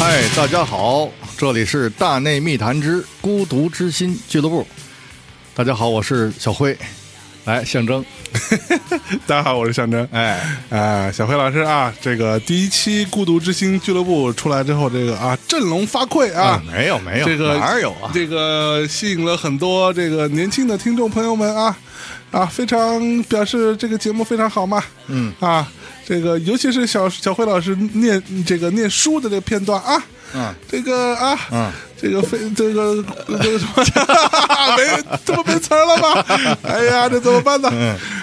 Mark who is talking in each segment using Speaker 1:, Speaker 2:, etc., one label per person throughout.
Speaker 1: 哎，大家好，这里是大内密谈之孤独之心俱乐部。大家好，我是小辉，来象征，
Speaker 2: 大家好，我是象征。
Speaker 1: 哎，
Speaker 2: 哎，小辉老师啊，这个第一期《孤独之星俱乐部》出来之后，这个啊振聋发聩啊，
Speaker 1: 没有没有，
Speaker 2: 这个
Speaker 1: 哪有啊？
Speaker 2: 这个吸引了很多这个年轻的听众朋友们啊啊，非常表示这个节目非常好嘛，
Speaker 1: 嗯
Speaker 2: 啊，这个尤其是小小辉老师念这个念书的这个片段啊，
Speaker 1: 嗯
Speaker 2: 这个啊，
Speaker 1: 嗯，
Speaker 2: 这个非这个这个什么， 没这么没词儿 了吧？哎呀，这怎么办呢？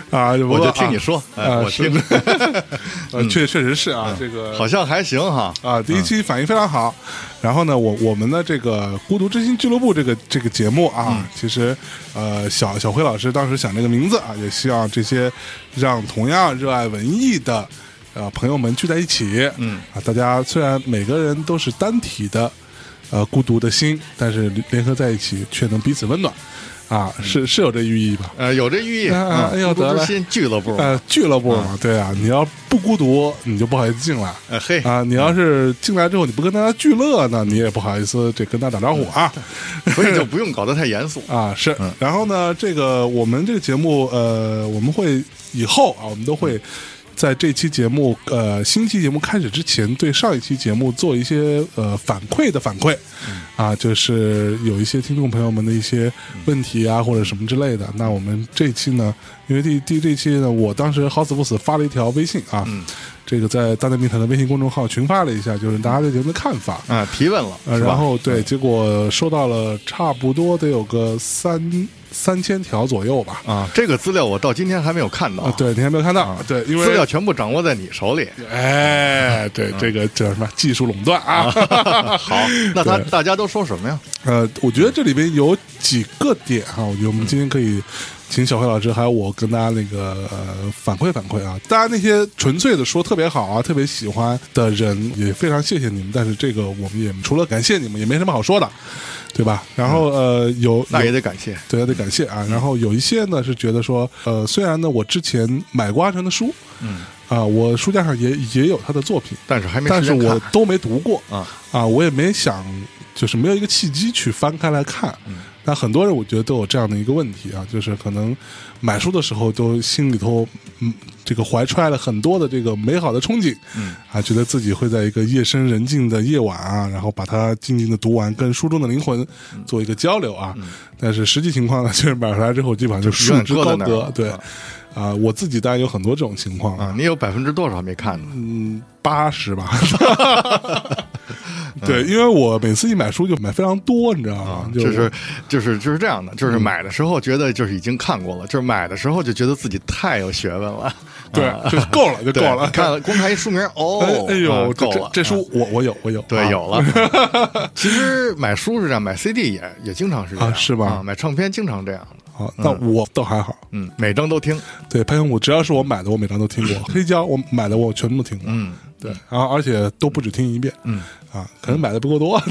Speaker 2: 啊，
Speaker 1: 嗯我
Speaker 2: 我
Speaker 1: 就听你说，哎，
Speaker 2: 啊
Speaker 1: 我
Speaker 2: 是
Speaker 1: 听， 嗯
Speaker 2: 呃，确确实是啊，这个
Speaker 1: 好像还行哈。
Speaker 2: 啊，第一期反应非常好。然后呢，我我们的这个《孤独之心俱乐部》这个这个节目啊，其实呃，小小辉老师当时想这个名字啊，也希望这些让同样热爱文艺的呃朋友们聚在一起，嗯啊，大家虽然每个人都是单体的呃孤独的心，但是联合在一起却能彼此温暖啊，是是有这寓意吧？
Speaker 1: 呃，有这寓意。
Speaker 2: 啊啊
Speaker 1: 嗯
Speaker 2: 哎呦
Speaker 1: 孤独
Speaker 2: 得
Speaker 1: 之
Speaker 2: 了
Speaker 1: 心俱乐部，嗯
Speaker 2: 呃，俱乐部嘛，对啊，你要不孤独，你就不好意思进来。
Speaker 1: 哎嘿，
Speaker 2: 啊，你要是进来之后你不跟大家聚乐呢，你也不好意思这跟大家打招呼啊。
Speaker 1: 嗯所以就不用搞得太严肃。
Speaker 2: 啊，是。然后呢，这个我们这个节目，呃，我们会以后啊，我们都会在这期节目，呃，新期节目开始之前，对上一期节目做一些呃反馈的反馈，啊，就是有一些听众朋友们的一些问题啊，或者什么之类的。那我们这期呢，因为第第这期呢，我当时好死不死发了一条微信啊，这个在大内密谈的微信公众号群发了一下，就是大家对节目的看法。
Speaker 1: 啊，提问了，
Speaker 2: 呃，
Speaker 1: 是吧哎
Speaker 2: 然后对，结果收到了差不多得有个三三千条左右吧。
Speaker 1: 啊，这个资料我到今天还没有看到
Speaker 2: 啊，，对，你还没有看到？对，因为
Speaker 1: 资料全部掌握在你手 里。
Speaker 2: 哎，对，这个叫什么技术垄断啊？
Speaker 1: 好，那他大家都说什么呀？
Speaker 2: 呃，我觉得这里边有几个点哈、我觉得我们今天可以请小辉老师还有我跟大家那个呃反馈反馈啊，大家那些纯粹的说特别好啊、特别喜欢的人，也非常谢谢你们，但是这个我们也除了感谢你们，也没什么好说的，对吧？然后呃，有
Speaker 1: 那
Speaker 2: 有
Speaker 1: 也得感谢。
Speaker 2: 对，得感谢啊。然后有一些呢是觉得说，呃，虽然呢我之前买过阿成的书，嗯，啊，我书架上也也有他的作品，
Speaker 1: 但是还没
Speaker 2: 但
Speaker 1: 时
Speaker 2: 是
Speaker 1: 间
Speaker 2: 我
Speaker 1: 看
Speaker 2: 都没读过
Speaker 1: 啊
Speaker 2: 啊，我也没想，就是没有一个契机去翻开来看。
Speaker 1: 嗯
Speaker 2: 那很多人我觉得都有这样的一个问题啊，就是可能买书的时候都心里头，嗯，这个怀揣了很多的这个美好的憧憬，嗯，啊，觉得自己会在一个夜深人静的夜晚啊，然后把它静静的读完，跟书中的灵魂
Speaker 1: 嗯
Speaker 2: 做一个交流啊。但是实际情况呢，就是买回来之后基本上就束之
Speaker 1: 远搁在
Speaker 2: 高
Speaker 1: 那儿
Speaker 2: 阁
Speaker 1: 了，
Speaker 2: 对，
Speaker 1: 啊
Speaker 2: 啊，我自己当然有很多这种情况
Speaker 1: 啊，你有百分之多少还没看呢？
Speaker 2: 嗯，八十吧。 对，
Speaker 1: 嗯
Speaker 2: 因为我每次一买书就买非常多，你知道吗？啊
Speaker 1: 啊
Speaker 2: 就嗯
Speaker 1: 就是就是就是这样的，就是买的时候觉得就是已经看过了，就是买的时候就觉得自己太有学问了，
Speaker 2: 对
Speaker 1: 啊，
Speaker 2: 就够 了，就够
Speaker 1: 对
Speaker 2: 了。
Speaker 1: 看了光看一书名，哦，
Speaker 2: 哎哎呦，
Speaker 1: 啊
Speaker 2: 这
Speaker 1: 够
Speaker 2: 这
Speaker 1: 了，
Speaker 2: 这
Speaker 1: 啊
Speaker 2: 书我我有我有，
Speaker 1: 对
Speaker 2: 啊
Speaker 1: 有 了。其实买书是这样，买 CD 也也经常是这样，
Speaker 2: 啊是吧
Speaker 1: 啊买唱片经常这样的，
Speaker 2: 啊，那我倒还好。
Speaker 1: 嗯，每张都听，
Speaker 2: 对，潘永武只要是我买的，我每张都听过。黑胶我买的我全部都听过。嗯，对，然后而且都不止听一遍。嗯，啊，可能买的不够多。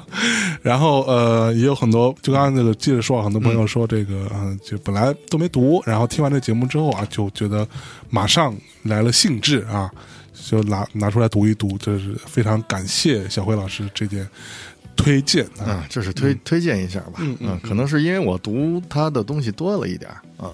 Speaker 2: 然后呃，也有很多，就刚刚那个记者说，很多朋友说这个，嗯、就本来都没读，然后听完这节目之后啊，就觉得马上来了兴致啊，就拿拿出来读一读，这是非常感谢小辉老师这件推荐啊。
Speaker 1: 嗯，这是推推荐一下吧，嗯，可能是因为我读他的东西多了一点儿，啊，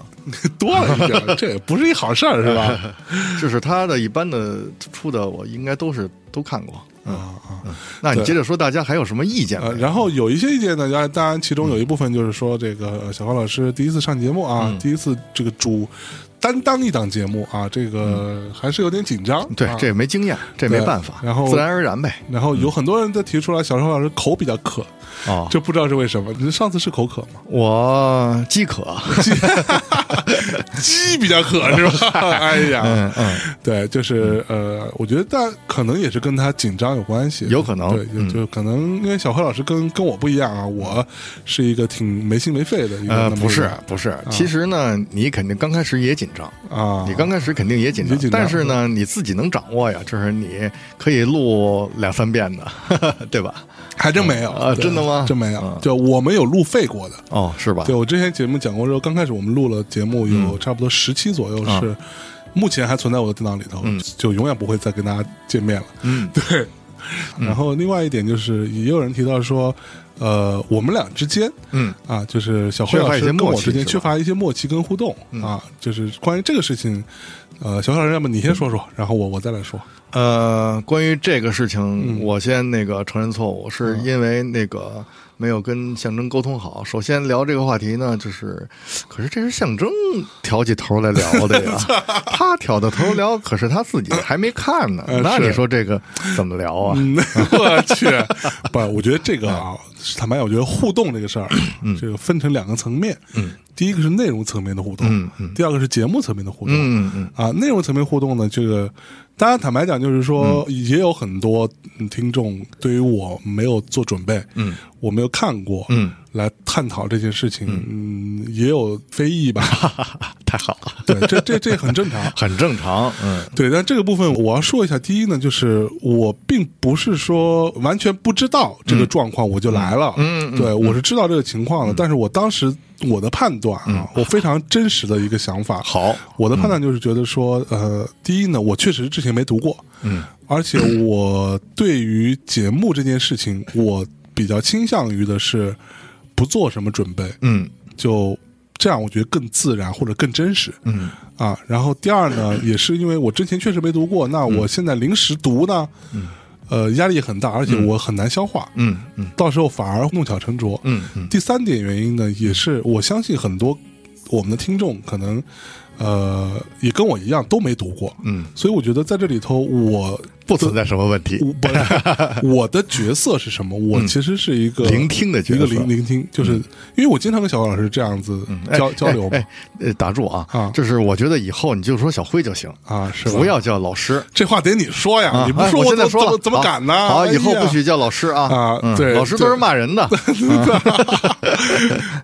Speaker 2: 多了一点，这也不是一好事儿，是 吧？
Speaker 1: 就是他的一般的出的，我应该都是都看过。
Speaker 2: 啊啊。
Speaker 1: 那你接着说，大家还有什么意见没有？
Speaker 2: 呃，然后有一些意见呢，当然，当然，其中有一部分就是说，这个呃小高老师第一次上节目
Speaker 1: 嗯
Speaker 2: 啊，第一次这个主担当一档节目啊，这个还是有点紧张。
Speaker 1: 嗯对
Speaker 2: 啊，
Speaker 1: 这嗯也没经验，这没办法，
Speaker 2: 对然后
Speaker 1: 自然而然呗。
Speaker 2: 然后有很多人都提出来，小高老师口比较渴，
Speaker 1: 哦，
Speaker 2: 就不知道是为什么。你上次是口渴 吗？
Speaker 1: 我饥渴，
Speaker 2: 鸡比较渴是吧？哎呀，
Speaker 1: 嗯嗯，
Speaker 2: 对，就是呃，我觉得但可能也是跟他紧张有关系，
Speaker 1: 有可能嗯
Speaker 2: 对，就就可能因为小辉老师跟跟我不一样啊，我是一个挺没心没肺的一个那
Speaker 1: 呃，
Speaker 2: 么一个人，
Speaker 1: 不是不是，其实呢，你肯定刚开始也紧张，
Speaker 2: 啊，
Speaker 1: 你刚开始肯定也紧
Speaker 2: 也紧张
Speaker 1: 但是呢，你自己能掌握呀，就是你可以录两三遍的， 对吧？
Speaker 2: 还真没有
Speaker 1: 啊
Speaker 2: 对
Speaker 1: 真的吗
Speaker 2: 真没有
Speaker 1: 嗯，
Speaker 2: 就我们有路费过的。
Speaker 1: 哦，是吧
Speaker 2: 对？我之前节目讲过之后，刚开始我们录了节目
Speaker 1: 嗯
Speaker 2: 有差不多十期左
Speaker 1: 啊
Speaker 2: 右是，目前还存在我的电脑里头，就永远不会再跟大家见面了。
Speaker 1: 嗯，
Speaker 2: 对，然后另外一点就是，也有人提到说，呃，我们俩之间
Speaker 1: 嗯，
Speaker 2: 啊，就是小辉
Speaker 1: 缺
Speaker 2: 老
Speaker 1: 乏一
Speaker 2: 师
Speaker 1: 些
Speaker 2: 跟
Speaker 1: 默
Speaker 2: 我
Speaker 1: 契
Speaker 2: 之间
Speaker 1: 是吧嗯
Speaker 2: 缺乏一些默契跟互动、啊，就是关于这个事情，呃，小辉老师，要么你先说说，然后我我再来说。
Speaker 1: 呃，关于这个事情，我先那个承认错误，是因为那个没有跟象征沟通好。首先聊这个话题呢，就是，可是这是象征挑起头来聊的 呀，他挑的头聊，可是他自己还没看呢
Speaker 2: 呃。
Speaker 1: 那
Speaker 2: 是
Speaker 1: 你说这个怎么聊 啊？
Speaker 2: 嗯，我去，不，我觉得这个啊，
Speaker 1: 嗯
Speaker 2: 坦白讲，我觉得互动这个事儿，啊这个分成两个层面，嗯，第一个是内容层面的互动，
Speaker 1: 嗯嗯
Speaker 2: 第二个是节目层面的互动，
Speaker 1: 嗯嗯
Speaker 2: 啊，内容层面互动呢，这个当然坦白讲，就是说、也有很多嗯听众对于我没有做准备，
Speaker 1: 嗯，
Speaker 2: 我没有看过，
Speaker 1: 嗯，
Speaker 2: 来探讨这件事情，嗯，也有非议吧，
Speaker 1: 嗯，太好了，
Speaker 2: 对，这这这很正常，
Speaker 1: 很正常。嗯
Speaker 2: 对，但这个部分我要说一下。第一呢，就是我并不是说完全不知道这个状况我就来
Speaker 1: 嗯嗯
Speaker 2: 了，
Speaker 1: 嗯嗯
Speaker 2: 对我是知道这个情况的，但是我当时我的判断啊，我非常真实的一个想法。
Speaker 1: 好，嗯
Speaker 2: 我的判断就是觉得说，呃，第一呢，我确实之前没读过，
Speaker 1: 嗯
Speaker 2: 而且我对于节目这件事情，我比较倾向于的是不做什么准备，
Speaker 1: 嗯
Speaker 2: 就这样，我觉得更自然或者更真实。
Speaker 1: 嗯
Speaker 2: 啊，然后第二 呢，也是因为我之前确实没读过，那
Speaker 1: 嗯
Speaker 2: 我现在临时读呢，呃，压力也很大，而且我很难消化，
Speaker 1: 嗯嗯
Speaker 2: 到时候反而弄巧成拙。
Speaker 1: 嗯嗯
Speaker 2: 第三点原因呢，也是我相信很多我们的听众可能，呃，也跟我一样都没读过，
Speaker 1: 嗯，
Speaker 2: 所以我觉得在这里头我。
Speaker 1: 不存在什么问题。
Speaker 2: 我 我我的角色是什么？我其实是一个
Speaker 1: 嗯聆听的角色嗯
Speaker 2: 一个聆聆听，就是因为我经常跟小王老师这样子
Speaker 1: 哎
Speaker 2: 交交流嘛
Speaker 1: 哎，哎呃打住啊！
Speaker 2: 啊
Speaker 1: 就是我觉得以后你就说小辉就行，
Speaker 2: 啊，是吧
Speaker 1: 不要叫老师。
Speaker 2: 这话得你说呀，
Speaker 1: 啊
Speaker 2: 你不
Speaker 1: 哎
Speaker 2: 说
Speaker 1: 我现在
Speaker 2: 怎
Speaker 1: 说
Speaker 2: 么
Speaker 1: 了，
Speaker 2: 怎么敢呢？
Speaker 1: 好好，
Speaker 2: 哎呀
Speaker 1: 以后不许叫老师啊！
Speaker 2: 啊
Speaker 1: 嗯
Speaker 2: 对啊
Speaker 1: 老师都是骂人 的。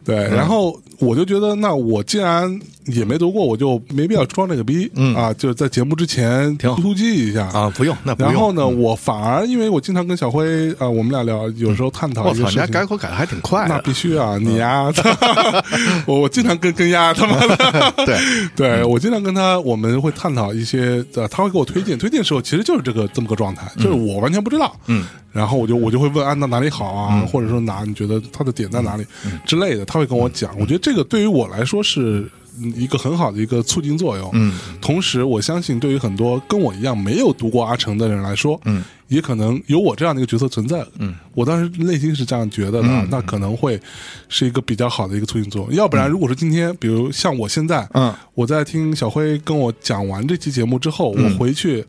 Speaker 2: 对。
Speaker 1: 嗯
Speaker 2: 然后我就觉得，那我既然也没读过，我就没必要装这个逼、啊，就是在节目之前
Speaker 1: 嗯挺好
Speaker 2: 突击一下
Speaker 1: 啊，。不用，那不用。
Speaker 2: 然后呢，我反而因为我经常跟小辉啊，我们俩聊，有时候探讨
Speaker 1: 我
Speaker 2: 一
Speaker 1: 操，人
Speaker 2: 些
Speaker 1: 家
Speaker 2: 事
Speaker 1: 改
Speaker 2: 情。
Speaker 1: 口改的还挺快
Speaker 2: 那
Speaker 1: 的。
Speaker 2: 必须啊，你 呀，
Speaker 1: 嗯
Speaker 2: 我我经常跟跟丫他妈的，
Speaker 1: 对，
Speaker 2: 对
Speaker 1: 嗯
Speaker 2: 我经常跟他，我们会探讨一些，呃，他会给我推荐，推荐的时候其实就是这个这么个状态，就是我完全不知道，
Speaker 1: 嗯，
Speaker 2: 然后我就我就会问安娜哪里好啊，或者说哪你觉得他的点在哪里、之类的，他会跟我
Speaker 1: 嗯
Speaker 2: 讲。我觉得这个对于我来说是嗯一个很好的一个促进作用。
Speaker 1: 嗯，
Speaker 2: 同时我相信对于很多跟我一样没有读过阿成的人来说，
Speaker 1: 嗯，
Speaker 2: 也可能有我这样的一个角色存在。嗯，我当时内心是这样觉得的
Speaker 1: 嗯
Speaker 2: 啊，那可能会是一个比较好的一个促进作用。要不然，如果是今天，比如像我现在，
Speaker 1: 嗯，
Speaker 2: 我在听小辉跟我讲完这期节目之后，
Speaker 1: 嗯
Speaker 2: 我回去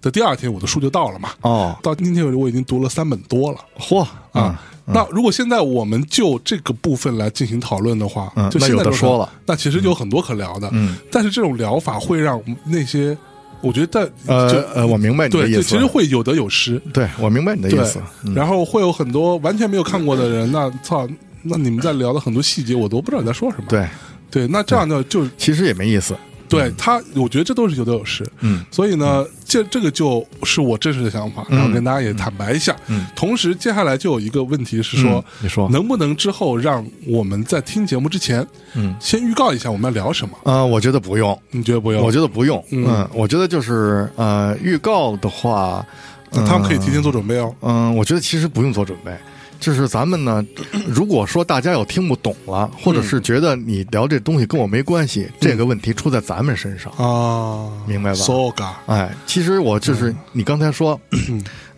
Speaker 2: 的第二天，我的书就到了嘛。
Speaker 1: 哦，
Speaker 2: 到今天为止，我已经读了三本多了
Speaker 1: 嚯
Speaker 2: 啊！！
Speaker 1: 嗯
Speaker 2: 那如果现在我们就这个部分来进行讨论的话，
Speaker 1: 嗯
Speaker 2: 就
Speaker 1: 那
Speaker 2: 现在
Speaker 1: 有的
Speaker 2: 就
Speaker 1: 说了，
Speaker 2: 那其实有很多可聊的。
Speaker 1: 嗯，
Speaker 2: 但是这种疗法会让那些，我觉得
Speaker 1: 呃
Speaker 2: 就
Speaker 1: 呃，我明白你的
Speaker 2: 对，
Speaker 1: 意
Speaker 2: 就
Speaker 1: 思。
Speaker 2: 其实会有得有失。
Speaker 1: 对我明白你的
Speaker 2: 对
Speaker 1: 意思。，嗯
Speaker 2: 然后会有很多完全没有看过的人，那操，那你们在聊的很多细节，我都不知道你在说什么。
Speaker 1: 对，嗯
Speaker 2: 对，那这样呢，就
Speaker 1: 其实也没意思。
Speaker 2: 对他，我觉得这都是有得有失。
Speaker 1: 嗯
Speaker 2: 所以呢，这这个就是我真实的想法，然后跟大家也坦白一下。
Speaker 1: 嗯
Speaker 2: 同时接下来就有一个问题是说
Speaker 1: 嗯，你说
Speaker 2: 能不能之后让我们在听节目之前，
Speaker 1: 嗯，
Speaker 2: 先预告一下我们要聊什么？
Speaker 1: 呃，我觉得不用，
Speaker 2: 你觉得不用？
Speaker 1: 我觉得不用。
Speaker 2: 嗯
Speaker 1: 嗯，我觉得就是呃，预告的话，
Speaker 2: 那他们可以提前做准备哦。
Speaker 1: 嗯，我觉得其实不用做准备，就是咱们呢， 如果说大家有听不懂了，或者
Speaker 2: 嗯
Speaker 1: 是觉得你聊这东西跟我没关系，这个问题出在咱们身上。
Speaker 2: 啊，
Speaker 1: 明白吧
Speaker 2: So ga，
Speaker 1: 哎，其实我
Speaker 2: 嗯
Speaker 1: 就是你刚才 说，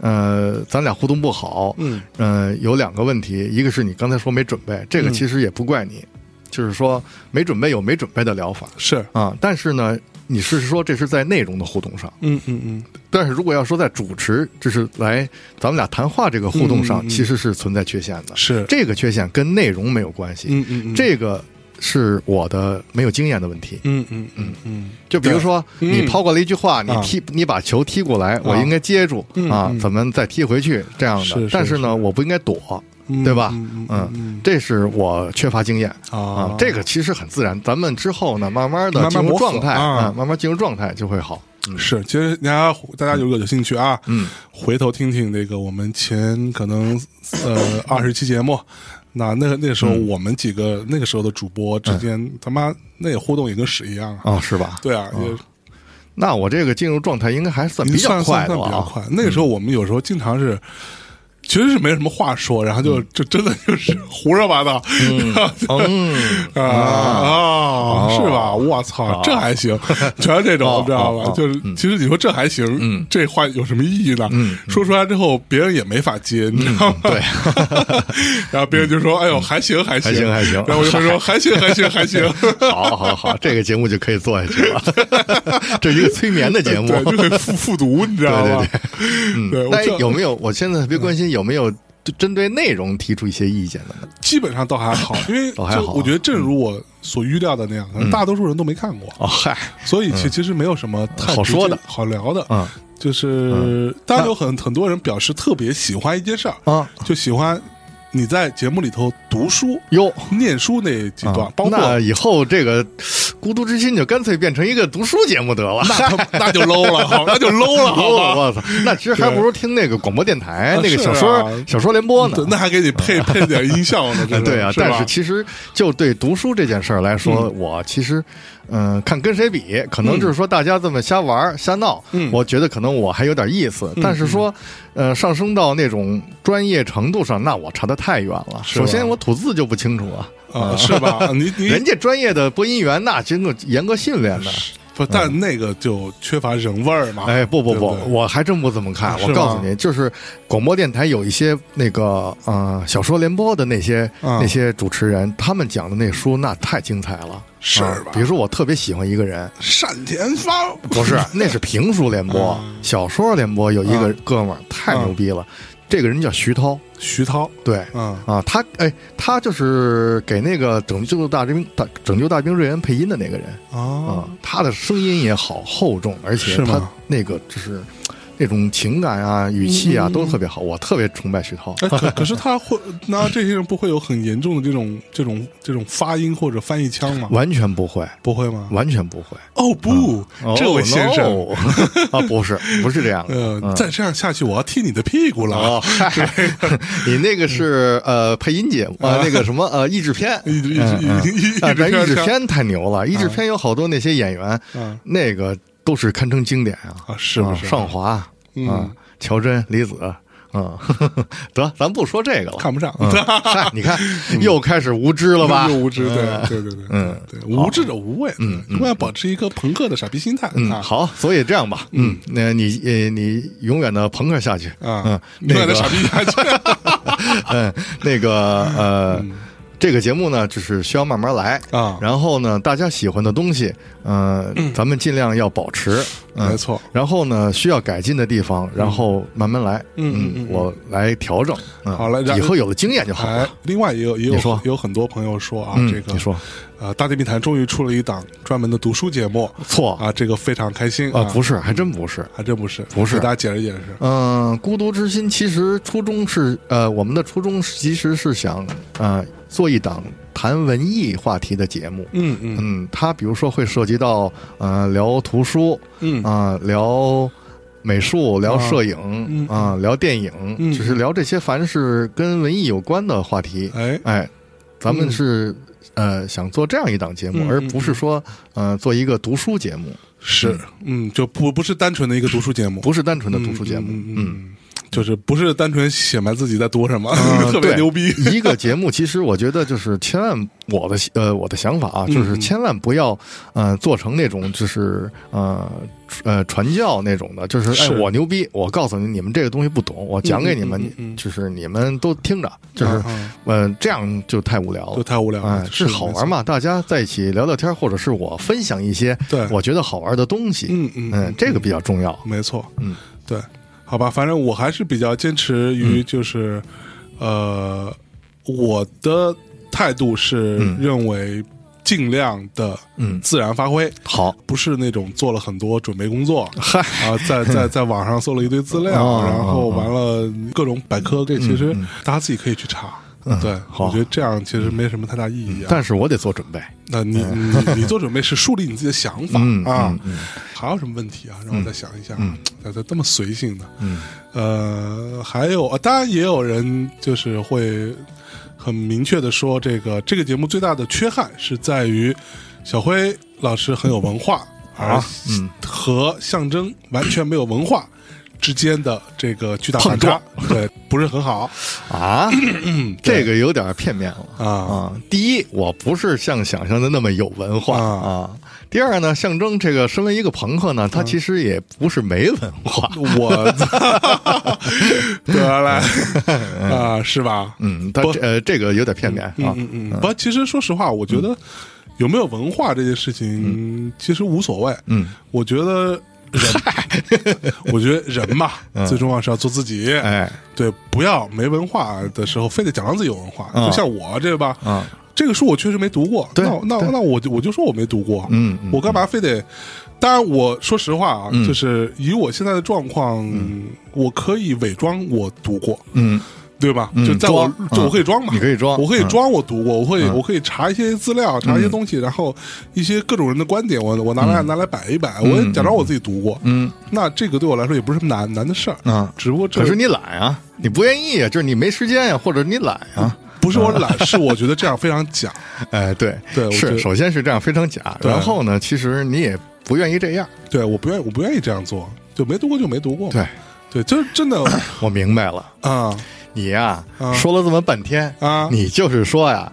Speaker 1: 呃，咱俩互动不好，
Speaker 2: 嗯
Speaker 1: 呃，有两个问题，一个是你刚才说没准备，这个
Speaker 2: 嗯
Speaker 1: 其实也不怪你，就是说没准备有没准备的疗法
Speaker 2: 是，
Speaker 1: 啊，但是呢，你是说这是在内容的互动上。
Speaker 2: 嗯嗯嗯，
Speaker 1: 但是如果要说在主持，就是来咱们俩谈话这个互动上，
Speaker 2: 嗯嗯嗯
Speaker 1: 其实是存在缺陷的。
Speaker 2: 是，
Speaker 1: 这个缺陷跟内容没有关系，
Speaker 2: 嗯嗯嗯，
Speaker 1: 这个是我的没有经验的问题。
Speaker 2: 嗯嗯嗯嗯，
Speaker 1: 就比如说，
Speaker 2: 对嗯
Speaker 1: 你抛过来一句话，你
Speaker 2: 啊
Speaker 1: 踢，你把球踢过来，我应该接住
Speaker 2: 嗯
Speaker 1: 啊
Speaker 2: 嗯，
Speaker 1: 怎么再踢回去这样
Speaker 2: 是
Speaker 1: 的
Speaker 2: 是。
Speaker 1: 但是呢，我不应该躲，对吧
Speaker 2: 嗯
Speaker 1: 嗯，这是我缺乏经验啊
Speaker 2: 啊。
Speaker 1: 这个其实很自然，咱们之后呢，慢慢的
Speaker 2: 慢
Speaker 1: 进
Speaker 2: 慢
Speaker 1: 入
Speaker 2: 磨合
Speaker 1: 状态
Speaker 2: 啊
Speaker 1: 啊，慢慢进入状态就会好。嗯
Speaker 2: 是，其实大家大家如果有兴趣啊，
Speaker 1: 嗯，
Speaker 2: 回头听听那个我们前可能 呃二十期节目，那那那时候
Speaker 1: 嗯
Speaker 2: 我们几个、那
Speaker 1: 哦
Speaker 2: 个时候的主播之间，他妈那也互动也跟屎一样啊，
Speaker 1: 啊，是吧？
Speaker 2: 对啊，也
Speaker 1: 那我这个进入状态应该还算比较
Speaker 2: 算
Speaker 1: 快
Speaker 2: 算
Speaker 1: 的
Speaker 2: 算
Speaker 1: 了
Speaker 2: 比较
Speaker 1: 啊。
Speaker 2: 快。那个时候我们有时候经常是。其实是没什么话说，然后就就真的就是胡说八道， 然后就
Speaker 1: 嗯，
Speaker 2: 啊啊，是吧？
Speaker 1: 哦
Speaker 2: 我操，这还行，全是这种，知道吧？就是，
Speaker 1: 嗯
Speaker 2: 其实你说这还行，这话有什么意义呢？说出来之后，别人也没法接，你知道
Speaker 1: 嗯
Speaker 2: 吗？对，然后别人就说：“哎呦，还行，还行，
Speaker 1: 还行还行
Speaker 2: 然后我就会 说：“还行，还行，还行。
Speaker 1: 好好好，这个节目就可以做下去了。 这是一个催眠的节”目。
Speaker 2: 对，就得复复读，你知道吗？对，我
Speaker 1: 那
Speaker 2: 这
Speaker 1: 嗯有没有？我现在特别关心有没有就针对内容提出一些意见的呢？
Speaker 2: 基本上倒 还好，因为
Speaker 1: 倒还
Speaker 2: 就
Speaker 1: 好嗯
Speaker 2: 我觉得正如我所预料的那样，可能大多数人都没看过，
Speaker 1: 哦，嗨，
Speaker 2: 所以其其实没有什么太
Speaker 1: 好
Speaker 2: 直
Speaker 1: 说
Speaker 2: 接
Speaker 1: 的
Speaker 2: 好聊的，
Speaker 1: 嗯
Speaker 2: 就是当然有很很多人表示特别喜欢一件事儿，
Speaker 1: 啊
Speaker 2: 就喜欢你在节目里头读书、
Speaker 1: 哟。
Speaker 2: 念书那几段
Speaker 1: 啊，
Speaker 2: 包
Speaker 1: 那
Speaker 2: 括
Speaker 1: 以后这个《孤独之心》就干脆变成一个读书节目得了。
Speaker 2: 那他那就 low 了，好，那就 low
Speaker 1: 哦
Speaker 2: 了，好吧？
Speaker 1: 我操！那其实还不如听那个广播电台
Speaker 2: 啊
Speaker 1: 那个小
Speaker 2: 是
Speaker 1: 说、
Speaker 2: 啊
Speaker 1: 小说联播呢
Speaker 2: 对，。那还给你配配点音效 呢，这
Speaker 1: 哎
Speaker 2: 是
Speaker 1: 对啊，
Speaker 2: 是吧
Speaker 1: 但是其实就对读书这件事儿来说，我其实，嗯、看跟谁比，可能就是说大家这么瞎玩儿、瞎闹，
Speaker 2: 嗯
Speaker 1: 我觉得可能我还有点意思。但是说，呃，上升到那种专业程度上，那我差得太远了。
Speaker 2: 是
Speaker 1: 首
Speaker 2: 吧
Speaker 1: 先，我吐字就不清楚啊，
Speaker 2: 啊，是 吧？你你
Speaker 1: 人家专业的播音员那经过严格训练的。
Speaker 2: 不，但那个就缺乏人味儿嘛。
Speaker 1: 嗯哎，不不不，
Speaker 2: 啊对对
Speaker 1: 我还真不这么看。
Speaker 2: 是
Speaker 1: 我
Speaker 2: 吗
Speaker 1: 告诉你，就是广播电台有一些那个呃小说联播的那些、
Speaker 2: 啊
Speaker 1: 那些主持人，他们讲的那书那太精彩了，
Speaker 2: 是
Speaker 1: 啊
Speaker 2: 吧
Speaker 1: 比如说我特别喜欢一个人，
Speaker 2: 单田芳
Speaker 1: 不是，那是评书联播、
Speaker 2: 啊
Speaker 1: 小说联播有一个
Speaker 2: 啊
Speaker 1: 哥们儿太牛逼了，这个人叫徐涛，
Speaker 2: 徐涛，
Speaker 1: 对。
Speaker 2: 嗯，
Speaker 1: 啊，他哎，他就是给那个拯救大兵大拯救大兵瑞恩配音的那个人，啊、
Speaker 2: 啊，
Speaker 1: 他的声音也好厚重，而且
Speaker 2: 是吗
Speaker 1: 他那个就是那种情感啊、语气啊
Speaker 2: 嗯嗯嗯
Speaker 1: 都特别好，我特别崇拜徐涛。
Speaker 2: 哎，可可是他会，那这些人不会有很严重的这种这种这种发音或者翻译腔吗？
Speaker 1: 完全不会，
Speaker 2: 不会吗？
Speaker 1: 完全不会，
Speaker 2: 哦不，这位先生，
Speaker 1: Oh, no 啊，不是，不是这样的。
Speaker 2: 呃，再这样下去，我要踢你的屁股了。
Speaker 1: 哦，嗨， 你那个是呃配音节目啊，那个什么呃译制 片，
Speaker 2: 一直一
Speaker 1: 嗯嗯
Speaker 2: 直一直
Speaker 1: 啊
Speaker 2: 一
Speaker 1: 但
Speaker 2: 直
Speaker 1: 译制片太牛了，译制片有好多那些演员，
Speaker 2: 啊
Speaker 1: 那个都是堪称经典啊。
Speaker 2: 啊，是不是
Speaker 1: 啊？上华啊、
Speaker 2: 嗯
Speaker 1: 乔真、李子啊、 呵呵得，咱不说这个了。
Speaker 2: 看不上，
Speaker 1: 嗯 嗨，你看又开始无知了吧
Speaker 2: 又？无知，对对对对，
Speaker 1: 嗯
Speaker 2: 对，无知者无畏，嗯，我们要保持一个朋克的傻逼心态
Speaker 1: 嗯，
Speaker 2: 啊。
Speaker 1: 好，所以这样吧，嗯，那你呃，你永远的朋克下去嗯
Speaker 2: 啊，，你
Speaker 1: 那
Speaker 2: 俩的傻
Speaker 1: 个，
Speaker 2: 逼下去
Speaker 1: 嗯，那个呃，这个节目呢，就是需要慢慢来
Speaker 2: 嗯啊嗯
Speaker 1: 然后呢，大家喜欢的东西，呃，咱们尽量要保持，嗯
Speaker 2: 没错。
Speaker 1: 然后呢，需要改进的地方，然后慢慢来，
Speaker 2: 嗯嗯嗯嗯
Speaker 1: 我来调整。嗯
Speaker 2: 好了然
Speaker 1: 以后有了经验就好
Speaker 2: 哎
Speaker 1: 了。，
Speaker 2: 另外也有也有
Speaker 1: 你说
Speaker 2: 也有很多朋友说啊，
Speaker 1: 嗯
Speaker 2: 这个
Speaker 1: 你说
Speaker 2: 呃，大地密谈终于出了一档专门的读书节目
Speaker 1: 错
Speaker 2: 啊，这个非常开心
Speaker 1: 啊，不
Speaker 2: 是，
Speaker 1: 是，还真不是。
Speaker 2: 还真不是，
Speaker 1: 不是
Speaker 2: 给大家解释解释
Speaker 1: 嗯、孤独之心其实初衷是，呃，我们的初衷其实是想，呃，做一档谈文艺话题的节目。
Speaker 2: 嗯嗯
Speaker 1: 嗯，它比如说会涉及到，呃，聊图书，
Speaker 2: 嗯
Speaker 1: 啊、聊美术，聊摄影，
Speaker 2: 嗯
Speaker 1: 啊、聊电影，
Speaker 2: 嗯
Speaker 1: 就是聊这些凡是跟文艺有关的话题。
Speaker 2: 哎，
Speaker 1: 哎，咱们
Speaker 2: 嗯
Speaker 1: 是、呃想做这样一档节目，
Speaker 2: 嗯
Speaker 1: 而
Speaker 2: 嗯
Speaker 1: 不是说呃做一个读书节目，
Speaker 2: 是，嗯，就不不是单纯的一个读书节目，
Speaker 1: 不是单纯的读书节目。
Speaker 2: 嗯嗯，就是不是单纯显摆自己在读什么，
Speaker 1: 呃
Speaker 2: 特别牛逼。
Speaker 1: 对一个节目，其实我觉得就是千万，我的呃我的想法啊，
Speaker 2: 嗯
Speaker 1: 就是千万不要呃做成那种就是呃呃传教那种的，就是哎
Speaker 2: 是
Speaker 1: 我牛逼，我告诉你你们这个东西不懂，我讲给你们，
Speaker 2: 嗯嗯嗯嗯
Speaker 1: 就是你们都听着， 就是
Speaker 2: 啊啊
Speaker 1: 嗯、呃这样就太无聊
Speaker 2: 就
Speaker 1: 了。
Speaker 2: 太无聊
Speaker 1: 哎
Speaker 2: 了，，
Speaker 1: 是好玩？嘛？大家在一起聊聊天，或者是我分享一些
Speaker 2: 对
Speaker 1: 我觉得好玩的东西。
Speaker 2: 嗯哎嗯嗯
Speaker 1: 这个比较重要。
Speaker 2: 没错，
Speaker 1: 嗯，
Speaker 2: 对，好吧，反正我还是比较坚持
Speaker 1: 嗯
Speaker 2: 于就是，呃，我的态度是
Speaker 1: 嗯
Speaker 2: 认为尽量的
Speaker 1: 嗯，
Speaker 2: 自然发挥，
Speaker 1: 好，
Speaker 2: 不是那种做了很多准备工作，
Speaker 1: 嗨，
Speaker 2: 啊，在在在网上搜了一 堆资料，
Speaker 1: 哦
Speaker 2: 然后完了各种百科，这其实
Speaker 1: 嗯嗯
Speaker 2: 大家自己可以去查。对，
Speaker 1: 好嗯
Speaker 2: 我觉得这样其实没什么太大意义啊。
Speaker 1: 但是我得做准备。
Speaker 2: 那你 你你做准备是树立你自己的想法
Speaker 1: 嗯
Speaker 2: 啊
Speaker 1: 嗯嗯，
Speaker 2: 还有什么问题啊？让我再想一下
Speaker 1: 嗯，
Speaker 2: 咋咋这么随性呢？
Speaker 1: 嗯，
Speaker 2: 呃，还有啊，当然也有人就是会很明确的说，这个这个节目最大的缺憾是在于小辉老师很有文化。而
Speaker 1: 嗯
Speaker 2: 和象征完全没有文化之间的这个巨大反差，对，不是很好。
Speaker 1: 啊，这个有点片面了
Speaker 2: 啊
Speaker 1: 第一，我不是像想象的那么有文化
Speaker 2: 啊
Speaker 1: 啊第二呢，象征这个身为一个朋克呢，他其实也不是没文化。
Speaker 2: 我 得 了啊，是吧？
Speaker 1: 嗯，他
Speaker 2: 不
Speaker 1: 这呃这个有点片面啊。
Speaker 2: 嗯嗯嗯，不，其实说实话，我觉得有没有文化这件事情其实无所谓。
Speaker 1: 嗯，
Speaker 2: 我觉得人， 我觉得人嘛，最重要是要做自己。
Speaker 1: 嗯哎，
Speaker 2: 对，不要没文化的时候非得假装自己有文化，
Speaker 1: 嗯
Speaker 2: 就像我这吧，
Speaker 1: 嗯
Speaker 2: 这个书我确实没读过，
Speaker 1: 对
Speaker 2: 那我那
Speaker 1: 对
Speaker 2: 那我就我就说我没读过，
Speaker 1: 嗯嗯
Speaker 2: 我干嘛非得？当然，我说实话啊，
Speaker 1: 嗯
Speaker 2: 就是以我现在的状况，我可以伪装我读过，
Speaker 1: 嗯
Speaker 2: 对吧？
Speaker 1: 嗯
Speaker 2: 就在我
Speaker 1: 装
Speaker 2: 就我可以
Speaker 1: 嗯
Speaker 2: 装嘛，
Speaker 1: 你可以装
Speaker 2: 我可以
Speaker 1: 嗯
Speaker 2: 装我读过，我会我可以查一些资料，查一些东西，然后一些各种人的观点，我我拿来拿来摆一摆，我也假装我自己读过，
Speaker 1: 嗯
Speaker 2: 那这个对我来说也不是什么难难的事儿，
Speaker 1: 啊。
Speaker 2: 只不过这
Speaker 1: 可是你懒啊，你不愿意啊，就是你没时间呀、或者你懒啊。
Speaker 2: 不是我懒，是我觉得这样非常 假。
Speaker 1: 哎，对，
Speaker 2: 对我觉
Speaker 1: 是，
Speaker 2: 得
Speaker 1: 首先是这样非常假，
Speaker 2: 对
Speaker 1: 然后呢，其实你也不愿意这样。
Speaker 2: 对，我不愿意，我不愿意这样做，就没读过就没读过。
Speaker 1: 对，
Speaker 2: 对，就是 真的
Speaker 1: 我明白了，
Speaker 2: 啊
Speaker 1: 你呀、
Speaker 2: 啊
Speaker 1: 说了这么半天，
Speaker 2: 啊，
Speaker 1: 你就是说呀，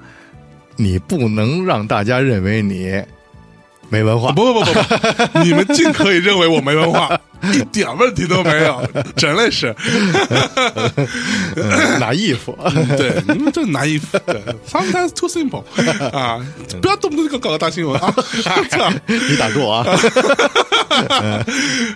Speaker 1: 你不能让大家认为你没文化
Speaker 2: 啊不。不不不不，你们尽可以认为我没文化， 一点问题都没有，真的是。
Speaker 1: 嗯 拿衣服，
Speaker 2: 对，你们这拿衣服的，sometimes too simple 啊，不要动不动就给我搞个大新闻啊！操
Speaker 1: 你打住啊！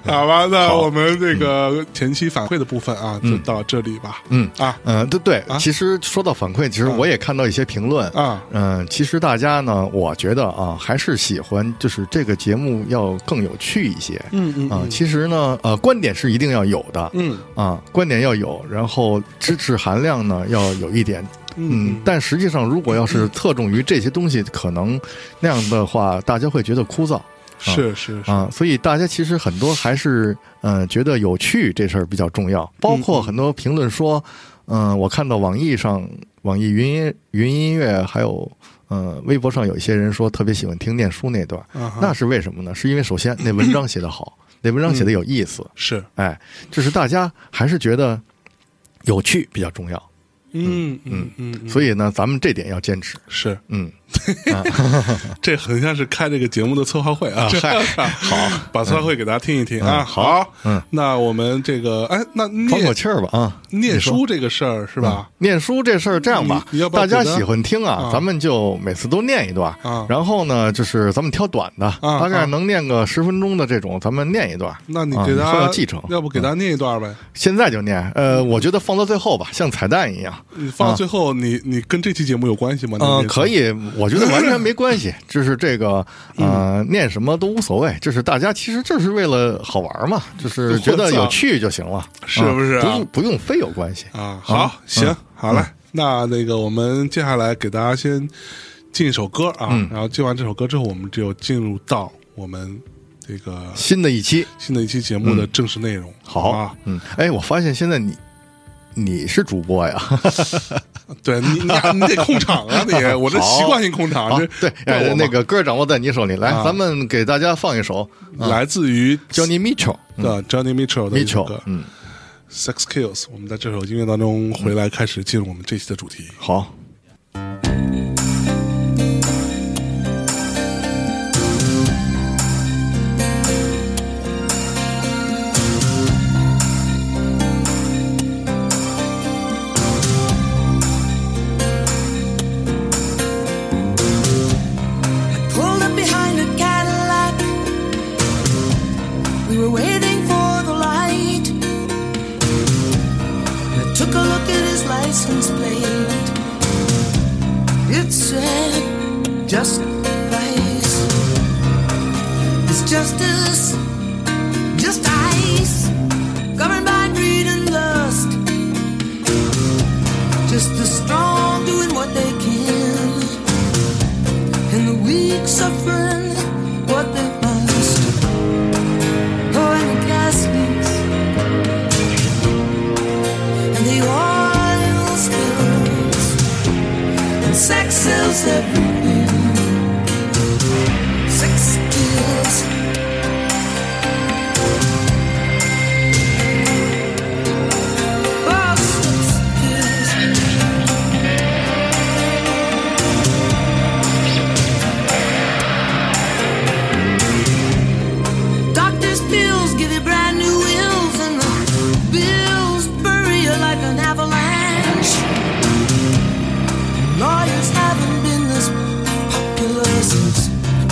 Speaker 2: 好吧，那我们这个前期反馈的部分啊，就到这里吧。
Speaker 1: 嗯
Speaker 2: 啊
Speaker 1: 嗯，对对
Speaker 2: 啊，
Speaker 1: 其实说到反馈，其实我也看到一些评论
Speaker 2: 啊
Speaker 1: 嗯，其实大家呢，我觉得啊，还是喜欢就是这个节目要更有趣一些。
Speaker 2: 嗯嗯
Speaker 1: 啊，其实呢，呃，观点是一定要有的，
Speaker 2: 嗯
Speaker 1: 啊，观点要有，然后知识含量呢要有一点，嗯，但实际上如果要是侧重于这些东西，可能那样的话，大家会觉得枯燥。
Speaker 2: 嗯是是是，
Speaker 1: 啊，所以大家其实很多还是嗯、呃觉得有趣这事儿比较重
Speaker 2: 嗯
Speaker 1: 要，包括很多评论说，嗯、我看到网易上、网易云音云音乐还有嗯、呃微博上有一些人说特别喜欢听念书那段，
Speaker 2: 啊哈
Speaker 1: 那是为什么呢？是因为首先那文章写得 好，那文章写得有意思，
Speaker 2: 是
Speaker 1: 哎，就是大家还是觉得有趣比较重要，
Speaker 2: 嗯嗯嗯，
Speaker 1: 所
Speaker 2: 以
Speaker 1: 以呢，咱们这点要坚持，
Speaker 2: 是
Speaker 1: 嗯，
Speaker 2: 这很像是开这个节目的策划会 啊！ 好，把策划会给大家听一听啊！
Speaker 1: 嗯
Speaker 2: 好，
Speaker 1: 嗯，
Speaker 2: 那我们这个哎，那
Speaker 1: 喘口
Speaker 2: 念
Speaker 1: 气儿吧啊，
Speaker 2: 念
Speaker 1: 你说嗯
Speaker 2: 书这个事儿是吧？
Speaker 1: 啊念书这事儿这样吧
Speaker 2: 啊嗯你你要，不
Speaker 1: 大
Speaker 2: 要
Speaker 1: 家
Speaker 2: 给他
Speaker 1: 喜欢听啊
Speaker 2: 啊，
Speaker 1: 咱们就每次都念一段
Speaker 2: 啊，
Speaker 1: 然后呢，就是咱们挑短的，
Speaker 2: 啊
Speaker 1: 大概能念个十分钟的这种，咱们念一段。
Speaker 2: 那你
Speaker 1: 啊
Speaker 2: 给
Speaker 1: 以
Speaker 2: 大
Speaker 1: 后
Speaker 2: 家
Speaker 1: 要继承，
Speaker 2: 要不给大
Speaker 1: 嗯
Speaker 2: 家念一段呗？
Speaker 1: 现在就念。呃，
Speaker 2: 嗯
Speaker 1: 我觉得放到最后吧，像彩蛋一样。
Speaker 2: 你放到最后，你你跟这期节目有关系吗？
Speaker 1: 嗯，
Speaker 2: 你
Speaker 1: 可。以，我觉得完全没关 系，就是这个呃，
Speaker 2: 嗯
Speaker 1: 念什么都无所谓，就是大家其实就是为了好玩嘛，就是觉得有趣就行了，
Speaker 2: 是不是啊
Speaker 1: 不用不用非有关系。
Speaker 2: 啊，好，
Speaker 1: 嗯
Speaker 2: 行，好嘞，那那个我们接下来给大家先进一首歌啊，
Speaker 1: 嗯
Speaker 2: 然后进完这首歌之后，我们就进入到我们这个
Speaker 1: 新的一期，
Speaker 2: 新的一期节目的正式内容。
Speaker 1: 嗯好，
Speaker 2: 啊，
Speaker 1: 嗯，哎，我发现现在你你是主播呀。
Speaker 2: 对你，你你得控场啊， 你我这习惯性控场，
Speaker 1: 好
Speaker 2: 这，
Speaker 1: 对，
Speaker 2: 怪啊我
Speaker 1: 呃
Speaker 2: 嘛
Speaker 1: 那个歌掌握在你手里，来，
Speaker 2: 啊
Speaker 1: 咱们给大家放一首
Speaker 2: 嗯来自于
Speaker 1: Johnny Mitchell
Speaker 2: 的 Johnny Mitchell 的一首
Speaker 1: 嗯 Mitchell，
Speaker 2: 歌
Speaker 1: 嗯，
Speaker 2: 《Sex Kills》。我们在这首音乐当中回来，开始进入我们这期的主题。
Speaker 1: 好，
Speaker 3: pulled up behind a Cadillac. We were waiting for the light. I took a look at his license plate. It said just ice. It's justice, just ice. Governed by greed and lust. Just the strong doing what they can and the weak suffering what they must. Oh, and the gaskets and the oil spills and sex sells everything. Sex kills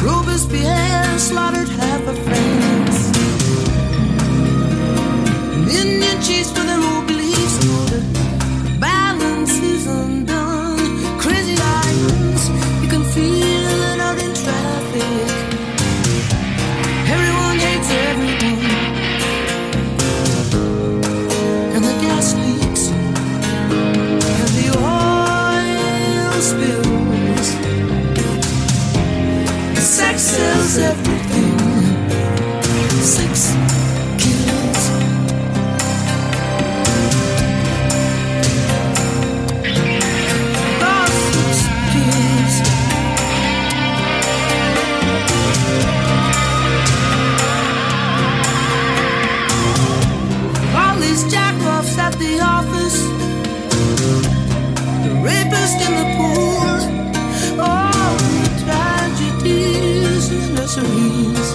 Speaker 3: Robespierre slaughtered half of France. And Indian chiefs for their old beliefs know that balance is undone. Crazy lines, you can feel it out in traffic. Everyone hates everyone. And the gas leaks and the oil spills. Sex sells everything. Sex kills. Gossip spills. All these jackoffs at the office, the rapist in the pool, all the tragedies in the nurseries,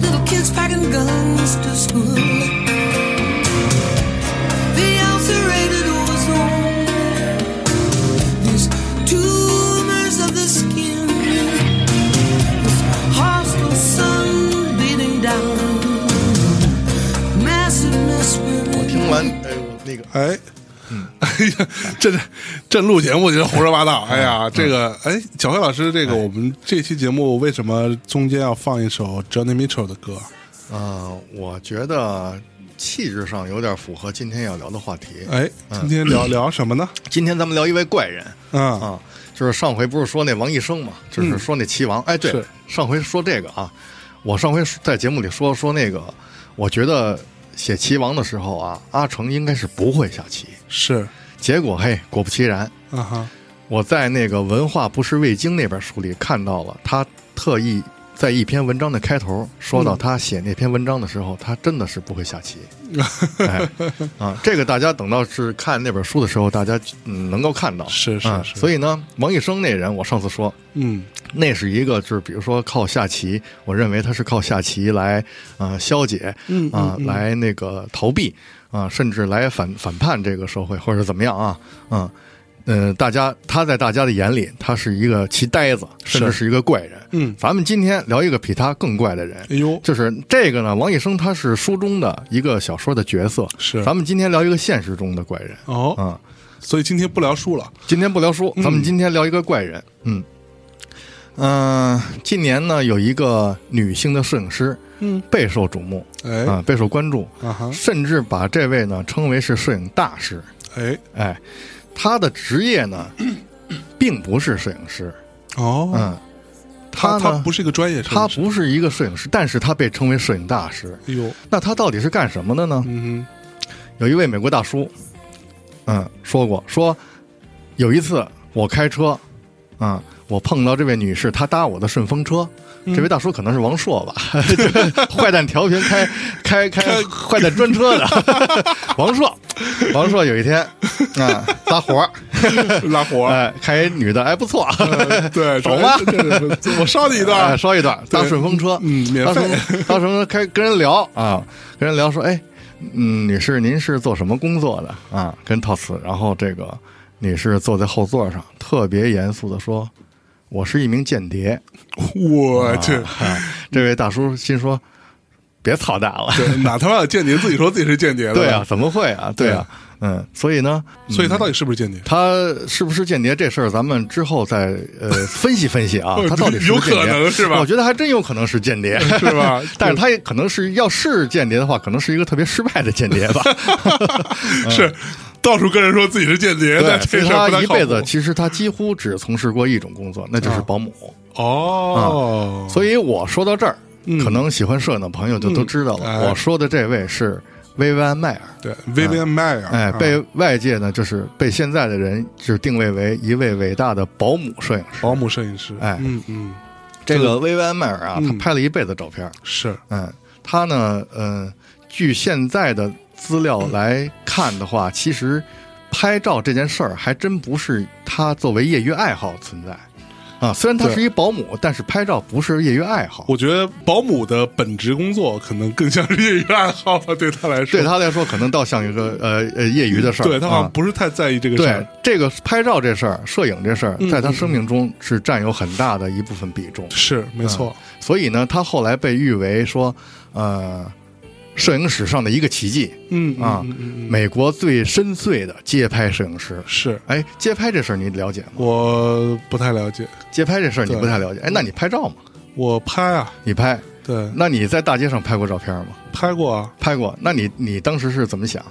Speaker 3: little kids packing guns to school. The ulcerated ozone, these tumors of the skin, this hostile sun beating down. Massiveness
Speaker 1: 我听完，哎，我那个
Speaker 2: 哎，哎呀，这这录节目就是胡说八道。哎
Speaker 1: 嗯
Speaker 2: 呀，这个哎，小辉老师，这个我们这期节目为什么中间要放一首 Johnny Mitchell 的歌？
Speaker 1: 啊、我觉得气质上有点符合今天要聊的话题。
Speaker 2: 哎，今天聊聊什么呢？
Speaker 1: 今天咱们聊一位怪人
Speaker 2: 啊，
Speaker 1: 啊，就是上回不是说那王医生嘛，就是说那齐王。哎，对
Speaker 2: 嗯是，
Speaker 1: 上回说这个啊，我上回在节目里说说那个，我觉得写齐王的时候啊，阿成应该是不会下棋。
Speaker 2: 是
Speaker 1: 结果嘿，果不其然，
Speaker 2: 啊哈，
Speaker 1: 我在那个《文化不是味精》那本书里看到了，他特意在一篇文章的开头说到他写那篇文章的时候，他真的是不会下 棋。哎，啊，这个大家等到是看那本书的时候，大家嗯能够看到。
Speaker 2: 是是
Speaker 1: 啊
Speaker 2: 是
Speaker 1: 所以呢，王一生那人，我上次说
Speaker 2: 嗯
Speaker 1: 那是一个，就是比如说靠下棋，我认为他是靠下棋来呃消解，
Speaker 2: 嗯
Speaker 1: 啊、
Speaker 2: 嗯嗯
Speaker 1: 来那个逃避啊、甚至来反反叛这个社会或者怎么样啊，嗯呃，大家他在大家的眼里，他是一个棋呆子，甚至
Speaker 2: 是
Speaker 1: 是一个怪人。
Speaker 2: 嗯，
Speaker 1: 咱们今天聊一个比他更怪的人，
Speaker 2: 哎呦，
Speaker 1: 就是这个呢，王一生他是书中的一个小说的角色，
Speaker 2: 是
Speaker 1: 咱们今天聊一个现实中的怪人
Speaker 2: 哦，
Speaker 1: 啊。
Speaker 2: 所以今天不聊书了。
Speaker 1: 今天不聊书，
Speaker 2: 嗯
Speaker 1: 咱们今天聊一个怪人。嗯，嗯、今年呢有一个女性的摄影师，
Speaker 2: 嗯，
Speaker 1: 备受瞩目
Speaker 2: 哎
Speaker 1: 啊、备受关注，
Speaker 2: 啊哈，
Speaker 1: 甚至把这位呢称为是摄影大师。
Speaker 2: 哎
Speaker 1: 哎，她的职业 呢，并不是摄影师，
Speaker 2: 哦，
Speaker 1: 嗯，
Speaker 2: 他
Speaker 1: 她
Speaker 2: 他
Speaker 1: 呢
Speaker 2: 不是一个专业摄
Speaker 1: 她
Speaker 2: 影师，
Speaker 1: 不是一个摄影师，但是她被称为摄影大师。
Speaker 2: 哎呦，
Speaker 1: 那她到底是干什么的呢？
Speaker 2: 嗯
Speaker 1: 有一位美国大叔，嗯，说过说，有一次我开车，嗯，我碰到这位女士，她搭我的顺风车。这位大叔可能是王朔吧， 坏蛋调频开开开坏蛋专车的王朔。王朔有一天啊搭活儿，
Speaker 2: 哼，拉 活儿，嗯
Speaker 1: 哎，看一女的哎不错，
Speaker 2: 对，
Speaker 1: 走吧
Speaker 2: 这这这我捎你一
Speaker 1: 哎
Speaker 2: 段，
Speaker 1: 捎一段搭顺风车，
Speaker 2: 嗯免费
Speaker 1: 搭顺风 搭顺风车开跟人聊啊，跟人聊说，哎，嗯，女士，您是做什么工作的啊？跟套词，然后这个女士坐在后座上，特别严肃的说，我是一名间谍。
Speaker 2: 我去，
Speaker 1: 啊，这位大叔心说，别操蛋了，
Speaker 2: 对哪他妈有间谍自己说自己是间谍的？
Speaker 1: 对啊，，怎么会啊，对啊，嗯，所以呢，
Speaker 2: 所以他到底是不是间谍？
Speaker 1: 他是不是间谍这事儿，咱们之后再 呃分析分析啊，他到底是不是间谍
Speaker 2: 哦有可能是吧
Speaker 1: 我觉得还真有可能是间谍，
Speaker 2: 是吧
Speaker 1: 但是他也可能是要是间谍的话，可能是一个特别失败的间谍 吧。
Speaker 2: 是到处跟人说自己是间谍，但
Speaker 1: 嗯所
Speaker 2: 这
Speaker 1: 以
Speaker 2: 事儿
Speaker 1: 他
Speaker 2: 不太
Speaker 1: 一
Speaker 2: 靠谱
Speaker 1: 辈子其实他几乎只从事过一种工作，那就是
Speaker 2: 嗯
Speaker 1: 保姆。
Speaker 2: 哦，
Speaker 1: 所以我说到这儿，
Speaker 2: 嗯
Speaker 1: 可能喜欢摄影的朋友就都知道了，
Speaker 2: 嗯哎
Speaker 1: 我说的这位是薇薇安迈尔。
Speaker 2: 对 Vivian Mayer，
Speaker 1: 哎，
Speaker 2: 啊
Speaker 1: 被外界呢，就是被现在的人就是定位为一位伟大的保姆摄影师。
Speaker 2: 保姆摄影师，
Speaker 1: 哎
Speaker 2: 嗯嗯，
Speaker 1: 这个薇薇安迈尔啊，
Speaker 2: 嗯
Speaker 1: 她拍了一辈子照片儿。
Speaker 2: 是
Speaker 1: 嗯，她呢，嗯，据现在的资料来看的
Speaker 2: 嗯
Speaker 1: 话，其实拍照这件事儿还真不是她作为业余爱好存在。啊，虽然她
Speaker 2: 对
Speaker 1: 是一保姆，但是拍照不是业余爱好。
Speaker 2: 我觉得保姆的本职工作可能更像是业余爱好吧，对他来说，
Speaker 1: 对她来说，可能倒像一 个呃呃业余的事儿。
Speaker 2: 对他好
Speaker 1: 啊
Speaker 2: 像不是太在意这个事
Speaker 1: 对
Speaker 2: 儿。嗯
Speaker 1: 这个拍照这事儿、摄影这事儿，在她生命中是占有很大的一部分比重。
Speaker 2: 是没错，
Speaker 1: 所以呢，她后来被誉为说，呃，摄影史上的一个奇迹
Speaker 2: 嗯
Speaker 1: 啊，
Speaker 2: 嗯嗯嗯
Speaker 1: 美国最深邃的街拍摄影师。
Speaker 2: 是
Speaker 1: 哎，街拍这事儿你了解吗？
Speaker 2: 我不太了解，
Speaker 1: 街拍这事儿你
Speaker 2: 对
Speaker 1: 不太了解。哎，那你拍照吗？
Speaker 2: 我拍啊，
Speaker 1: 你拍？
Speaker 2: 对，
Speaker 1: 那你在大街上拍过照片吗？
Speaker 2: 拍过啊，
Speaker 1: 拍过。那你你当时是怎么想？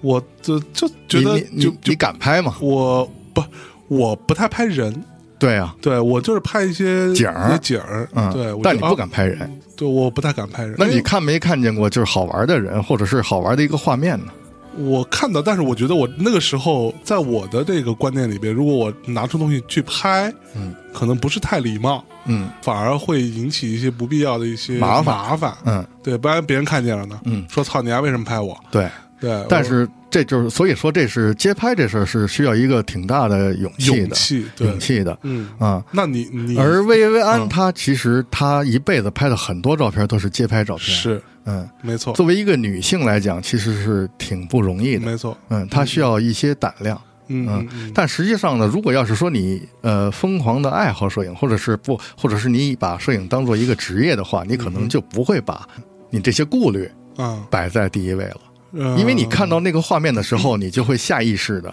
Speaker 2: 我就就觉得
Speaker 1: 你你
Speaker 2: 就
Speaker 1: 你
Speaker 2: 就
Speaker 1: 你敢拍吗？
Speaker 2: 我不我不太拍人，
Speaker 1: 对啊，
Speaker 2: 对我就是拍一些
Speaker 1: 景儿
Speaker 2: 一些景儿，
Speaker 1: 嗯，
Speaker 2: 对，我
Speaker 1: 但
Speaker 2: 就
Speaker 1: 你不
Speaker 2: 啊
Speaker 1: 敢拍人。
Speaker 2: 对，我不太敢拍人。
Speaker 1: 那
Speaker 2: 因
Speaker 1: 你
Speaker 2: 为
Speaker 1: 看没看见过就是好玩的人，或者是好玩的一个画面呢？
Speaker 2: 我看到，但是我觉得我那个时候，在我的这个观念里边，如果我拿出东西去拍，
Speaker 1: 嗯，
Speaker 2: 可能不是太礼貌，
Speaker 1: 嗯
Speaker 2: 反而会引起一些不必要的一些
Speaker 1: 麻烦
Speaker 2: 麻烦，
Speaker 1: 嗯，
Speaker 2: 对，不然别人看见了呢，
Speaker 1: 嗯
Speaker 2: 说操你丫为什么拍我？
Speaker 1: 对。
Speaker 2: 对，
Speaker 1: 但
Speaker 2: 我
Speaker 1: 是这就是，所以说这是街拍这事儿是需要一个挺大的勇气
Speaker 2: 勇
Speaker 1: 的，
Speaker 2: 气，对，
Speaker 1: 勇，气的
Speaker 2: 嗯，
Speaker 1: 啊。
Speaker 2: 那你你
Speaker 1: 而薇薇安
Speaker 2: 嗯
Speaker 1: 她其实她一辈子拍的很多照片都是街拍照片，
Speaker 2: 是
Speaker 1: 嗯，
Speaker 2: 没错，
Speaker 1: 作为一个女性来讲，其实是挺不容易的，
Speaker 2: 没错，
Speaker 1: 嗯，她需要一些胆量。
Speaker 2: 嗯
Speaker 1: 嗯
Speaker 2: 嗯嗯，
Speaker 1: 但实际上呢，如果要是说你呃疯狂的爱好摄影，或者是不，或者是你把摄影当做一个职业的话，你
Speaker 2: 嗯
Speaker 1: 可能就不会把你这些顾虑
Speaker 2: 啊，
Speaker 1: 摆在第一位了，
Speaker 2: 呃
Speaker 1: 因为你看到那个画面的时候，你就会下意识的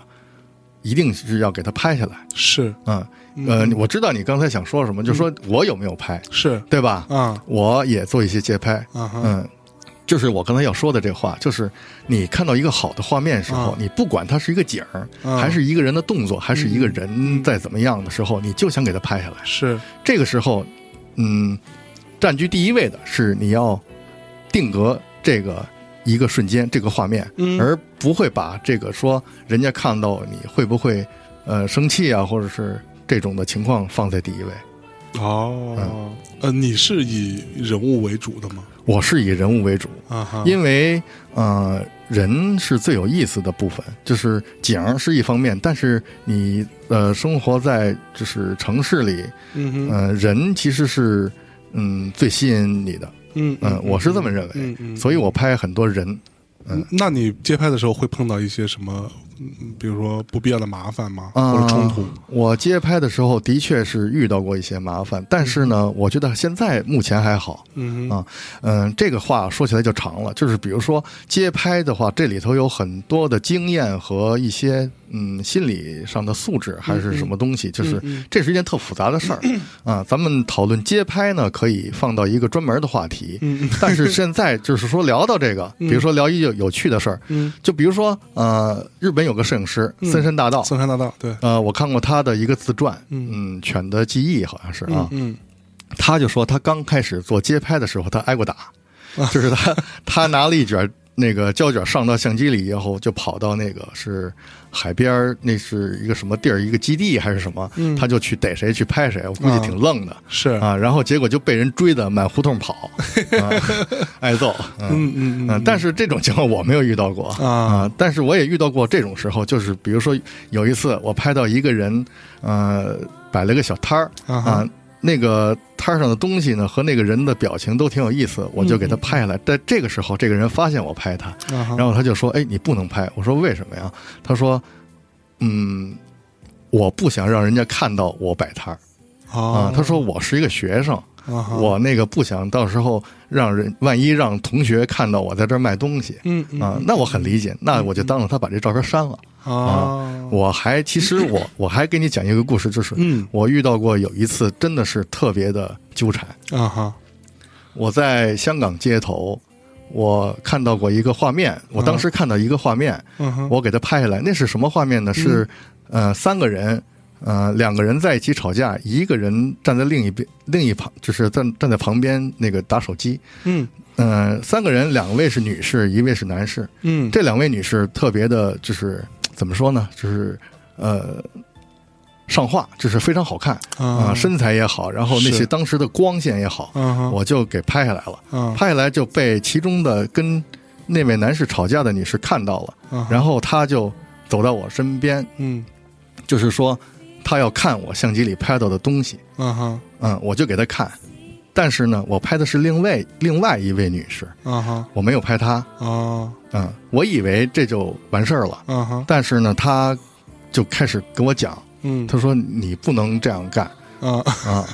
Speaker 1: 一定是要给它拍下来。
Speaker 2: 是
Speaker 1: 嗯，呃，我知道你刚才想说什么，就说我有没有拍，
Speaker 2: 是
Speaker 1: 对吧？
Speaker 2: 啊
Speaker 1: 我也做一些街拍，
Speaker 2: 啊哈，
Speaker 1: 嗯，就是我刚才要说的这话，就是你看到一个好的画面的时候，
Speaker 2: 啊
Speaker 1: 你不管它是一个景儿，
Speaker 2: 啊
Speaker 1: 还是一个人的动作，还是一个人在怎么样的时候，你就想给它拍下来。
Speaker 2: 是
Speaker 1: 这个时候，嗯，占据第一位的是你要定格这个一个瞬间，这个画面，
Speaker 2: 嗯
Speaker 1: 而不会把这个说人家看到你会不会呃生气啊，或者是这种的情况放在第一位。
Speaker 2: 哦，呃，你是以人物为主的吗？
Speaker 1: 我是以人物为主，
Speaker 2: 啊哈，
Speaker 1: 因为呃，人是最有意思的部分，就是景儿是一方面，但是你呃生活在就是城市里，
Speaker 2: 嗯哼
Speaker 1: 呃，人其实是嗯最吸引你的，
Speaker 2: 嗯
Speaker 1: 嗯、我是这么认为，
Speaker 2: 嗯嗯，
Speaker 1: 所以我拍很多人，
Speaker 2: 嗯那你街拍的时候会碰到一些什么，嗯比如说不必要的麻烦吗？
Speaker 1: 啊
Speaker 2: 或者冲突？
Speaker 1: 我街拍的时候的确是遇到过一些麻烦，但是呢，我觉得现在目前还好。
Speaker 2: 嗯哼
Speaker 1: 啊嗯，这个话说起来就长了，就是比如说街拍的话，这里头有很多的经验和一些嗯心理上的素质还是什么东
Speaker 2: 嗯
Speaker 1: 西，就是这是一件特复杂的 事儿、啊。咱们讨论街拍呢，可以放到一个专门的话题，
Speaker 2: 嗯
Speaker 1: 但是现在就是说聊到这个， 比如说聊一有有趣的事儿，
Speaker 2: 嗯，
Speaker 1: 就比如说呃，日本有个摄影师森山大道，
Speaker 2: 森山大道，对，
Speaker 1: 呃，我看过他的一个自传，嗯，犬的记忆好像是啊，
Speaker 2: 嗯
Speaker 1: 他就说他刚开始做街拍的时候，他挨过打，
Speaker 2: 啊
Speaker 1: 就是 他他拿了一卷那个胶卷上到相机里以后，就跑到那个是海边儿，那是一个什么地儿，一个基地还是什么，
Speaker 2: 嗯
Speaker 1: 他就去逮谁去拍谁，我估计挺愣的。
Speaker 2: 是，
Speaker 1: 啊，然后结果就被人追的满胡同跑， 啊、挨揍。嗯
Speaker 2: 嗯嗯
Speaker 1: 嗯，但是这种情况我没有遇到过
Speaker 2: 啊
Speaker 1: 但是我也遇到过这种时候，就是比如说有一次我拍到一个人，呃，摆了个小摊儿
Speaker 2: 啊哈
Speaker 1: 啊，那个摊儿上的东西呢和那个人的表情都挺有意思，我就给他拍下来。在这个时候，这个人发现我拍他，
Speaker 2: 嗯啊哈
Speaker 1: 然后他就说：“哎，你不能拍。”我说：“为什么呀？”他说：“嗯，我不想让人家看到我摆摊儿啊。
Speaker 2: 啊，
Speaker 1: 他说：“我是一个学生。”
Speaker 2: 啊哈，
Speaker 1: 我那个不想到时候让人万一让同学看到我在这儿卖东西，
Speaker 2: 嗯嗯
Speaker 1: 啊，那我很理解，那我就当着他把这照片删了。
Speaker 2: 啊，
Speaker 1: 我还其实 我我还给你讲一个故事，就是
Speaker 2: 嗯
Speaker 1: 我遇到过有一次真的是特别的纠缠，
Speaker 2: 啊哈，
Speaker 1: 我在香港街头。我看到过一个画面，我当时看到一个画面，
Speaker 2: 嗯哼，
Speaker 1: 我给他拍下来。那是什么画面呢？是，呃，三个人，呃，两个人在一起吵架，一个人站在另一边，另一旁就是站站在旁边那个打手机。
Speaker 2: 嗯
Speaker 1: 呃，三个人，两位是女士，一位是男士。
Speaker 2: 嗯，
Speaker 1: 这两位女士特别的，就是怎么说呢？就是呃，上画，就是非常好看啊、
Speaker 2: 啊
Speaker 1: 身材也好，然后那
Speaker 2: 是
Speaker 1: 些当时的光线也好，
Speaker 2: 啊哈，
Speaker 1: 我就给拍下来了。
Speaker 2: 啊
Speaker 1: 拍下来就被其中的跟那位男士吵架的女士看到了，
Speaker 2: 啊哈
Speaker 1: 然后她就走到我身边，
Speaker 2: 嗯
Speaker 1: 就是说他要看我相机里拍到的东西，
Speaker 2: 嗯哼，
Speaker 1: 嗯，我就给他看。但是呢，我拍的是另外另外一位女士，
Speaker 2: 嗯哼，
Speaker 1: 我没有拍她。
Speaker 2: 啊，
Speaker 1: 嗯，我以为这就完事儿了，
Speaker 2: 嗯哼，
Speaker 1: 但是呢，她就开始跟我讲，
Speaker 2: 嗯，
Speaker 1: 她说你不能这样干
Speaker 2: 啊
Speaker 1: 啊。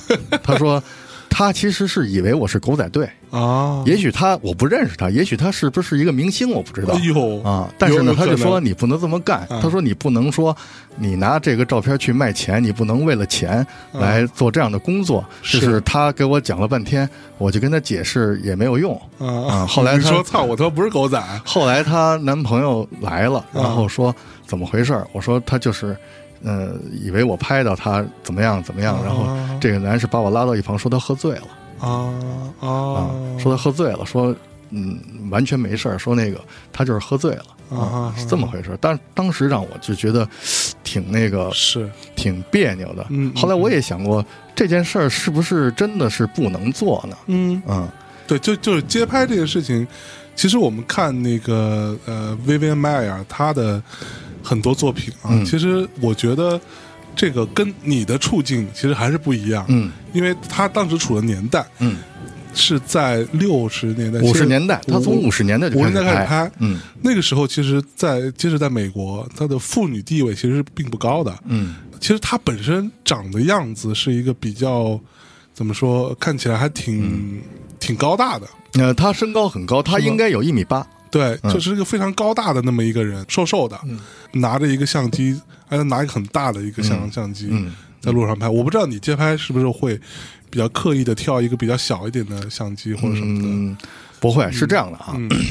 Speaker 1: 她说，她其实是以为我是狗仔队，
Speaker 2: 啊，
Speaker 1: 也许她我不认识她，也许她是不是一个明星我不知道。
Speaker 2: 哎呦
Speaker 1: 啊！但是
Speaker 2: 有
Speaker 1: 呢，
Speaker 2: 有
Speaker 1: 他
Speaker 2: 可
Speaker 1: 就说
Speaker 2: 能
Speaker 1: 你不能这么干。
Speaker 2: 嗯
Speaker 1: 他说你不能说你拿这个照片去卖钱，你不能为了钱来做这样的工作。
Speaker 2: 嗯是
Speaker 1: 就是他给我讲了半天，我就跟他解释也没有用。
Speaker 2: 啊
Speaker 1: 啊后来
Speaker 2: 你
Speaker 1: 他啊
Speaker 2: 说操，我他妈不是狗仔，
Speaker 1: 后来她男朋友来了，
Speaker 2: 嗯
Speaker 1: 然后说怎么回事儿？我说他就是，呃，以为我拍到他怎么样怎么样，然后
Speaker 2: 哦
Speaker 1: 这个男士把我拉到一旁说他喝醉了
Speaker 2: 啊
Speaker 1: 啊
Speaker 2: 啊，，
Speaker 1: 说他喝醉了，说嗯完全没事儿，说那个他就是喝醉了。
Speaker 2: 啊
Speaker 1: 是这么回事儿，但当时让我就觉得挺那个
Speaker 2: 是
Speaker 1: 挺别扭的
Speaker 2: 嗯嗯。
Speaker 1: 后来我也想过这件事儿是不是真的是不能做呢？
Speaker 2: 嗯，
Speaker 1: 嗯
Speaker 2: 对，就就是街拍这件事情，其实我们看那个呃 Vivian Mayer 她的很多作品啊，
Speaker 1: 嗯
Speaker 2: 其实我觉得这个跟你的处境其实还是不一样，
Speaker 1: 嗯
Speaker 2: 因为她当时处的年代
Speaker 1: 嗯，
Speaker 2: 是在六十年代、
Speaker 1: 五十年代，他从五
Speaker 2: 十
Speaker 1: 十年代就
Speaker 2: 五
Speaker 1: 开
Speaker 2: 十
Speaker 1: 始
Speaker 2: 年代开始
Speaker 1: 拍，
Speaker 2: 拍，
Speaker 1: 嗯
Speaker 2: 那个时候其实在，即使在美国，她的妇女地位其实并不高的，
Speaker 1: 嗯
Speaker 2: 其实她本身长的样子是一个比较怎么说，看起来还挺、
Speaker 1: 嗯
Speaker 2: 挺高大的。
Speaker 1: 呃，他身高很高，他应该有一米八，
Speaker 2: 对，
Speaker 1: 嗯
Speaker 2: 就是一个非常高大的那么一个人，瘦瘦的，拿着一个相机，还要拿一个很大的一个相相机，
Speaker 1: 嗯
Speaker 2: 在路上拍。我不知道你街拍是不是会比较刻意的挑一个比较小一点的相机或者什么的。嗯
Speaker 1: 嗯，不会是这样的啊。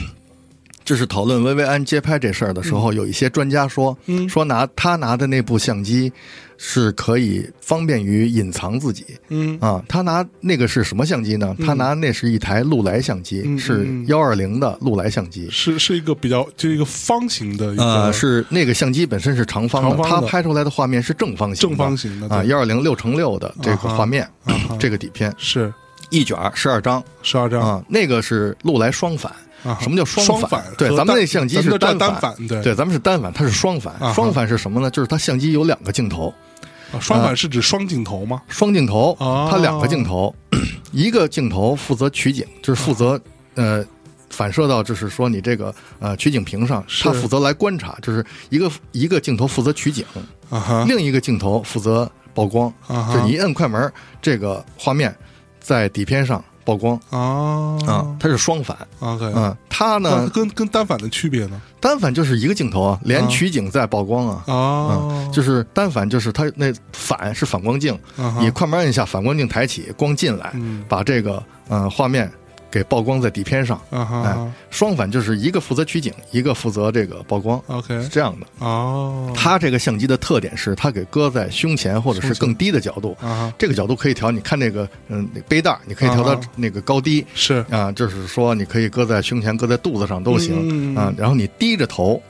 Speaker 1: 就是讨论薇薇安街拍这事儿的时候，有一些专家说，
Speaker 2: 嗯
Speaker 1: 说拿他拿的那部相机是可以方便于隐藏自己，
Speaker 2: 嗯
Speaker 1: 啊，他拿那个是什么相机呢？他拿那是一台禄来相机，
Speaker 2: 嗯
Speaker 1: 是
Speaker 2: 嗯
Speaker 1: 幺二零的禄来相机。
Speaker 2: 是是一个比较，就是一个方形的一个，
Speaker 1: 呃，是那个相机本身是长方的，
Speaker 2: 长方
Speaker 1: 它
Speaker 2: 的
Speaker 1: 拍出来的画面是正方形的，
Speaker 2: 正方形的
Speaker 1: 啊，
Speaker 2: 对
Speaker 1: 幺二零六乘六的这个
Speaker 2: 啊哈
Speaker 1: 画面
Speaker 2: 啊哈，
Speaker 1: 这个底片
Speaker 2: 是
Speaker 1: 一卷十二张
Speaker 2: 十二张
Speaker 1: 啊，那个是禄来双反
Speaker 2: 啊哈。
Speaker 1: 什么叫
Speaker 2: 双
Speaker 1: 反
Speaker 2: 反？
Speaker 1: 对，
Speaker 2: 和
Speaker 1: 咱们那
Speaker 2: 单
Speaker 1: 相机
Speaker 2: 咱
Speaker 1: 是
Speaker 2: 们叫单
Speaker 1: 反
Speaker 2: 反，对啊
Speaker 1: 对，咱们是单反，它是双反
Speaker 2: 哈。
Speaker 1: 双反是什么呢？就是它相机有两个镜头，
Speaker 2: 啊双反是指双镜头吗？
Speaker 1: 双镜头，
Speaker 2: 哦
Speaker 1: 它两个镜头， 一个镜头负责取景，就是负责
Speaker 2: 啊
Speaker 1: 呃反射到，就是说你这个呃取景屏上，
Speaker 2: 是
Speaker 1: 它负责来观察，就是一个一个镜头负责取景，
Speaker 2: 啊哈，
Speaker 1: 另一个镜头负责曝光，
Speaker 2: 啊哈
Speaker 1: 就你一摁快门，这个画面在底片上曝光
Speaker 2: 啊
Speaker 1: 啊、它是双反，
Speaker 2: ，OK，
Speaker 1: 嗯、它
Speaker 2: 那
Speaker 1: 呢
Speaker 2: 跟跟单反的区别呢？
Speaker 1: 单反就是一个镜头啊，连
Speaker 2: 啊
Speaker 1: 取景再曝光啊。
Speaker 2: 啊
Speaker 1: 嗯，，就是单反，就是它那反是反光镜，
Speaker 2: 啊哈
Speaker 1: 你快门按一下，反光镜抬起，光进来，
Speaker 2: 嗯
Speaker 1: 把这个呃画面给曝光在底片上。
Speaker 2: 啊哈
Speaker 1: 哎，双反就是一个负责取景，一个负责这个曝光，
Speaker 2: ，OK，
Speaker 1: 是这样的。
Speaker 2: 哦，
Speaker 1: 它这个相机的特点是，它给搁在胸前或者是更低的角度，
Speaker 2: 啊哈
Speaker 1: 这个角度可以调。你看那个嗯那背带儿，你可以调到
Speaker 2: 啊
Speaker 1: 那个高低
Speaker 2: 是
Speaker 1: 啊、就是说你可以搁在胸前、搁在肚子上都行啊、
Speaker 2: 嗯嗯嗯
Speaker 1: 然后你低着头。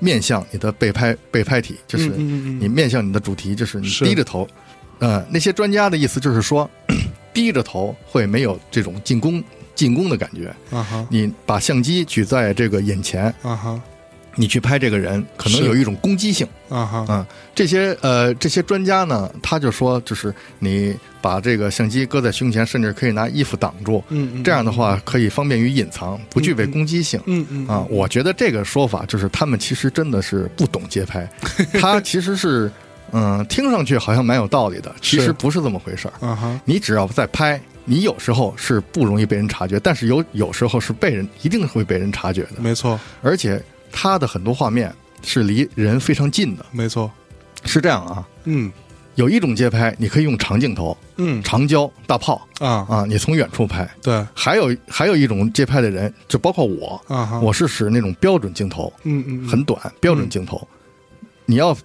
Speaker 1: 面向你的被拍被拍体，就是
Speaker 2: 嗯嗯嗯嗯
Speaker 1: 你面向你的主题，就是你
Speaker 2: 是
Speaker 1: 低着头。呃，那些专家的意思就是说， 低着头会没有这种进攻进攻的感觉。
Speaker 2: 啊哈
Speaker 1: 你把相机举在这个眼前，
Speaker 2: 啊哈
Speaker 1: 你去拍这个人，可能
Speaker 2: 是
Speaker 1: 有一种攻击性。
Speaker 2: 啊哈，
Speaker 1: 嗯，这些呃这些专家呢，他就说，就是你把这个相机搁在胸前，甚至可以拿衣服挡住，
Speaker 2: 嗯嗯
Speaker 1: 这样的话可以方便于隐藏，不具备攻击性。
Speaker 2: 嗯嗯
Speaker 1: 啊，我觉得这个说法就是他们其实真的是不懂街 拍，他其实是嗯，听上去好像蛮有道理的，其
Speaker 2: 是
Speaker 1: 实不是这么回事儿。
Speaker 2: 啊哈
Speaker 1: 你只要在拍，你有时候是不容易被人察觉，但是有有时候是被人一定会被人察觉的，
Speaker 2: 没错
Speaker 1: 而且他的很多画面是离人非常近的。
Speaker 2: 没错，
Speaker 1: 是这样啊，
Speaker 2: 嗯
Speaker 1: 有一种街拍，你可以用长镜头、
Speaker 2: 嗯
Speaker 1: 长焦、大炮
Speaker 2: 啊
Speaker 1: 啊，你从远处拍。
Speaker 2: 对
Speaker 1: 还有还有一种街拍的人，就包括我，
Speaker 2: 啊哈，
Speaker 1: 我是使那种标准镜头，
Speaker 2: 嗯嗯嗯嗯
Speaker 1: 很短，标准镜头。你要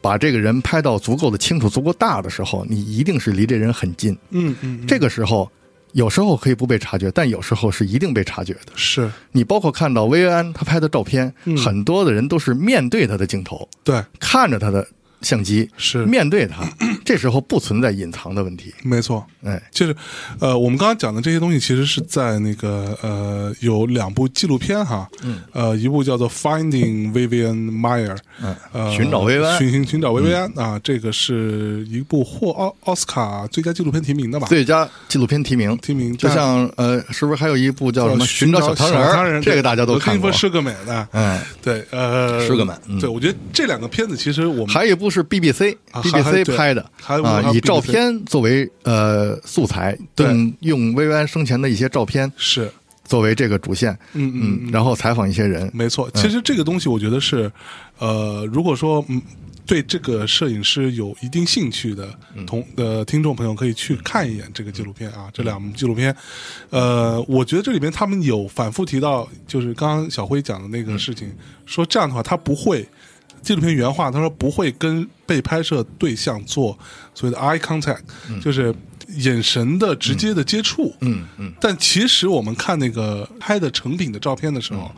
Speaker 1: 把这个人拍到足够的清楚、足够大的时候，你一定是离这人很近。
Speaker 2: 嗯嗯嗯
Speaker 1: 这个时候，有时候可以不被察觉，但有时候是一定被察觉的。
Speaker 2: 是
Speaker 1: 你包括看到薇薇安她拍的照片，
Speaker 2: 嗯
Speaker 1: 很多的人都是面对她的镜头，
Speaker 2: 对
Speaker 1: 看着她的相机，
Speaker 2: 是
Speaker 1: 面对她，这时候不存在隐藏的问题。
Speaker 2: 没错，
Speaker 1: 哎，
Speaker 2: 就是，呃，我们刚刚讲的这些东西，其实是在那个呃，有两部纪录片哈，嗯，呃，一部叫做《Finding Vivian Meyer》，嗯，呃，
Speaker 1: 寻找薇薇安嗯
Speaker 2: 寻寻寻找薇薇安啊，这个是一部获奥奥斯卡最佳纪录片提名的吧？
Speaker 1: 最佳纪录片提名，
Speaker 2: 提名
Speaker 1: 就
Speaker 2: 但
Speaker 1: 像呃，是不是还有一部叫什么《
Speaker 2: 呃
Speaker 1: 寻
Speaker 2: 找
Speaker 1: 小
Speaker 2: 唐
Speaker 1: 人》？
Speaker 2: 人，
Speaker 1: 这个大家都
Speaker 2: 我
Speaker 1: 看
Speaker 2: 听
Speaker 1: 过
Speaker 2: 说。是个美的，
Speaker 1: 哎，
Speaker 2: 啊对，呃，
Speaker 1: 是个美嗯
Speaker 2: 对我觉得这两个片子其实我们
Speaker 1: 还有一部是 BBC
Speaker 2: 啊还还
Speaker 1: BBC
Speaker 2: 对
Speaker 1: 拍的
Speaker 2: 还有一部还
Speaker 1: 啊，
Speaker 2: 有
Speaker 1: 以照
Speaker 2: BBC
Speaker 1: 片作为呃素材，
Speaker 2: 对
Speaker 1: 用用薇薇安生前的一些照片
Speaker 2: 是
Speaker 1: 作为这个主线，
Speaker 2: 嗯嗯
Speaker 1: 嗯，然后采访一些人，嗯
Speaker 2: 没错，其实这个东西我觉得是，呃，如果说嗯对这个摄影师有一定兴趣的
Speaker 1: 嗯
Speaker 2: 同呃听众朋友可以去看一眼这个纪录片啊，这两部纪录片，呃，我觉得这里面他们有反复提到，就是刚刚小辉讲的那个事
Speaker 1: 嗯
Speaker 2: 情，说这样的话他不会。纪录片原话，他说不会跟被拍摄对象做所谓的 eye contact，、就是眼神的直接的接触。
Speaker 1: 嗯嗯，
Speaker 2: 但其实我们看那个拍的成品的照片的时候，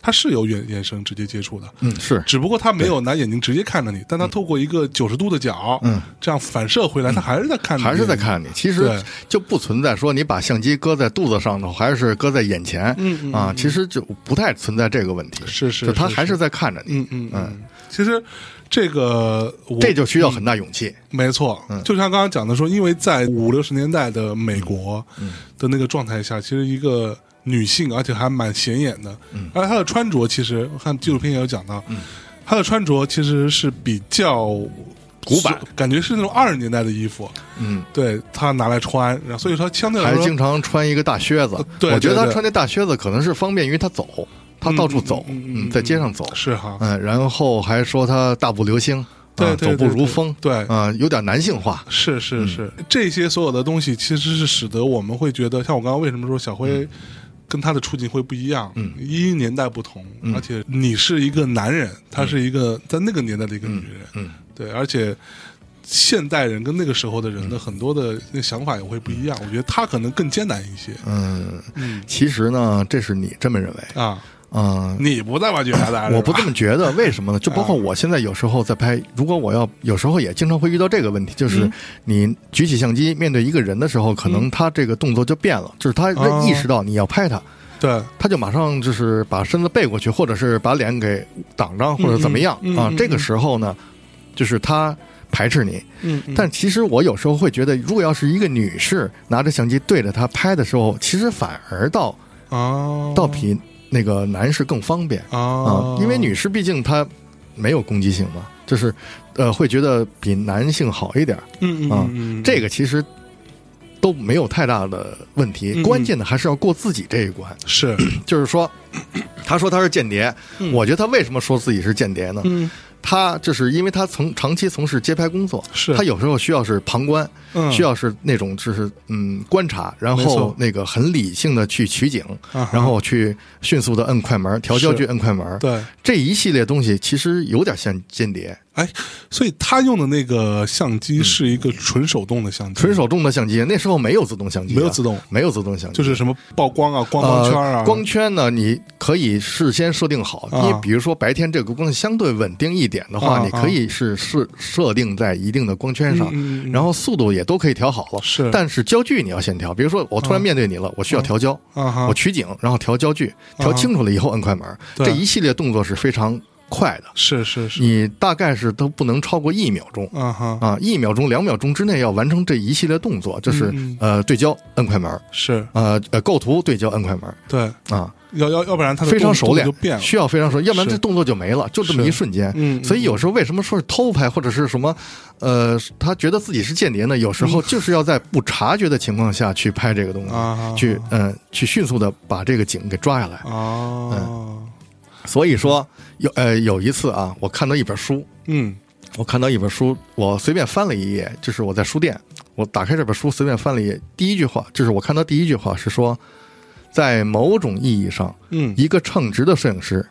Speaker 2: 它是有眼眼神直接接触的，
Speaker 1: 嗯是
Speaker 2: 只不过他没有拿眼睛直接看着你，但他透过一个九十度的角，嗯，这样反射回来，他还是在看着你，
Speaker 1: 还是在看你。其实
Speaker 2: 对
Speaker 1: 就不存在说你把相机搁在肚子上头，还是搁在眼前，嗯啊，其实就不太存在这个问题。
Speaker 2: 是是
Speaker 1: 就他
Speaker 2: 是
Speaker 1: 还是在看着你
Speaker 2: 嗯，嗯嗯。其实这个我
Speaker 1: 这就需
Speaker 2: 嗯
Speaker 1: 要很大勇气。
Speaker 2: 没错，
Speaker 1: 嗯
Speaker 2: 就像刚刚讲的说，因为在五六十年代的美国
Speaker 1: 嗯
Speaker 2: 的那个状态下，其实一个女性，而且还蛮显眼的，
Speaker 1: 嗯
Speaker 2: 而且她的穿着，其实我看纪录片也有讲到，她的穿着其实是比较
Speaker 1: 古板，
Speaker 2: 感觉是那种二十年代的衣服，
Speaker 1: 嗯，
Speaker 2: 对她拿来穿，然后所以说相对来
Speaker 1: 还
Speaker 2: 说
Speaker 1: 经常穿一个大靴子。
Speaker 2: 对
Speaker 1: 我觉得
Speaker 2: 对
Speaker 1: 他
Speaker 2: 对
Speaker 1: 穿那大靴子可能是方便于他走，他到处走，
Speaker 2: 嗯嗯嗯嗯
Speaker 1: 在街上走。
Speaker 2: 是哈，
Speaker 1: 嗯，然后还说他大步流星，
Speaker 2: 对
Speaker 1: 啊
Speaker 2: 对
Speaker 1: 走步
Speaker 2: 对
Speaker 1: 如
Speaker 2: 对
Speaker 1: 风，
Speaker 2: 对
Speaker 1: 啊，有点男性化。
Speaker 2: 是
Speaker 1: 嗯
Speaker 2: 是是，这些所有的东西其实是使得我们会觉得，像我刚刚为什么说小
Speaker 1: 嗯
Speaker 2: 辉跟他的处境会不一样，嗯，一年代不同，
Speaker 1: 嗯
Speaker 2: 而且你是一个男人，他是一个在那个年代的一个女人，
Speaker 1: 嗯，
Speaker 2: 对，而且。现代人跟那个时候的人
Speaker 1: 嗯
Speaker 2: 的很多的那想法也会不一样，我觉得他可能更艰难一些
Speaker 1: 嗯，
Speaker 2: 嗯
Speaker 1: 其实呢，这是你这么认为，
Speaker 2: 啊。
Speaker 1: 嗯，
Speaker 2: 你不在挖掘啥的，是吧
Speaker 1: 我不这么觉得，为什么呢？就包括我现在有时候在拍，如果我要有时候也经常会遇到这个问题，
Speaker 2: 嗯
Speaker 1: 就是你举起相机面对一个人的时候，可能他这个动作就变了，就是他
Speaker 2: 哦
Speaker 1: 意识到你要拍他，
Speaker 2: 对，
Speaker 1: 他就马上就是把身子背过去，或者是把脸给挡上，或者怎么样
Speaker 2: 嗯嗯
Speaker 1: 啊
Speaker 2: 嗯？
Speaker 1: 这个时候呢，就是他排斥你，
Speaker 2: 嗯，嗯
Speaker 1: 但其实我有时候会觉得，如果要是一个女士拿着相机对着他拍的时候，其实反而倒
Speaker 2: 哦，
Speaker 1: 倒比那个男士更方便。啊
Speaker 2: 哦，，
Speaker 1: 因为女士毕竟她没有攻击性嘛，就是呃会觉得比男性好一点儿。
Speaker 2: 嗯嗯
Speaker 1: 啊
Speaker 2: 嗯嗯，
Speaker 1: 这个其实都没有太大的问题，
Speaker 2: 嗯嗯
Speaker 1: 关键的还是要过自己这一关。
Speaker 2: 是，
Speaker 1: 就是说， 他说他是间谍，
Speaker 2: 嗯
Speaker 1: 我觉得他为什么说自己是间谍呢？
Speaker 2: 嗯
Speaker 1: 他就是因为他从长期从事街拍工作，
Speaker 2: 是
Speaker 1: 他有时候需要是旁观，
Speaker 2: 嗯
Speaker 1: 需要是那种就是嗯观察，然
Speaker 2: 没
Speaker 1: 后
Speaker 2: 错
Speaker 1: 那个很理性的去取景，
Speaker 2: 啊哈
Speaker 1: 然后去迅速的摁快门，调焦距
Speaker 2: 是
Speaker 1: 摁快门，
Speaker 2: 对，
Speaker 1: 这一系列东西其实有点像间谍，
Speaker 2: 哎，所以他用的那个相机是一个纯手动的相机，
Speaker 1: 纯手动的相机，那时候没有自动相机啊、
Speaker 2: 没有自动
Speaker 1: 没有自动相机，
Speaker 2: 就是什么曝光啊、光光圈啊、
Speaker 1: 呃光圈呢，你可以事先设定好。
Speaker 2: 啊
Speaker 1: 你比如说白天这个光相对稳定一点的话，
Speaker 2: 啊
Speaker 1: 你可以是设设定在一定的光圈上，
Speaker 2: 嗯嗯嗯
Speaker 1: 然后速度也都可以调好了。
Speaker 2: 是
Speaker 1: 但是焦距你要先调。比如说我突然面对你了，我需要调焦，
Speaker 2: 啊哈
Speaker 1: 我取景，然后调焦距，调清楚了以后摁快门，
Speaker 2: 对
Speaker 1: 这一系列动作是非常快的，
Speaker 2: 是是是
Speaker 1: 你大概是都不能超过一秒钟。
Speaker 2: 啊哈
Speaker 1: 啊，一秒钟、两秒钟之内要完成这一系列动作，就是、
Speaker 2: 嗯嗯
Speaker 1: 呃对焦摁快门，
Speaker 2: 是
Speaker 1: 呃呃构图对焦摁快门
Speaker 2: 对，
Speaker 1: 啊，
Speaker 2: 要要要不然他的
Speaker 1: 非常
Speaker 2: 动
Speaker 1: 熟练
Speaker 2: 动作就变了，
Speaker 1: 需要非常熟，要不然
Speaker 2: 是
Speaker 1: 这动作就没了，就这么
Speaker 2: 是
Speaker 1: 一瞬间。
Speaker 2: 嗯嗯
Speaker 1: 所以有时候为什么说是偷拍或者是什么，呃，他觉得自己是间谍呢？有时候就是要在不察觉的情况下去拍这个东西，
Speaker 2: 嗯啊
Speaker 1: 去嗯、呃去迅速的把这个景给抓下来。
Speaker 2: 哦，
Speaker 1: 所以说有呃有一次啊，我看到一本书，
Speaker 2: 嗯
Speaker 1: 我看到一本书，我随便翻了一页，就是我在书店，我打开这本书随便翻了一页，第一句话就是我看到第一句话是说，在某种意义上，
Speaker 2: 嗯
Speaker 1: 一个称职的摄影师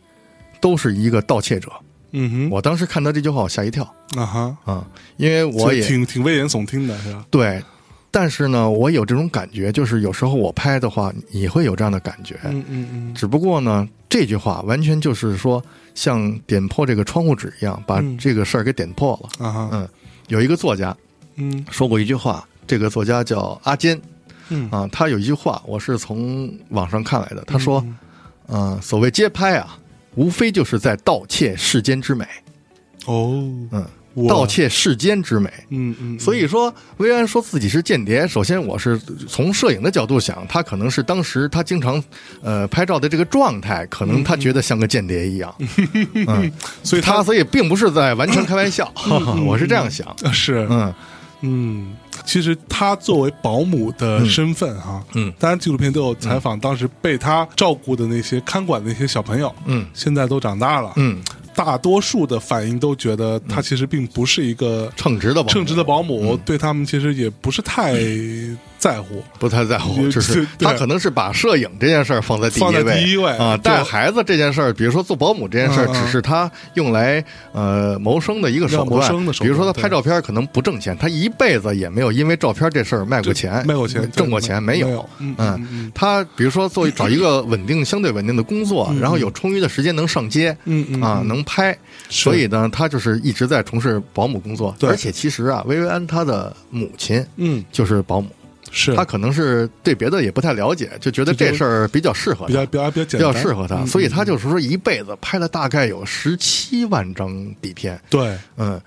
Speaker 1: 都是一个盗窃者。
Speaker 2: 嗯
Speaker 1: 我当时看到这句话，我吓一跳
Speaker 2: 哼啊哈，
Speaker 1: 啊，因为我
Speaker 2: 所以
Speaker 1: 也
Speaker 2: 挺挺危言耸听的是吧？
Speaker 1: 对，但是呢，我有这种感觉，就是有时候我拍的话，你会有这样的感觉。
Speaker 2: 嗯嗯
Speaker 1: 只不过呢，这句话完全就是说，像点破这个窗户纸一样，把
Speaker 2: 嗯
Speaker 1: 这个事儿给点破了。
Speaker 2: 嗯啊哈
Speaker 1: 嗯，有一个作家，
Speaker 2: 嗯
Speaker 1: 说过一句话，这个作家叫阿坚
Speaker 2: 嗯
Speaker 1: 啊，他有一句话我是从网上看来的，他说，嗯、所谓街拍啊，无非就是在盗窃世间之美，
Speaker 2: 哦，
Speaker 1: 嗯
Speaker 2: 哇，
Speaker 1: 盗窃世间之美。
Speaker 2: 嗯嗯，
Speaker 1: 所以说，薇安说自己是间谍。首先，我是从摄影的角度想，他可能是当时他经常呃拍照的这个状态，可能他觉得像个间谍一样。嗯，
Speaker 2: 所以嗯
Speaker 1: 他所以并不是在完全开玩笑，哈哈， 我是这样想。
Speaker 2: 啊是
Speaker 1: 嗯，
Speaker 2: 嗯，其实他作为保姆的身份哈、
Speaker 1: 嗯
Speaker 2: 当然纪录片都有采访当时被他照顾的那些看管的那些小朋友，
Speaker 1: 嗯
Speaker 2: 现在都长大了，
Speaker 1: 嗯，
Speaker 2: 大多数的反应都觉得他其实并不是一个
Speaker 1: 嗯称职的保姆嗯
Speaker 2: 称职的保姆，对他们其实也不是太在乎，
Speaker 1: 不太在 乎，只是
Speaker 2: 对
Speaker 1: 他可能是把摄影这件事儿放在第一
Speaker 2: 放
Speaker 1: 位，
Speaker 2: 在第一位
Speaker 1: 啊。
Speaker 2: 对
Speaker 1: 带孩子这件事儿，比如说做保姆这件事儿，
Speaker 2: 嗯嗯
Speaker 1: 只是他用来呃谋生的一个手
Speaker 2: 要谋
Speaker 1: 段。
Speaker 2: 生的手段
Speaker 1: 比如说他
Speaker 2: 对
Speaker 1: 拍照片可能不挣钱，他一辈子也没有因为照片这事儿卖过钱，
Speaker 2: 卖过钱对
Speaker 1: 挣过钱
Speaker 2: 没
Speaker 1: 有
Speaker 2: 有。嗯嗯
Speaker 1: 嗯，他比如说做找一个稳定、相对稳定的工作，然后有充裕的时间能上街，
Speaker 2: 嗯嗯
Speaker 1: 啊，
Speaker 2: 嗯
Speaker 1: 能拍。
Speaker 2: 是
Speaker 1: 所以呢，他就是一直在从事保姆工作。
Speaker 2: 对
Speaker 1: 而且其实啊，薇薇安她的母亲
Speaker 2: 嗯，
Speaker 1: 就是保姆。
Speaker 2: 是
Speaker 1: 他可能是对别的也不太了解，就觉得这事儿比较适合他，
Speaker 2: 比较比较比较
Speaker 1: 比
Speaker 2: 简单，嗯
Speaker 1: 较适合他，所以他就是说一辈子拍了大概有十七万张底片，
Speaker 2: 对，
Speaker 1: 嗯，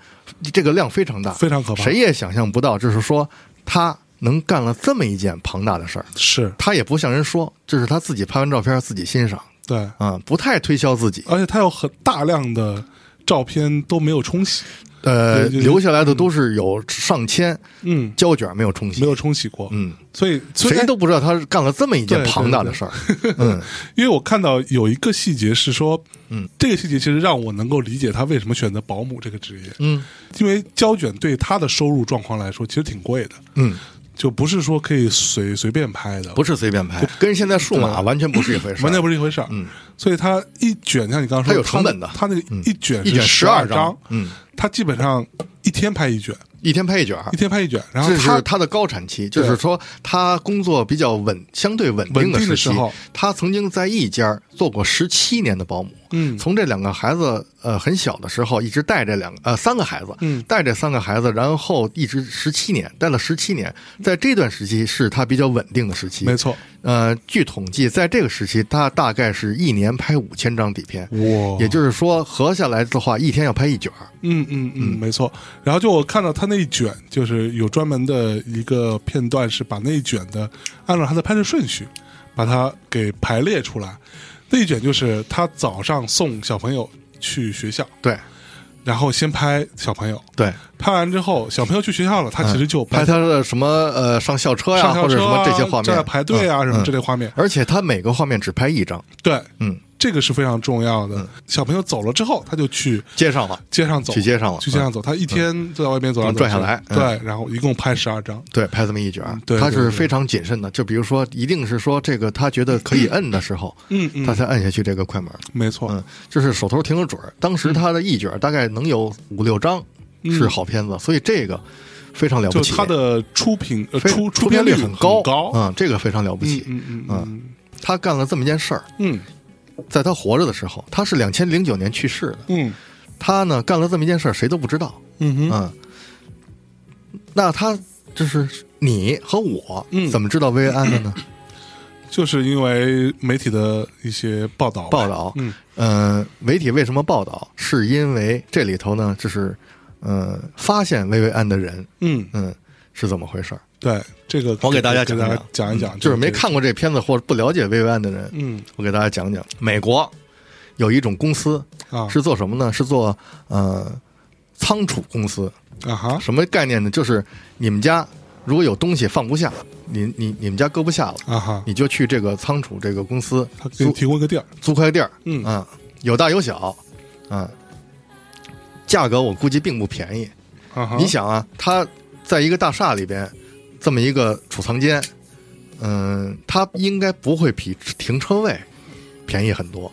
Speaker 1: 这个量非常大，
Speaker 2: 非常可怕
Speaker 1: 谁也想象不到，就是说他能干了这么一件庞大的事儿。
Speaker 2: 是
Speaker 1: 他也不向人说，这是他自己拍完照片自己欣赏，
Speaker 2: 对，
Speaker 1: 啊、不太推销自己，
Speaker 2: 而且他有很大量的照片都没有冲洗，
Speaker 1: 呃，
Speaker 2: 对就是
Speaker 1: 留下来的都是有上千
Speaker 2: 嗯，
Speaker 1: 胶卷没有冲洗，
Speaker 2: 没有冲洗过，
Speaker 1: 嗯，
Speaker 2: 所以所以
Speaker 1: 谁都不知道他干了这么一件
Speaker 2: 对对
Speaker 1: 庞大的
Speaker 2: 对
Speaker 1: 事儿，嗯
Speaker 2: 因为我看到有一个细节是说，
Speaker 1: 嗯，
Speaker 2: 这个细节其实让我能够理解他为什么选择保姆这个职业，
Speaker 1: 嗯
Speaker 2: 因为胶卷对他的收入状况来说其实挺贵的，
Speaker 1: 嗯。
Speaker 2: 就不是说可以随随便拍的，
Speaker 1: 不是随便拍，跟现在数码
Speaker 2: 对
Speaker 1: 完全不是一回事。
Speaker 2: 完全不是一回事儿。嗯，所以他一卷，像你刚刚说，
Speaker 1: 它有成本的嗯
Speaker 2: 他那个一卷
Speaker 1: 一卷12
Speaker 2: 十张
Speaker 1: 张，嗯，
Speaker 2: 他基本上一天拍一卷，
Speaker 1: 一天拍一卷儿
Speaker 2: 一，天拍一卷，然后
Speaker 1: 这
Speaker 2: 他
Speaker 1: 是他的高产期，就是
Speaker 2: 对
Speaker 1: 说他工作比较稳，相对稳定
Speaker 2: 稳定的
Speaker 1: 时
Speaker 2: 时
Speaker 1: 期
Speaker 2: 候。
Speaker 1: 他曾经在一家儿做过十七年的保姆，
Speaker 2: 嗯
Speaker 1: 从这两个孩子呃很小的时候一直带这两个呃三个孩子，
Speaker 2: 嗯
Speaker 1: 带这三个孩子，然后一直十七年，带了十七年，在这段时期是他比较稳定的时期，
Speaker 2: 没错。
Speaker 1: 呃，据统计，在这个时期，他大概是一年拍五千张底片，
Speaker 2: 哇
Speaker 1: 也就是说合下来的话，一天要拍一卷儿。
Speaker 2: 嗯嗯嗯，没错。然后就我看到他那一卷，就是有专门的一个片段，是把那一卷的按照他的拍摄顺序，把它给排列出来。那一卷就是他早上送小朋友去学校，
Speaker 1: 对
Speaker 2: 然后先拍小朋友，
Speaker 1: 对，
Speaker 2: 拍完之后小朋友去学校了，他其实就
Speaker 1: 啊拍他的什么呃上校车呀、
Speaker 2: 上校
Speaker 1: 或者
Speaker 2: 车
Speaker 1: 什么
Speaker 2: 啊
Speaker 1: 这些画
Speaker 2: 正在
Speaker 1: 面
Speaker 2: 排队啊、
Speaker 1: 嗯
Speaker 2: 什
Speaker 1: 嗯
Speaker 2: 么这类画面。
Speaker 1: 而且他每个画面只拍一张，
Speaker 2: 对，
Speaker 1: 嗯，
Speaker 2: 这个是非常重要的。小朋友走了之后，他就去
Speaker 1: 接上了，
Speaker 2: 街上走，
Speaker 1: 去街上了
Speaker 2: 去街上走。他一天就在外面走来走去
Speaker 1: 转下来嗯
Speaker 2: 对，然后一共拍十二张。
Speaker 1: 对，拍这么一卷儿，
Speaker 2: 对
Speaker 1: 他
Speaker 2: 对
Speaker 1: 是
Speaker 2: 对
Speaker 1: 非常谨慎的。就比如说，一定是说这个他觉得可以摁的时候，
Speaker 2: 嗯嗯哦
Speaker 1: 他才摁下去这个快门。
Speaker 2: 没错，
Speaker 1: 嗯，就是手头停得准儿。当时他的一卷儿大概能有五六张是好片子，所以这个非常了不
Speaker 2: 嗯就
Speaker 1: 起。
Speaker 2: 它的出品呃
Speaker 1: 非
Speaker 2: 出
Speaker 1: 出
Speaker 2: 片
Speaker 1: 片率
Speaker 2: 很
Speaker 1: 高，
Speaker 2: 高，
Speaker 1: 嗯，这个非常了不起。
Speaker 2: 嗯嗯嗯
Speaker 1: 他干了这么件事儿，
Speaker 2: 嗯
Speaker 1: 在他活着的时候，他是两千零九年去世的。
Speaker 2: 嗯
Speaker 1: 他呢干了这么一件事儿，谁都不知道。
Speaker 2: 嗯哼
Speaker 1: 嗯，那他就是你和我，
Speaker 2: 嗯
Speaker 1: 怎么知道薇安的呢？
Speaker 2: 就是因为媒体的一些报道吧，
Speaker 1: 报道，
Speaker 2: 嗯，
Speaker 1: 呃，媒体为什么报道？是因为这里头呢，就是呃，发现薇薇安的人，
Speaker 2: 嗯，
Speaker 1: 嗯，是怎么回事儿？
Speaker 2: 对，这个
Speaker 1: 我给大家
Speaker 2: 给
Speaker 1: 讲
Speaker 2: 大
Speaker 1: 讲嗯
Speaker 2: 家讲一讲，
Speaker 1: 就是没
Speaker 2: 这个，
Speaker 1: 看过这片子或者不了解薇薇安的人，
Speaker 2: 嗯
Speaker 1: 我给大家讲讲，美国有一种公司
Speaker 2: 啊
Speaker 1: 是做什么呢？是做呃仓储公司。
Speaker 2: 啊哈，
Speaker 1: 什么概念呢？就是你们家如果有东西放不下，你你你们家搁不下了，
Speaker 2: 啊哈，
Speaker 1: 你就去这个仓储这个公司
Speaker 2: 他给你
Speaker 1: 租
Speaker 2: 提供一个地儿，
Speaker 1: 租块地儿，
Speaker 2: 嗯
Speaker 1: 啊，有大有小，啊，价格我估计并不便宜。
Speaker 2: 啊哈，
Speaker 1: 你想啊，它在一个大厦里边这么一个储藏间，嗯，它应该不会比停车位便宜很多，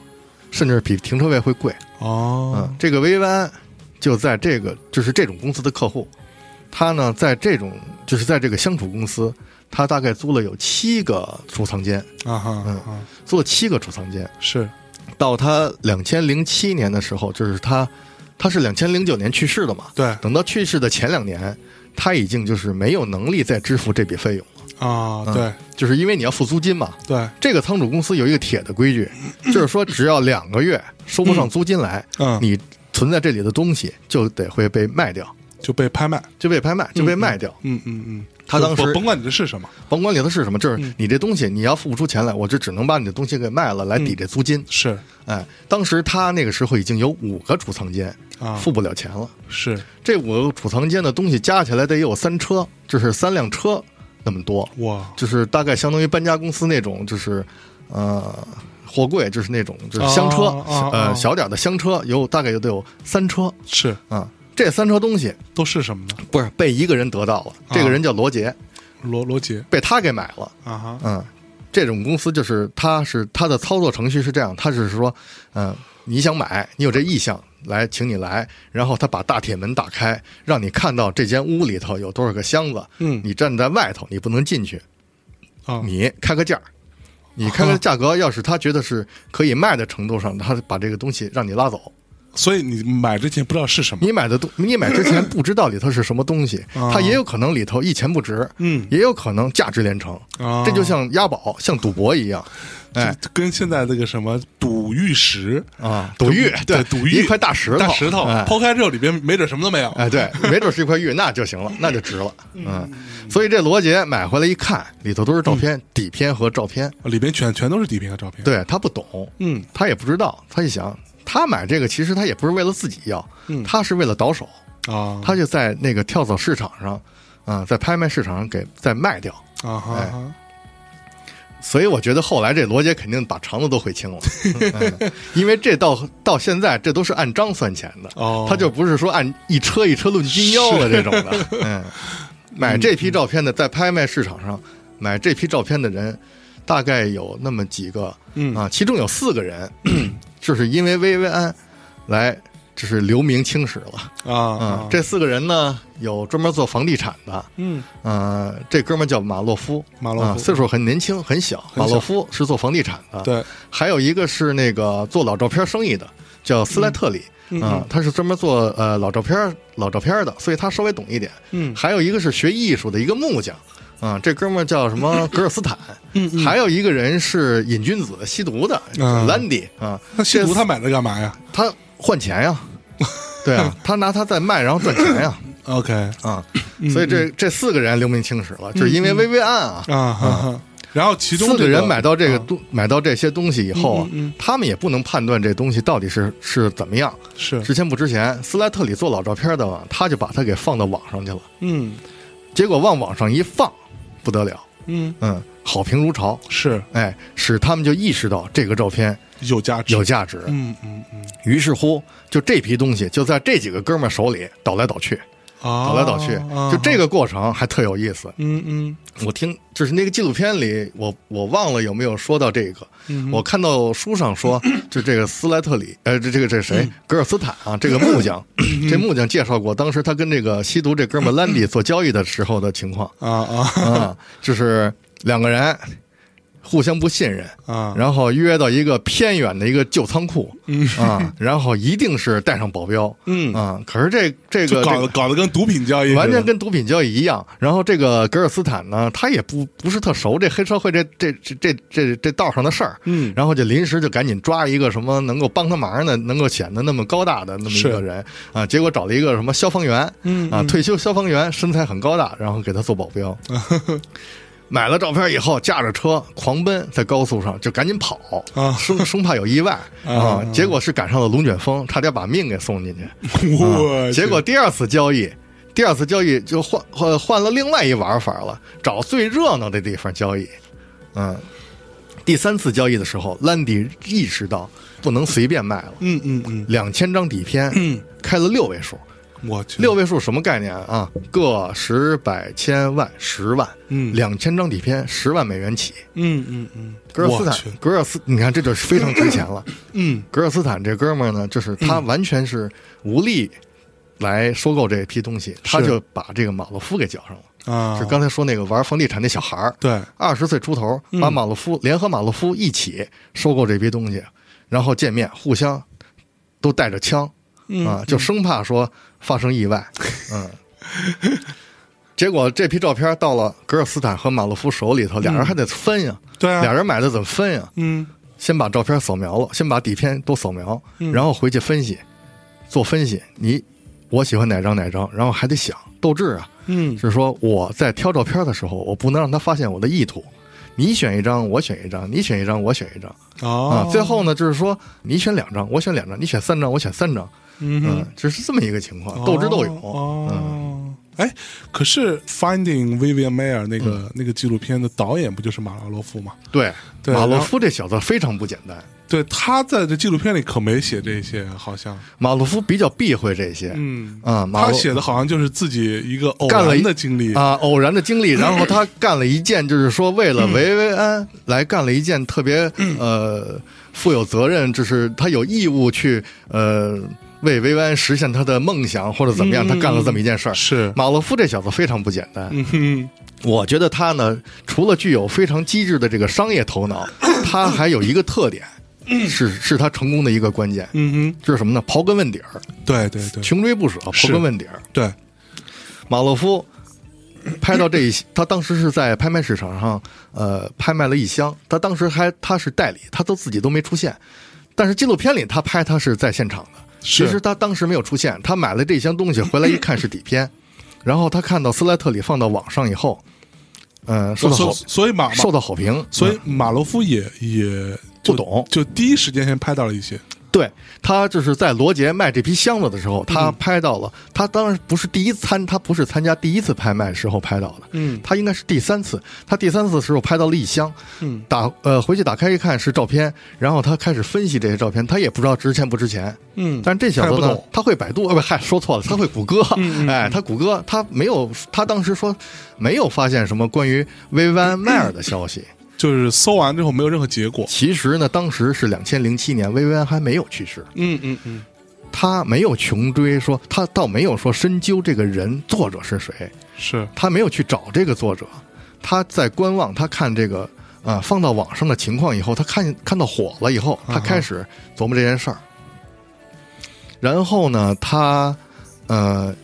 Speaker 1: 甚至比停车位会贵。
Speaker 2: 哦
Speaker 1: 嗯，，这个薇薇安就在这个就是这种公司的客户，他呢在这种就是在这个相处公司，他大概租了有七个储藏间，
Speaker 2: 啊哈，
Speaker 1: 嗯
Speaker 2: 啊哈
Speaker 1: 租了七个储藏间。
Speaker 2: 是
Speaker 1: 到他两千零七年的时候，就是他他是两千零九年去世的嘛，
Speaker 2: 对
Speaker 1: 等到去世的前两年，他已经就是没有能力再支付这笔费用了。
Speaker 2: 啊，
Speaker 1: 嗯
Speaker 2: 对，
Speaker 1: 就是因为你要付租金嘛。
Speaker 2: 对，
Speaker 1: 这个仓储公司有一个铁的 规矩，就是说只要两个月收不上租金来，
Speaker 2: 嗯
Speaker 1: 你存在这里的东西就得会被卖掉，
Speaker 2: 就被拍卖。
Speaker 1: 就被拍卖，就被卖掉。
Speaker 2: 嗯嗯嗯，
Speaker 1: 他当时
Speaker 2: 就甭管你的是什么，
Speaker 1: 甭管里头是什么，
Speaker 2: 嗯
Speaker 1: 就是你这东西你要付不出钱来，我就只能把你的东西给卖了来抵
Speaker 2: 嗯
Speaker 1: 这租金。
Speaker 2: 是
Speaker 1: 哎，当时他那个时候已经有五个储藏间
Speaker 2: 啊，
Speaker 1: 付不了钱了，
Speaker 2: 是，
Speaker 1: 这五个储藏间的东西加起来得有三车，就是三辆车那么多。
Speaker 2: 哇，
Speaker 1: 就是大概相当于搬家公司那种，就是呃货柜，就是那种就是箱车，
Speaker 2: 哦哦哦
Speaker 1: 呃小点的箱车，有大概有得有三车
Speaker 2: 是
Speaker 1: 啊。这三车东西
Speaker 2: 都是什么呢？
Speaker 1: 不是被一个人得
Speaker 2: 哦
Speaker 1: 到了，这个人叫罗杰，
Speaker 2: 罗罗杰
Speaker 1: 被他给买了。
Speaker 2: 啊哈，
Speaker 1: 嗯，这种公司就是他是他的操作程序是这样，他只是说，嗯、你想买，你有这意向，来，请你来，然后他把大铁门打开，让你看到这间屋里头有多少个箱子，
Speaker 2: 嗯
Speaker 1: 你站在外头，你不能进去，
Speaker 2: 啊，
Speaker 1: 你开个价儿，你开
Speaker 2: 哦
Speaker 1: 个价格，要是他觉得是可以卖的程度上，他把这个东西让你拉走。
Speaker 2: 所以你买之前不知道是什么
Speaker 1: 你买的东，你买之前不知道里头是什么东 西，
Speaker 2: 啊
Speaker 1: 它也有可能里头一钱不值，
Speaker 2: 嗯
Speaker 1: 也有可能价值连城。
Speaker 2: 啊，
Speaker 1: 这就像押宝、像赌博一 样，哎
Speaker 2: 就跟现在那个什么赌玉石
Speaker 1: 啊，赌玉
Speaker 2: 对赌玉
Speaker 1: 一块大石头，
Speaker 2: 大石头
Speaker 1: 哎
Speaker 2: 剖开之后里边没准什么都没有，
Speaker 1: 哎，对，没准是一块玉，那就行了，那就值了。嗯，所以这罗杰买回来一看，里头都
Speaker 2: 嗯
Speaker 1: 是照片、底片和照片，
Speaker 2: 里边全全都是底片和照片，，
Speaker 1: 对他不懂，
Speaker 2: 嗯，
Speaker 1: 他也不知道，他一想，他买这个其实他也不是为了自己要，他是为了倒手，
Speaker 2: 啊，
Speaker 1: 他就在那个跳蚤市场上，啊、在拍卖市场上给再卖掉。
Speaker 2: 啊哈
Speaker 1: 哎
Speaker 2: 哈，
Speaker 1: 所以我觉得后来这罗杰肯定把肠子都悔 青了，嗯因为这到到现在这都是按张算钱的，
Speaker 2: 哦
Speaker 1: 他就不是说按一车一车论斤腰了这种的。嗯，买这批照片的在拍卖市场上买这批照片的人，大概有那么几个，
Speaker 2: 嗯
Speaker 1: 啊，其中有四个人 就是因为薇薇安来就是留名青史了。
Speaker 2: 啊
Speaker 1: 嗯
Speaker 2: 啊，，
Speaker 1: 这四个人呢有专门做房地产的，
Speaker 2: 嗯
Speaker 1: 呃，这哥们儿叫马洛夫，
Speaker 2: 马洛夫
Speaker 1: 啊岁数很年轻，很小。
Speaker 2: 小
Speaker 1: 马洛夫是做房地产的，。
Speaker 2: 啊嗯对，
Speaker 1: 还有一个是那个做老照片生意的，叫斯莱特里，
Speaker 2: 嗯
Speaker 1: 啊他是专门做呃老照片老照片的，所以他稍微懂一点。
Speaker 2: 嗯
Speaker 1: 还有一个是学艺术的一个木匠，啊、这哥们儿叫什 么格尔斯坦，
Speaker 2: 嗯嗯
Speaker 1: 还有一个人是瘾君子，吸毒的
Speaker 2: 啊
Speaker 1: 兰迪啊，
Speaker 2: 那吸毒
Speaker 1: 这
Speaker 2: 他买了干嘛呀
Speaker 1: 他换钱 呀，对啊，他拿他在卖，然后赚钱呀。
Speaker 2: ？OK
Speaker 1: 啊，
Speaker 2: 嗯
Speaker 1: 所以这这四个人留名青史了，就是因为薇薇安啊，
Speaker 2: 啊哈哈，然后其中
Speaker 1: 四
Speaker 2: 这
Speaker 1: 个人买到这个
Speaker 2: 啊
Speaker 1: 东买到这些东西以后啊
Speaker 2: 嗯嗯嗯，
Speaker 1: 他们也不能判断这东西到底是是怎么样，
Speaker 2: 是
Speaker 1: 值钱不值钱。斯莱特里做老照片的嘛，他就把它给放到网上去了，
Speaker 2: 嗯
Speaker 1: 结果往网上一放，不得了，
Speaker 2: 嗯
Speaker 1: 嗯，好评如潮，
Speaker 2: 是
Speaker 1: 哎，使他们就意识到这个照片
Speaker 2: 有价值
Speaker 1: 有价值，
Speaker 2: 嗯嗯嗯
Speaker 1: 于是乎就这批东西就在这几个哥们儿手里倒来倒去，
Speaker 2: 啊，
Speaker 1: 倒来倒去，就这
Speaker 2: 个
Speaker 1: 个过程还特有意思。
Speaker 2: 嗯嗯
Speaker 1: 我听就是那个纪录片里，我我忘了有没有说到这个。
Speaker 2: 嗯
Speaker 1: 我看到书上说，就这个斯莱特里，呃，这这个这谁，
Speaker 2: 嗯
Speaker 1: 格尔斯坦啊，这个木匠，这木匠介绍过，当时他跟这个吸毒这哥们儿兰 迪做交易的时候的情况
Speaker 2: 啊啊
Speaker 1: 啊，就是两个人互相不信任。
Speaker 2: 啊，
Speaker 1: 然后约到一个偏远的一个旧仓库，啊，然后一定是带上保镖，
Speaker 2: 嗯
Speaker 1: 啊，可是这这个
Speaker 2: 就搞
Speaker 1: 这
Speaker 2: 得
Speaker 1: 个
Speaker 2: 搞得跟毒品交易似的
Speaker 1: 完全跟毒品交易一样。然后这个格尔斯坦呢，他也不不是特熟这黑社会这这这这这这道上的事儿，
Speaker 2: 嗯
Speaker 1: 然后就临时就赶紧抓一个什么能够帮他忙的，能够显得那么高大的那么一个
Speaker 2: 是
Speaker 1: 人啊，结果找了一个什么消防员，
Speaker 2: 嗯
Speaker 1: 啊，退休消防员，身材很高大，然后给他做保 镖。买了照片以后，驾着车狂奔在高速上，就赶紧跑
Speaker 2: 啊
Speaker 1: 生生怕有意外啊
Speaker 2: 啊！
Speaker 1: 结果是赶上了龙卷风，差点把命给送进去。
Speaker 2: 我去
Speaker 1: 啊结果第二次交易，第二次交易就换换换了另外一玩法了，找最热闹的地方交易。嗯，第三次交易的时候，兰迪意识到不能随便卖了，
Speaker 2: 嗯嗯嗯，
Speaker 1: 两千张底片，开了六位数。
Speaker 2: 我去
Speaker 1: 六位数什么概念啊？个十百千万十万，
Speaker 2: 嗯
Speaker 1: 两千张底片十万美元起。
Speaker 2: 嗯嗯嗯，
Speaker 1: 格尔斯
Speaker 2: 我
Speaker 1: 坦
Speaker 2: 去，
Speaker 1: 格尔斯，你看这就是非常值钱 了。
Speaker 2: 嗯
Speaker 1: 格尔斯坦这哥们儿呢，就是他完全是无力来收购这批东西，他就把这个马洛夫给叫上了。
Speaker 2: 啊，
Speaker 1: 就刚才说那个玩房地产那小孩儿，
Speaker 2: 对嗯
Speaker 1: 二十岁出头，把马洛夫、联合马洛夫一起收购这批东西，然后见面互相都带着枪、啊
Speaker 2: 嗯
Speaker 1: 啊，就生怕说发生意外。嗯，结果这批照片到了格尔斯坦和马洛夫手里头，俩人还得分呀，
Speaker 2: 对嗯啊
Speaker 1: 俩人买的怎么分呀？
Speaker 2: 嗯
Speaker 1: 先把照片扫描了，先把底片都扫描，
Speaker 2: 嗯
Speaker 1: 然后回去分析，做分析。你我喜欢哪张哪张，然后还得想斗志啊。
Speaker 2: 嗯
Speaker 1: 是说我在挑照片的时候，我不能让他发现我的意图。你选一张，我选一张；你选一张，我选一张。啊
Speaker 2: 哦，，
Speaker 1: 最后呢，就是说你选两张，我选两张；你选三张，我选三张。
Speaker 2: 嗯哼
Speaker 1: 嗯，就是这么一个情况，斗智斗勇。
Speaker 2: 哦
Speaker 1: 嗯，
Speaker 2: 哦哎，可是《Finding Vivian Mayer》那个、
Speaker 1: 嗯
Speaker 2: 那个纪录片的导演不就是马拉洛夫吗？
Speaker 1: 对，
Speaker 2: 对
Speaker 1: 马洛
Speaker 2: 然后
Speaker 1: 夫这小子非常不简单。
Speaker 2: 对，他在这纪录片里可没写这些，好像，
Speaker 1: 马洛夫比较避讳这些。
Speaker 2: 嗯
Speaker 1: 啊，马
Speaker 2: 他
Speaker 1: 洛
Speaker 2: 写的好像就是自己一个偶
Speaker 1: 干了
Speaker 2: 然
Speaker 1: 一
Speaker 2: 的经历，
Speaker 1: 啊，偶然的经历，然后他干了一件，就是说为
Speaker 2: 嗯
Speaker 1: 了维维安来干了一件特别呃负有责任，就是他有义务去呃为维维安实现他的梦想或者怎么样，他干了这么一件事儿。
Speaker 2: 嗯是，
Speaker 1: 马洛夫这小子非常不简单，
Speaker 2: 嗯哼，
Speaker 1: 我觉得他呢，除了具有非常机智的这个商业头 脑，他还有一个特点，是是他成功的一个关键，
Speaker 2: 嗯
Speaker 1: 就是什么呢？刨根问底儿，
Speaker 2: 哼，对对对
Speaker 1: 穷追不舍，刨
Speaker 2: 是
Speaker 1: 根问底儿。
Speaker 2: 对，
Speaker 1: 马洛夫拍到这一，他当时是在拍卖市场上，呃，拍卖了一箱。他当时还他是代理，他都自己都没出现。但是纪录片里他拍他是在现场的，
Speaker 2: 是
Speaker 1: 其实他当时没有出现。他买了这箱东西回来一看是底片，然后他看到斯莱特里放到网上以后，呃，受到
Speaker 2: 所
Speaker 1: 好
Speaker 2: 所以马马
Speaker 1: 受到好评，
Speaker 2: 所
Speaker 1: 嗯
Speaker 2: 以马洛夫也也就
Speaker 1: 不懂
Speaker 2: 就第一时间先拍到了一些，
Speaker 1: 对他就是在罗杰卖这批箱子的时候，
Speaker 2: 嗯
Speaker 1: 他拍到了。他当然不是第一参，他不是参加第一次拍卖时候拍到的，
Speaker 2: 嗯
Speaker 1: 他应该是第三次。他第三次的时候拍到了一箱，
Speaker 2: 嗯，
Speaker 1: 打呃回去打开一看是照片，然后他开始分析这些照片，他也不知道值钱不值钱。
Speaker 2: 嗯
Speaker 1: 但是这小
Speaker 2: 他也
Speaker 1: 子
Speaker 2: 不
Speaker 1: 呢
Speaker 2: 懂，嗯
Speaker 1: 他会百度， 呃，不，嗨，说错了，他会谷歌，哎，他谷歌，他没有，他当时说没有发现什么关于薇薇安迈尔的消 息。
Speaker 2: 就是搜完之后没有任何结果，
Speaker 1: 其实呢，当时是两千零七年，薇薇安还没有去世。
Speaker 2: 嗯嗯嗯，
Speaker 1: 他没有穷追说，他倒没有说深究这个人作者是谁，
Speaker 2: 是，
Speaker 1: 他没有去找这个作者，他在观望，他看这个啊、呃放到网上的情况以后，他看看到火了以后，他开始琢磨这件事儿。然后呢，他呃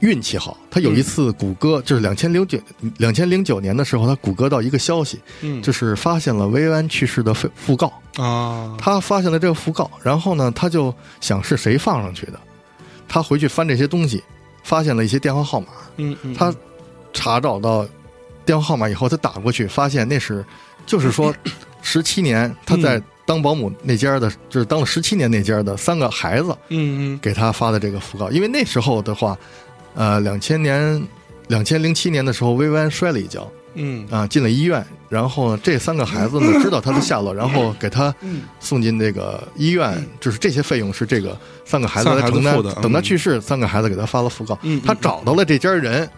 Speaker 1: 运气好，他有一次谷歌、就是两千零九两千零九年的时候，他谷歌到一个消息，
Speaker 2: 嗯
Speaker 1: 就是发现了薇安去世的讣讣告。
Speaker 2: 啊，
Speaker 1: 他发现了这个讣告，然后呢，他就想是谁放上去的。他回去翻这些东西，发现了一些电话号码。
Speaker 2: 嗯嗯
Speaker 1: 他查找到电话号码以后，他打过去，发现那是就是说，十七年他在当保姆那家的，就是当了十七年那家的三个孩子
Speaker 2: 嗯嗯
Speaker 1: 给他发的这个讣告。因为那时候的话，呃，两千年、两千零七年的时候，薇薇安摔了一跤，
Speaker 2: 嗯
Speaker 1: 啊，进了医院，然后呢这三个孩子呢知道他的下落，然后给他
Speaker 2: 嗯
Speaker 1: 送进这个医院，就是这些费用是这个三个孩子
Speaker 2: 三个
Speaker 1: 来
Speaker 2: 孩子
Speaker 1: 承担
Speaker 2: 付的。
Speaker 1: 等他
Speaker 2: 嗯
Speaker 1: 去世，三个孩子给他发了讣告
Speaker 2: 嗯嗯，
Speaker 1: 他找到了这家人，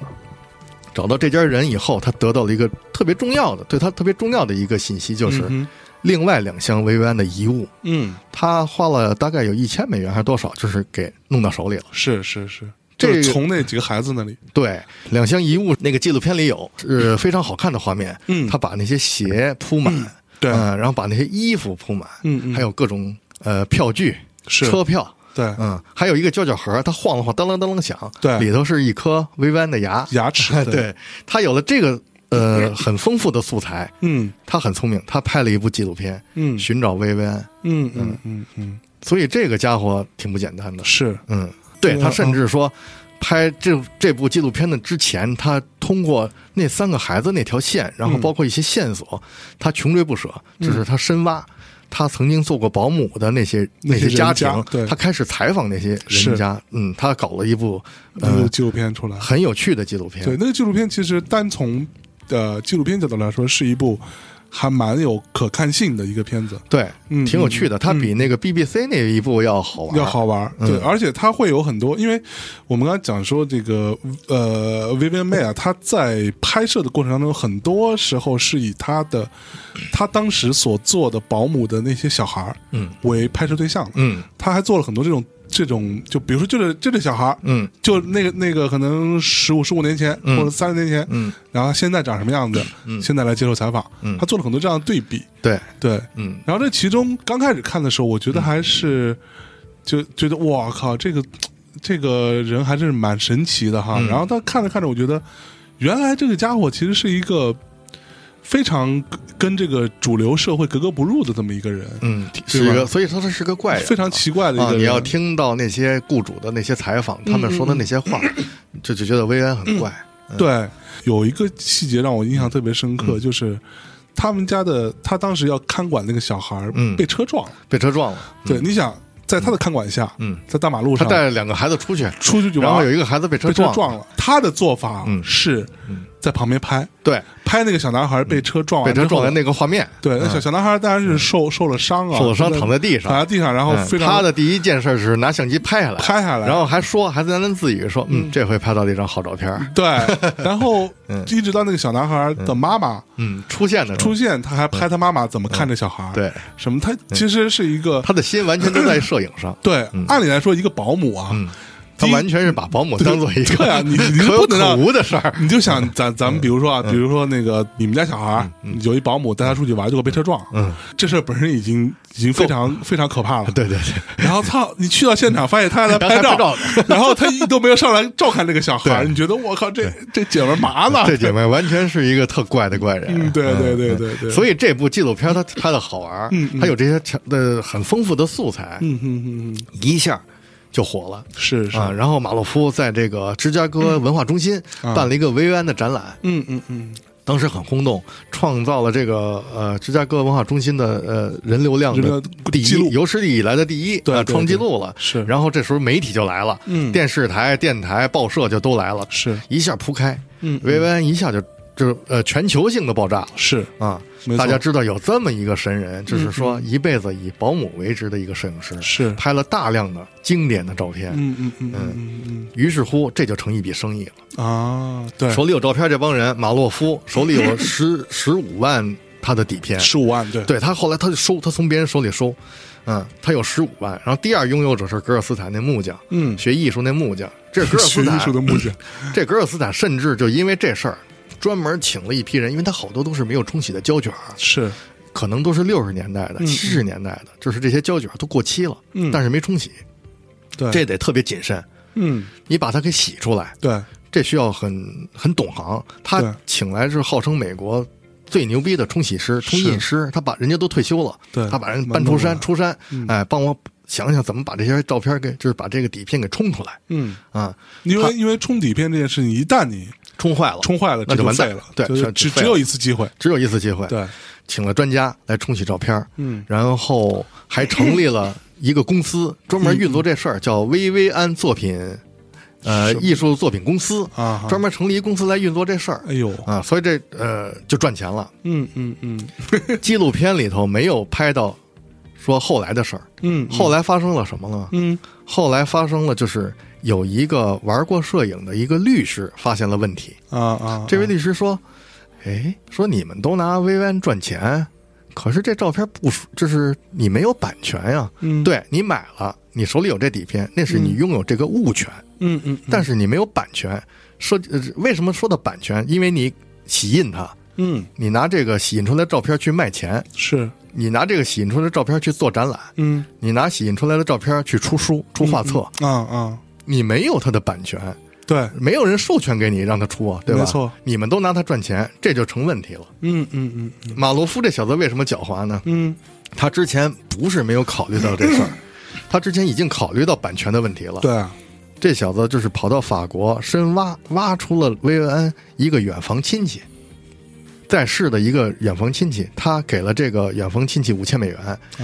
Speaker 1: 找到这家人以后，他得到了一个特别重要的，对他特别重要的一个信息，就是
Speaker 2: 嗯
Speaker 1: 另外两箱薇薇安的遗物，
Speaker 2: 嗯，
Speaker 1: 他花了大概有一千美元还是多少，就是给弄到手里了。
Speaker 2: 是是是，
Speaker 1: 这
Speaker 2: 就是
Speaker 1: 个
Speaker 2: 从那几个孩子那里，
Speaker 1: 对，两箱遗物那个纪录片里有，是非常好看的画面。
Speaker 2: 嗯
Speaker 1: 他把那些鞋铺满，
Speaker 2: 对
Speaker 1: 嗯然后把那些衣服铺满，
Speaker 2: 嗯嗯
Speaker 1: 还有各种呃票据、
Speaker 2: 是
Speaker 1: 车票，
Speaker 2: 对，
Speaker 1: 嗯，还有一个胶脚盒，它晃了晃，当啷当啷响，
Speaker 2: 对
Speaker 1: 里头是一颗微弯的 牙，，
Speaker 2: 牙齿
Speaker 1: 对，他有了这个呃很丰富的素材，
Speaker 2: 嗯
Speaker 1: 他很聪明，他拍了一部纪录片，
Speaker 2: 嗯
Speaker 1: 寻找薇薇安，
Speaker 2: 嗯嗯嗯嗯，
Speaker 1: 所以这个家伙挺不简单的，
Speaker 2: 是，
Speaker 1: 嗯，对
Speaker 2: 对啊
Speaker 1: 他甚至说，拍这这部纪录片的之前，他通过那三个孩子那条线，然后
Speaker 2: 嗯
Speaker 1: 包括一些线索，他穷追不舍，就是他深挖。他曾经做过保姆的那些
Speaker 2: 那
Speaker 1: 那
Speaker 2: 些
Speaker 1: 些家庭
Speaker 2: 人家对
Speaker 1: 他开始采访那些
Speaker 2: 是
Speaker 1: 人家，嗯，他搞了一部
Speaker 2: 那
Speaker 1: 呃
Speaker 2: 个纪录片出来，
Speaker 1: 很有趣的纪录片，
Speaker 2: 对，那个纪录片其实单从呃纪录片角度来说，是一部还蛮有可看性的一个片子，
Speaker 1: 对
Speaker 2: 嗯
Speaker 1: 挺有趣的，它比那个 BBC 那一部要好玩，嗯
Speaker 2: 要好玩儿。对，而且它会有很多，因为我们刚才讲说这个呃，Vivian May 啊，她在拍摄的过程当中，很多时候是以她的她当时所做的保姆的那些小孩儿，
Speaker 1: 嗯，
Speaker 2: 为拍摄对象的。
Speaker 1: 嗯
Speaker 2: 她还做了很多这种这种，就比如说这个这个小孩儿，
Speaker 1: 嗯
Speaker 2: 就那个那个可能十五十五年前、或者三十年前，
Speaker 1: 嗯，
Speaker 2: 然后现在长什么样子，现在来接受采访，
Speaker 1: 嗯
Speaker 2: 他做了很多这样的对比，
Speaker 1: 对，
Speaker 2: 对，
Speaker 1: 嗯
Speaker 2: 然后这其中刚开始看的时候，我觉得还是就觉得哇靠，这个这个人还是蛮神奇的哈。
Speaker 1: 嗯
Speaker 2: 然后他看着看着，我觉得原来这个家伙其实是一个非常跟这个主流社会格格不入的这么一个人，
Speaker 1: 嗯，
Speaker 2: 对
Speaker 1: 是一
Speaker 2: 吧
Speaker 1: 个，所以说他是个怪人，
Speaker 2: 非常奇怪的一
Speaker 1: 啊
Speaker 2: 个！人。嗯
Speaker 1: 你要听到那些雇主的那些采访，他们说的那些话，就就觉得薇安很怪。
Speaker 2: 对，有一个细节让我印象特别深
Speaker 1: 嗯
Speaker 2: 刻，就是他们家的他当时要看管那个小孩儿
Speaker 1: 嗯
Speaker 2: 被车撞了。
Speaker 1: 被车撞了，
Speaker 2: 对，你想在他的看管下，
Speaker 1: 嗯，
Speaker 2: 在大马路
Speaker 1: 他
Speaker 2: 上
Speaker 1: 带着两个孩子出去，
Speaker 2: 出去就
Speaker 1: 然后有一
Speaker 2: 个
Speaker 1: 个孩子被车
Speaker 2: 被车
Speaker 1: 撞，
Speaker 2: 撞了，他的做法
Speaker 1: 嗯
Speaker 2: 是在旁边拍，
Speaker 1: 对，
Speaker 2: 拍那个小男孩被车撞
Speaker 1: 被
Speaker 2: 完之
Speaker 1: 车
Speaker 2: 后，
Speaker 1: 撞的那个画面，
Speaker 2: 对，那小小男孩当然是受受了伤啊，
Speaker 1: 受了伤躺在地
Speaker 2: 躺在
Speaker 1: 上。
Speaker 2: 地上，然后
Speaker 1: 嗯
Speaker 2: 非常
Speaker 1: 他的第一件事是拿相机拍下来，
Speaker 2: 拍下来
Speaker 1: 然后还说，还在那自己说，嗯，这回拍到了一张好照片儿。
Speaker 2: 对，然后一直到那个小男孩的妈妈。
Speaker 1: 嗯，出现的时候
Speaker 2: 出现，他还拍他妈妈怎么看着小孩儿、
Speaker 1: 嗯对嗯
Speaker 2: 什么？他其实是一个
Speaker 1: 他的心完全都在摄影 上，
Speaker 2: 对，按理来说，一个保姆啊，
Speaker 1: 嗯他完全是把保姆当做一个
Speaker 2: 对啊你你
Speaker 1: 可有
Speaker 2: 不能
Speaker 1: 可
Speaker 2: 让
Speaker 1: 无的事儿。
Speaker 2: 你就 想咱咱们比如说啊，比如说那个你们家小孩儿有一保姆带他出去玩，结果被车撞，嗯，这事儿本身已经已经非常非常可怕了，
Speaker 1: 对对对，
Speaker 2: 然后操，你去到现场发现他还 在拍
Speaker 1: 然后
Speaker 2: 照
Speaker 1: 还拍照，
Speaker 2: 然后他一都没有上来照看这个小孩儿，
Speaker 1: 对
Speaker 2: 你觉得我靠，这这姐们儿麻呢？
Speaker 1: 这姐妹完全是一个特怪的怪人。
Speaker 2: 啊嗯对对对对对
Speaker 1: 所以这部纪录片它拍的好玩儿，它有这些强的很丰富的素材，
Speaker 2: 嗯嗯嗯，嗯
Speaker 1: 一下就火了。
Speaker 2: 是是，
Speaker 1: 啊，然后马洛夫在这个芝加哥文化中心
Speaker 2: 啊
Speaker 1: 办了一个维安的展览，
Speaker 2: 嗯嗯嗯，
Speaker 1: 当时很轰动，创造了这个呃芝加哥文化中心的呃人流量
Speaker 2: 人流
Speaker 1: 的第
Speaker 2: 记录
Speaker 1: 一，有史以来的第一，
Speaker 2: 对
Speaker 1: 啊
Speaker 2: 对
Speaker 1: 创纪
Speaker 2: 对
Speaker 1: 录了。
Speaker 2: 是
Speaker 1: 然后这时候媒体就来了，
Speaker 2: 嗯
Speaker 1: 电视台、电台、报社就都来了，
Speaker 2: 是
Speaker 1: 一下铺开，
Speaker 2: 嗯嗯
Speaker 1: 维维安一下就就是呃全球性的爆炸了
Speaker 2: 是，
Speaker 1: 啊
Speaker 2: 没！错嗯
Speaker 1: 大家知道有这么一个神人，就是说一辈子以保姆为职的一个摄影师，
Speaker 2: 是
Speaker 1: 拍了大量的经典的照片，
Speaker 2: 嗯嗯嗯嗯嗯
Speaker 1: 于是乎这就成一笔生意了。
Speaker 2: 嗯啊，对，嗯
Speaker 1: 手里有照片这帮人，马洛夫手里有十 十五万他的底片，
Speaker 2: 十五万，对，
Speaker 1: 对他后来他就收，他从别人手里收，嗯，他有十五万。然后第二拥有者是格尔斯坦那木匠，
Speaker 2: 嗯
Speaker 1: 学艺术那木匠，这格尔
Speaker 2: 学
Speaker 1: 斯
Speaker 2: 艺术的嗯
Speaker 1: 坦，
Speaker 2: 木匠，
Speaker 1: 这格尔斯坦甚至就因为这事儿。专门请了一批人，因为他好多都是没有冲洗的胶卷儿，
Speaker 2: 是
Speaker 1: 可能都是六十年代的、七十年代的，就是这些胶卷儿都过期了，
Speaker 2: 嗯
Speaker 1: 但是没冲洗，
Speaker 2: 对，
Speaker 1: 这得特别谨慎。
Speaker 2: 嗯，
Speaker 1: 你把它给洗出来，
Speaker 2: 对，
Speaker 1: 这需要很很懂行。
Speaker 2: 对
Speaker 1: 他请来是号称美国最牛逼的冲洗师、冲印师，他把人家都退休了，
Speaker 2: 对
Speaker 1: 他把人
Speaker 2: 蛮
Speaker 1: 搬
Speaker 2: 懂
Speaker 1: 出
Speaker 2: 的嗯
Speaker 1: 山出山，哎，帮我想想怎么把这些照片给，就是把这个底片给冲出来
Speaker 2: 嗯，
Speaker 1: 啊，
Speaker 2: 因为因为冲底片这件事情，一旦你
Speaker 1: 冲坏了，
Speaker 2: 冲坏了，
Speaker 1: 那
Speaker 2: 这
Speaker 1: 就完
Speaker 2: 废
Speaker 1: 蛋
Speaker 2: 了，
Speaker 1: 对，
Speaker 2: 就是
Speaker 1: 全
Speaker 2: 只
Speaker 1: 废
Speaker 2: 只有
Speaker 1: 了
Speaker 2: 一次机会，
Speaker 1: 只有一次机会，
Speaker 2: 对，
Speaker 1: 请了专家来冲洗照片，
Speaker 2: 嗯
Speaker 1: 然后还成立了一个公司，专门运作这事儿，叫薇薇安作品，呃，艺术作品公司
Speaker 2: 啊哈
Speaker 1: 专门成立一公司来运作这事儿
Speaker 2: 哎呦，
Speaker 1: 啊，所以这呃就赚钱 了。
Speaker 2: 嗯嗯嗯
Speaker 1: 纪录片里头没有拍到说后来的事儿，
Speaker 2: 嗯，
Speaker 1: 后来发生了什么了？
Speaker 2: 嗯
Speaker 1: 后来发生了就是有一个玩过摄影的一个律师发现了问题，
Speaker 2: 啊啊，
Speaker 1: 这位律师说：“哎，说你们都拿薇安赚钱，可是这照片不属，就是你没有版权呀、
Speaker 2: 嗯
Speaker 1: 对你买了，你手里有这底片，那是你拥有这个物权，
Speaker 2: 嗯嗯，
Speaker 1: 但是你没有版权。说、呃为什么说到版权？因为你洗印它，
Speaker 2: 嗯
Speaker 1: 你拿这个洗印出来的照片去卖钱，
Speaker 2: 是，
Speaker 1: 你拿这个洗印出来的照片去做展览，
Speaker 2: 嗯
Speaker 1: 你拿洗印出来的照片去出书、出画册，
Speaker 2: 啊啊，
Speaker 1: 你没有它的版权，
Speaker 2: 对，
Speaker 1: 没有人授权给你让它出啊，对吧？
Speaker 2: 没错，
Speaker 1: 你们都拿它赚钱，这就成问题了。
Speaker 2: 嗯嗯嗯
Speaker 1: 马罗夫这小子为什么狡猾呢？
Speaker 2: 嗯
Speaker 1: 他之前不是没有考虑到这 事儿，他之前已经考虑到版权的问题了。
Speaker 2: 对啊，
Speaker 1: 这小子就是跑到法国深挖，挖出了薇恩安一个远房亲戚，在世的一个远房亲戚，他给了这个远房亲戚五千美元，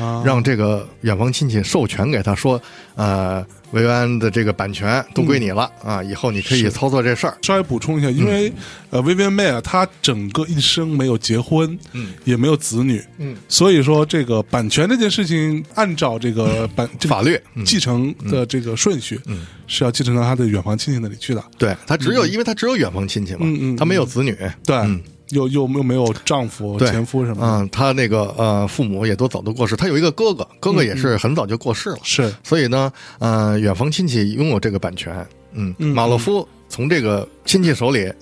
Speaker 2: 啊
Speaker 1: 让这个远房亲戚授权给他说，呃，薇恩安的这个版权都归你了、
Speaker 2: 嗯
Speaker 1: 啊，以后你可以操作这事儿。
Speaker 2: 稍微补充一下，
Speaker 1: 嗯
Speaker 2: 因为、呃，Vivian May 啊，她整个一生没有结婚，嗯，也没有子女，
Speaker 1: 嗯，
Speaker 2: 所以说这个版权这件事情，按照这个版、这个
Speaker 1: 法律嗯
Speaker 2: 继承的这个顺序，嗯，是要继承到他的远房亲戚那里去的，
Speaker 1: 对他只有，因为他只有远房亲戚嘛，
Speaker 2: 嗯嗯嗯嗯
Speaker 1: 他没有子女，嗯
Speaker 2: 对，又又又没有丈夫、
Speaker 1: 对
Speaker 2: 前夫什么的，
Speaker 1: 嗯，他那个呃，父母也都早都过世，他有一个哥哥，哥
Speaker 2: 嗯
Speaker 1: 哥也是很早就过世了，
Speaker 2: 是
Speaker 1: 所以呢，呃，远房亲戚拥有这个版权，嗯，马洛夫从这个亲戚手里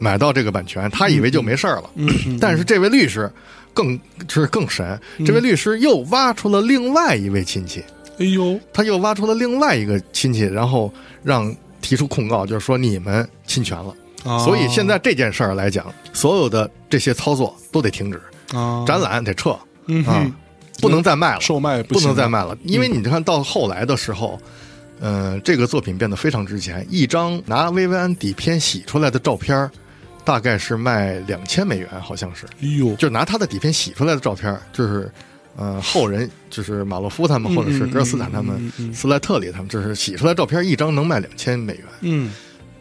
Speaker 1: 买到这个版权，他以为就没事儿了，但是这位嗯律师更就是更神，这位律师又挖出了另外一位亲戚，
Speaker 2: 哎呦，
Speaker 1: 他又挖出了另外一个亲戚，然后让提出控告，就是说你们侵权了。
Speaker 2: 啊
Speaker 1: 所以现在这件事儿来讲，所有的这些操作都得停止，
Speaker 2: 啊，
Speaker 1: 展览得撤
Speaker 2: 嗯
Speaker 1: 啊
Speaker 2: 哼，，
Speaker 1: 不能再卖了，
Speaker 2: 售卖
Speaker 1: 啊不
Speaker 2: 行嗯
Speaker 1: 能再卖了，因为你看到后来的时候。嗯，这个作品变得非常值钱。一张拿薇薇安底片洗出来的照片儿，大概是卖两千美元，好像是。
Speaker 2: 哎呦，
Speaker 1: 就拿他的底片洗出来的照片儿，就是，呃，后人就是马洛夫他们，
Speaker 2: 嗯
Speaker 1: 或者是
Speaker 2: 嗯
Speaker 1: 戈尔斯坦他们、
Speaker 2: 嗯嗯嗯
Speaker 1: 斯莱特里他们，就是洗出来照片儿一张能卖两千美元。
Speaker 2: 嗯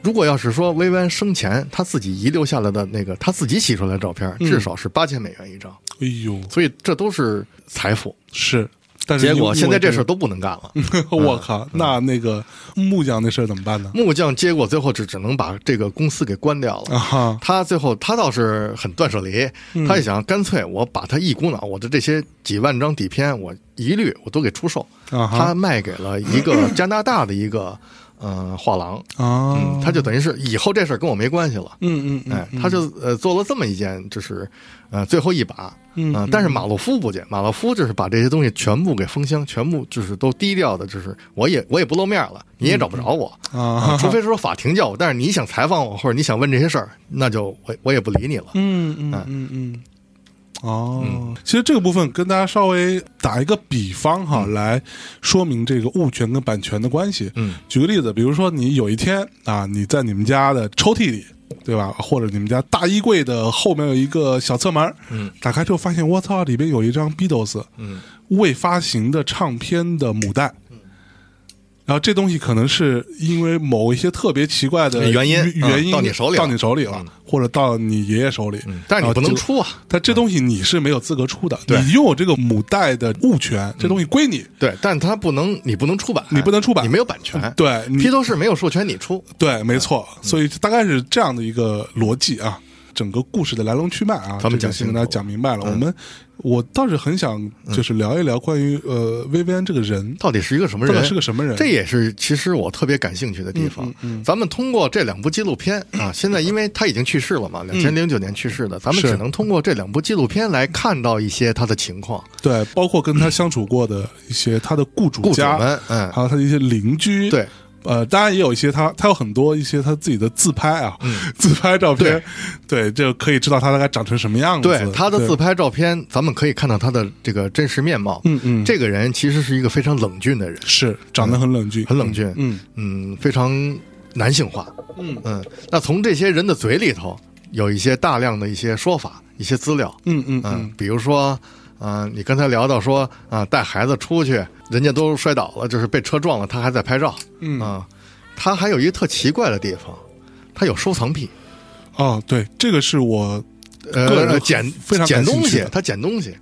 Speaker 1: 如果要是说薇薇安生前他自己遗留下来的那个他自己洗出来的照
Speaker 2: 嗯
Speaker 1: 片儿，至少是八千美元一张，
Speaker 2: 哎呦，
Speaker 1: 所以这都是财富。
Speaker 2: 是，但是
Speaker 1: 结
Speaker 2: 你
Speaker 1: 果现在这事儿，嗯
Speaker 2: 我
Speaker 1: 都不能干了，
Speaker 2: 这我靠，那那个木匠那事儿怎么办呢？
Speaker 1: 木匠结果最后只只能把这个公司给关掉了。
Speaker 2: 啊嗯哈，
Speaker 1: 他最后他倒是很断舍离，他一想干脆我把他一股脑我的这些几万张底片我一律我都给出售，
Speaker 2: 啊哈
Speaker 1: 他卖给了一个加拿大的一 个呃画廊，
Speaker 2: 啊
Speaker 1: 嗯，，他就等于是以后这事儿跟我没关系了。
Speaker 2: 嗯嗯嗯，
Speaker 1: 哎，他就呃做了这么一件，就是呃最后一把，
Speaker 2: 嗯
Speaker 1: 呃但是马洛夫不见，马洛夫就是把这些东西全部给封箱，全部就是都低调的，就是我也我也不露面了，你
Speaker 2: 嗯
Speaker 1: 也找不着我，
Speaker 2: 啊，
Speaker 1: 除非说法庭叫我，但是你想采访我或者你想问这些事儿，那就我我也不理你了。
Speaker 2: 嗯
Speaker 1: 啊
Speaker 2: 嗯嗯嗯。哦，
Speaker 1: 嗯
Speaker 2: 其实这个部分跟大家稍微打一个比方哈，来说明这个物权跟版权的关系。
Speaker 1: 嗯，
Speaker 2: 举个例子，比如说你有一天啊，你在你们家的抽屉里，对吧？或者你们家大衣柜的后面有一个小侧门，
Speaker 1: 嗯，
Speaker 2: 打开之后发现，我操，里边有一张 Beatles
Speaker 1: 嗯
Speaker 2: 未发行的唱片的母带。然后这东西可能是因为某一些特别奇怪的
Speaker 1: 原因嗯
Speaker 2: 原因
Speaker 1: 到你手里了
Speaker 2: 到你手里了
Speaker 1: 嗯，
Speaker 2: 或者到你爷爷手里，
Speaker 1: 嗯，但是你不
Speaker 2: 然
Speaker 1: 能
Speaker 2: 后就。
Speaker 1: 出啊。
Speaker 2: 但这东西你是没有资格出的，
Speaker 1: 对嗯
Speaker 2: 你拥有这个母带的物权，这东西归你。
Speaker 1: 对，但他不能，你不能出版，
Speaker 2: 你不能出版
Speaker 1: 你没有版权。
Speaker 2: 对你
Speaker 1: 披头士没有授权你出。
Speaker 2: 对，没错。
Speaker 1: 嗯
Speaker 2: 所以大概是这样的一个逻辑啊，整个故事的来龙去脉啊，
Speaker 1: 咱们
Speaker 2: 这
Speaker 1: 讲
Speaker 2: 个先
Speaker 1: 清楚嗯
Speaker 2: 跟大家讲明白了。我们我倒是很想就是聊一聊关于呃薇薇安这个人，
Speaker 1: 到底是一个什么
Speaker 2: 到
Speaker 1: 人？
Speaker 2: 底是个什么人嗯
Speaker 1: 这也是其实我特别感兴趣的地方。咱们通过这两部纪录片 啊，现在因为他已经去世了嘛，两千零九年去世的，咱们
Speaker 2: 嗯是
Speaker 1: 只能通过这两部纪录片来看到一些他的情况。
Speaker 2: 对，包括跟他相处过的一些他的雇主
Speaker 1: 雇主
Speaker 2: 家，
Speaker 1: 们，嗯，
Speaker 2: 还有他的一些邻居，
Speaker 1: 对，
Speaker 2: 呃，当然也有一些他，他有很多一些他自己的自拍啊，
Speaker 1: 嗯
Speaker 2: 自拍照片，对，这可以知道他大概长成什么样子。
Speaker 1: 对他的
Speaker 2: 嗯对
Speaker 1: 自拍照片，咱们可以看到他的这个真实面貌。
Speaker 2: 嗯嗯
Speaker 1: 这个人其实是一个非常冷峻的人，
Speaker 2: 是长得很冷峻，
Speaker 1: 很冷峻，
Speaker 2: 嗯
Speaker 1: 嗯，非常男性化。
Speaker 2: 嗯
Speaker 1: 嗯，那从这些人的嘴里头，有一些大量的一些说法、一些资料。
Speaker 2: 嗯嗯
Speaker 1: 嗯
Speaker 2: 嗯，，
Speaker 1: 比如说，嗯、你刚才聊到说啊、带孩子出去，人家都摔倒了，就是被车撞了，他还在拍照。
Speaker 2: 嗯
Speaker 1: 啊、他还有一个特奇怪的地方，他有收藏癖。
Speaker 2: 哦，对，这个是我个人
Speaker 1: 呃，捡
Speaker 2: 非常
Speaker 1: 捡
Speaker 2: 感兴
Speaker 1: 东
Speaker 2: 趣
Speaker 1: 西
Speaker 2: 的，
Speaker 1: 他捡东西，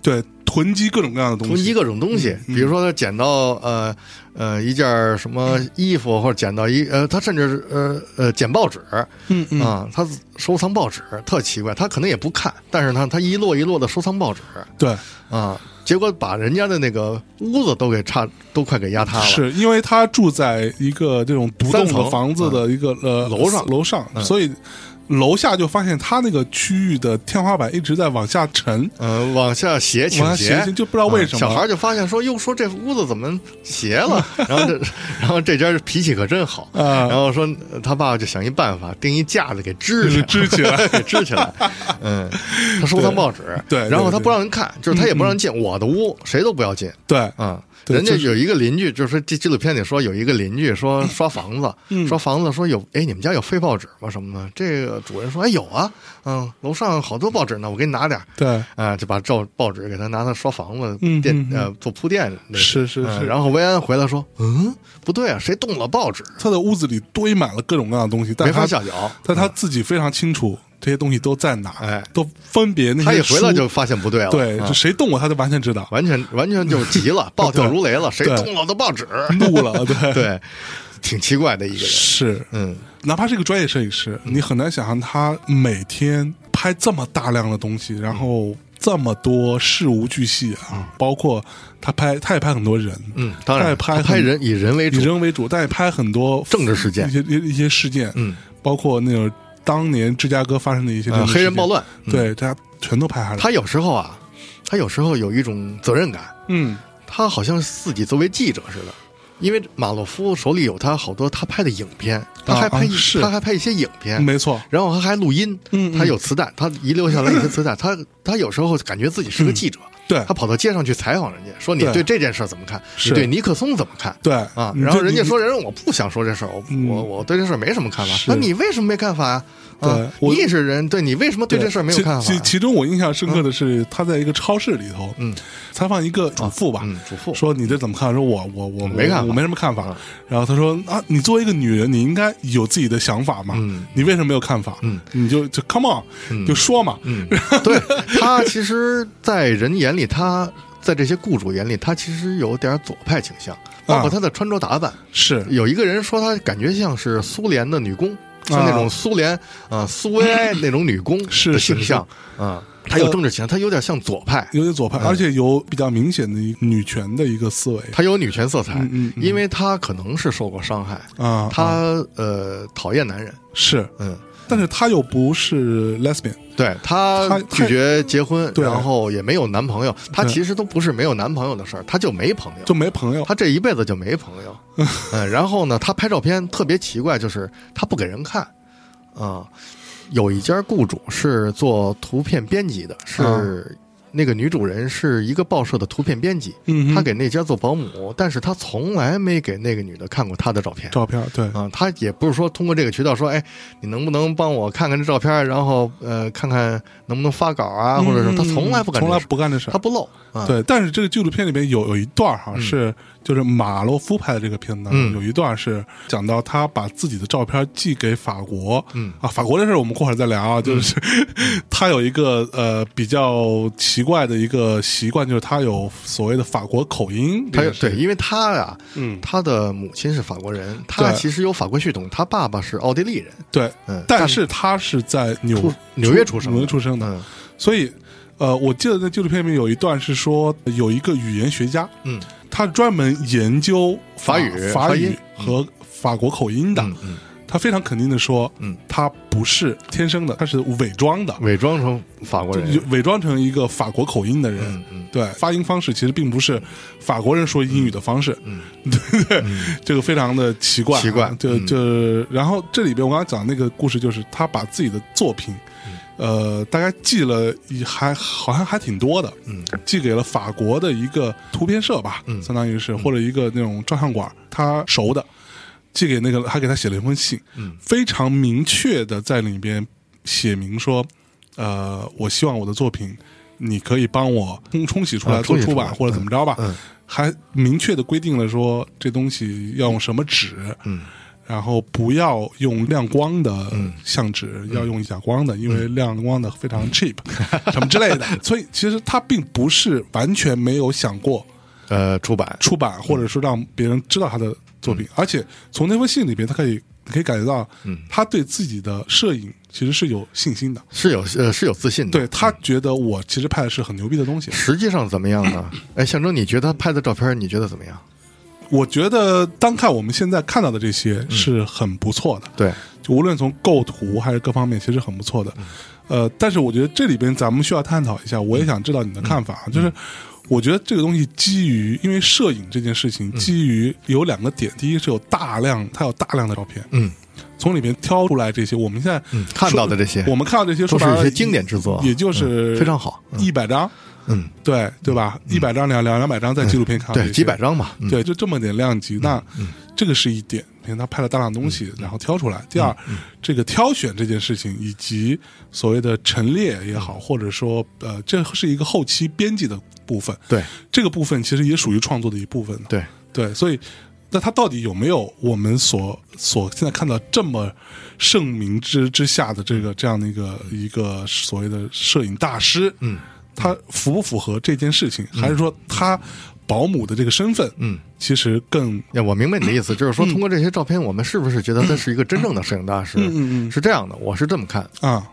Speaker 2: 对囤积各种各样的东西，嗯
Speaker 1: 囤积各种东西，比如说他捡到呃呃一件儿什么衣服，或者捡到一呃，他甚至是呃呃捡报纸，
Speaker 2: 嗯嗯
Speaker 1: 啊，他收藏报纸特奇怪，他可能也不看，但是呢，他一摞一摞的收藏报纸
Speaker 2: 对，
Speaker 1: 啊，结果把人家的那个屋子都给差，都快给压塌了。，
Speaker 2: 是因为他住在一个这种独
Speaker 1: 三
Speaker 2: 栋的
Speaker 1: 层嗯
Speaker 2: 房子的一个呃
Speaker 1: 楼上嗯
Speaker 2: 楼上，所以楼下就发现他那个区域的天花板一直在往下沉，
Speaker 1: 嗯、往下斜倾
Speaker 2: 往下
Speaker 1: 斜
Speaker 2: 斜，就不知道为
Speaker 1: 啊
Speaker 2: 什么
Speaker 1: 小孩就发现说，哟，说这屋子怎么斜 了？然后这，然后这家脾气可真好。
Speaker 2: 啊
Speaker 1: 然后说他爸就想一办法，钉一架子给支
Speaker 2: 就是
Speaker 1: 起来。
Speaker 2: 支起来，
Speaker 1: 给支起 来，嗯，他收藏报纸，
Speaker 2: 对对
Speaker 1: 然后他
Speaker 2: 对嗯
Speaker 1: 不让人看，就是他也不让人进我的屋，谁都不要进，
Speaker 2: 对，
Speaker 1: 啊，
Speaker 2: 对
Speaker 1: 人家
Speaker 2: 就是嗯
Speaker 1: 有一个邻居，就是这纪录片里说有一个邻居说刷房子，刷房子说有，哎，你们家有废报纸吗？什么的？这个主人说，哎，有啊，嗯，楼上好多报纸呢，我给你拿点儿。
Speaker 2: 对，
Speaker 1: 啊、就把照报纸给他拿它刷房子
Speaker 2: 嗯
Speaker 1: 垫、
Speaker 2: 嗯嗯
Speaker 1: 呃做铺垫类似，
Speaker 2: 是是
Speaker 1: 嗯
Speaker 2: 是
Speaker 1: 然后维安回来说，嗯，不对啊，谁动了报纸？
Speaker 2: 他的屋子里堆满了各种各样的东西，但
Speaker 1: 没法
Speaker 2: 他
Speaker 1: 下脚。
Speaker 2: 但他自己非常清楚这些东西都在哪，
Speaker 1: 哎
Speaker 2: 都分别那些
Speaker 1: 他一回来
Speaker 2: 书
Speaker 1: 就发现不对了，
Speaker 2: 对，
Speaker 1: 啊
Speaker 2: 就谁动过他就完全知道，
Speaker 1: 完全完全就急 了，暴跳如雷了，谁
Speaker 2: 对
Speaker 1: 动了我的报纸？
Speaker 2: 怒了，对，
Speaker 1: 对，挺奇怪的一个人，
Speaker 2: 是，
Speaker 1: 嗯。
Speaker 2: 哪怕是一个专业摄影师，你很难想象他每天拍这么大量的东西，然后这么多事无巨细啊，包括他拍，他也拍很多人，
Speaker 1: 嗯，当然，
Speaker 2: 他也拍
Speaker 1: 他
Speaker 2: 很
Speaker 1: 拍人以人为
Speaker 2: 以
Speaker 1: 主，
Speaker 2: 人为主，但也拍很多
Speaker 1: 政治事件
Speaker 2: 一些一一些事件，
Speaker 1: 嗯，
Speaker 2: 包括那种当年芝加哥发生的一些
Speaker 1: 呃
Speaker 2: 政治
Speaker 1: 黑人
Speaker 2: 事件
Speaker 1: 暴，乱。嗯
Speaker 2: 对，他全都拍下来，
Speaker 1: 他有时候啊，他有时候有一种责任感，
Speaker 2: 嗯，
Speaker 1: 他好像自己作为记者似的，因为马洛夫手里有他好多他拍的影片，他还拍、
Speaker 2: 啊是
Speaker 1: 他还拍一些影片，
Speaker 2: 没错，
Speaker 1: 然后他还录音，
Speaker 2: 嗯嗯
Speaker 1: 他有磁带，他遗留下来一些磁带，他他有时候感觉自己是个记者，
Speaker 2: 对
Speaker 1: 他跑到街上去采访人家，说你
Speaker 2: 嗯对
Speaker 1: 对这件事儿怎么看？
Speaker 2: 是
Speaker 1: 你对尼克松怎么看？
Speaker 2: 对
Speaker 1: 啊，
Speaker 2: 你
Speaker 1: 然后
Speaker 2: 这
Speaker 1: 人家
Speaker 2: 你
Speaker 1: 说人家我不想说这事儿，我
Speaker 2: 嗯
Speaker 1: 我我对这事儿没什么看法，
Speaker 2: 是
Speaker 1: 那你为什么没看法呀？
Speaker 2: 对
Speaker 1: 啊，
Speaker 2: 我
Speaker 1: 你也是人，对你为什么对这事儿没有
Speaker 2: 其
Speaker 1: 看法啊
Speaker 2: 其
Speaker 1: 呀？
Speaker 2: 其中我印象深刻的是，他在一个超市里头，
Speaker 1: 嗯，
Speaker 2: 采访一个主妇吧，
Speaker 1: 嗯 主妇
Speaker 2: 说你这怎么看？说我我我
Speaker 1: 没看法
Speaker 2: 我没什么看法
Speaker 1: 嗯。
Speaker 2: 然后他说啊，你作为一个女人，你应该有自己的想法嘛
Speaker 1: 嗯，
Speaker 2: 你为什么没有看法？
Speaker 1: 嗯
Speaker 2: 你就就 come on，就说嘛，
Speaker 1: 嗯，对他其实，在人眼里，他在这些雇主眼里，他其实有点左派倾向，包
Speaker 2: 啊
Speaker 1: 括他的穿着打扮。
Speaker 2: 是
Speaker 1: 有一个人说他感觉像是苏联的女工，像那种苏联啊、呃苏维埃那种女工
Speaker 2: 是嗯
Speaker 1: 的形象啊。他有政治倾向，他有点像左派，
Speaker 2: 有点左
Speaker 1: 嗯
Speaker 2: 派，而且有比较明显的一女权的一个思维
Speaker 1: 他有女权色彩
Speaker 2: 嗯嗯，嗯
Speaker 1: 因为他可能是受过伤害，
Speaker 2: 啊。啊
Speaker 1: 他呃讨厌男人，
Speaker 2: 是，
Speaker 1: 嗯。
Speaker 2: 但是他又不是 lesbian，
Speaker 1: 对她
Speaker 2: 她
Speaker 1: 拒绝结婚，
Speaker 2: 对
Speaker 1: 然后也没有男朋友，她
Speaker 2: 对
Speaker 1: 其实都不是没有男朋友的事儿，她就没朋友，
Speaker 2: 就没朋友。
Speaker 1: 她这一辈子就没朋 友。嗯，然后呢，她拍照片特别奇怪，就是她不给人看啊。有一家雇主是做图片编辑的，
Speaker 2: 啊
Speaker 1: 是那个女主人是一个报社的图片编辑，
Speaker 2: 嗯哼
Speaker 1: 她给那家做保姆，但是她从来没给那个女的看过她的照片。
Speaker 2: 照片对，
Speaker 1: 啊，他也不是说通过这个渠道说，哎，你能不能帮我看看这照片儿，然后呃，看看能不能发稿啊，或者
Speaker 2: 嗯
Speaker 1: 是他
Speaker 2: 嗯
Speaker 1: 从来不敢这
Speaker 2: 从
Speaker 1: 事儿，
Speaker 2: 来不干这事儿
Speaker 1: 他。不露，啊、，
Speaker 2: 对，但是这个纪录片里面有有一段儿哈、是就是马洛夫拍的这个片子当
Speaker 1: 嗯
Speaker 2: 中，有一段是讲到他把自己的照片寄给法国，
Speaker 1: 嗯
Speaker 2: 啊，法国这事儿我们过会儿再聊啊，就是、 他有一个呃比较奇怪的一个习惯，就是他有所谓的法国口音，
Speaker 1: 他有
Speaker 2: 这个
Speaker 1: 对，
Speaker 2: 是
Speaker 1: 因为他呀、
Speaker 2: 嗯
Speaker 1: 他的母亲是法国人，他
Speaker 2: 对
Speaker 1: 其实有法国血统，他爸爸是奥地利人，
Speaker 2: 对，
Speaker 1: 嗯，
Speaker 2: 但是他是在纽
Speaker 1: 出纽约出生的
Speaker 2: 纽约出生的，
Speaker 1: 嗯
Speaker 2: 所以呃，我记得在纪录片里面有一段是说有一个语言学家，
Speaker 1: 嗯
Speaker 2: 他专门研究
Speaker 1: 法语
Speaker 2: 法
Speaker 1: 发
Speaker 2: 语
Speaker 1: 音
Speaker 2: 和法国口音的。
Speaker 1: 嗯嗯
Speaker 2: 他非常肯定的说，
Speaker 1: 嗯，
Speaker 2: 他不是天生的，他是伪装的，
Speaker 1: 伪装成法国
Speaker 2: 就
Speaker 1: 人，
Speaker 2: 伪装成一个法国口音的人。
Speaker 1: 嗯嗯
Speaker 2: 对，发音方式其实并不是法国人说英语的方式，
Speaker 1: 嗯，
Speaker 2: 对 对，这个非常的奇怪啊，
Speaker 1: 奇怪
Speaker 2: 就
Speaker 1: 嗯
Speaker 2: 就然后这里边我刚刚讲那个故事，就是他把自己的作品，
Speaker 1: 嗯
Speaker 2: 呃，大概寄了一还好像还挺多的，
Speaker 1: 嗯，
Speaker 2: 寄给了法国的一个图片社吧，
Speaker 1: 嗯
Speaker 2: 相当于是或者一个那种照相馆，他熟的，寄给那个还给他写了一封信，
Speaker 1: 嗯
Speaker 2: 非常明确的在里边写明说，呃，我希望我的作品你可以帮我冲冲洗出来
Speaker 1: 啊
Speaker 2: 做
Speaker 1: 冲洗
Speaker 2: 出
Speaker 1: 出来
Speaker 2: 版或者怎么着吧，
Speaker 1: 嗯嗯
Speaker 2: 还明确的规定了说这东西要用什么纸，
Speaker 1: 嗯
Speaker 2: 然后不要用亮光的
Speaker 1: 嗯
Speaker 2: 相纸，要用哑光的，因为亮光的非常 cheap，、什么之类的。 所以其实他并不是完全没有想过
Speaker 1: 呃，出版，
Speaker 2: 出版，或者说让别人知道他的作品。而且从那封信里边，他可以你可以感觉到
Speaker 1: 嗯，
Speaker 2: 他对自己的摄影其实是有信心的。
Speaker 1: 是有呃是有自信的，
Speaker 2: 对他觉得我其实拍的是很牛逼的东西。
Speaker 1: 实际上怎么样呢？哎，象征，你觉得他拍的照片，你觉得怎么样？
Speaker 2: 我觉得单看我们现在看到的这些是很不错的。
Speaker 1: 对，
Speaker 2: 就无论从构图还是各方面，其实很不错的。呃，但是我觉得这里边咱们需要探讨一下，我也想知道你的看法，啊就是我觉得这个东西基于，因为摄影这件事情，基于有两个点，第一是有大量，它有大量的照片，
Speaker 1: 嗯。
Speaker 2: 从里面挑出来这些，我们现在
Speaker 1: 嗯看到的这
Speaker 2: 说
Speaker 1: 些
Speaker 2: 我们看到这些
Speaker 1: 都
Speaker 2: 说
Speaker 1: 是
Speaker 2: 白了
Speaker 1: 一些经典之作
Speaker 2: 也就是
Speaker 1: 嗯非常好嗯
Speaker 2: 一百张，
Speaker 1: 嗯，
Speaker 2: 对对吧？一百张两两两百张在纪录片看到这
Speaker 1: 对，
Speaker 2: 些
Speaker 1: 几百张吧。嗯，
Speaker 2: 啊对，就这么点量级，那这个是一点，因为他拍了大量东
Speaker 1: 嗯
Speaker 2: 西，然后挑出来。第二，这个挑选这件事情，以及所谓的陈列也
Speaker 1: 嗯
Speaker 2: 好，或者说呃，这是一个后期编辑的部分，
Speaker 1: 对
Speaker 2: 这个部分其实也属于创作的一部分。
Speaker 1: 对，
Speaker 2: 对，所以那他到底有没有我们所所现在看到这么盛名之之下的这个这样的一个一个所谓的摄影大师？
Speaker 1: 嗯，
Speaker 2: 他符不符合这件事情，还是说他保姆的这个身份？
Speaker 1: 嗯，
Speaker 2: 其实更
Speaker 1: 呀，我明白你的意思，就是说
Speaker 2: 嗯
Speaker 1: 通过这些照片，我们是不是觉得他是一个真正的摄影大师？
Speaker 2: 嗯嗯嗯
Speaker 1: 是这样的，我是这么看。
Speaker 2: 啊，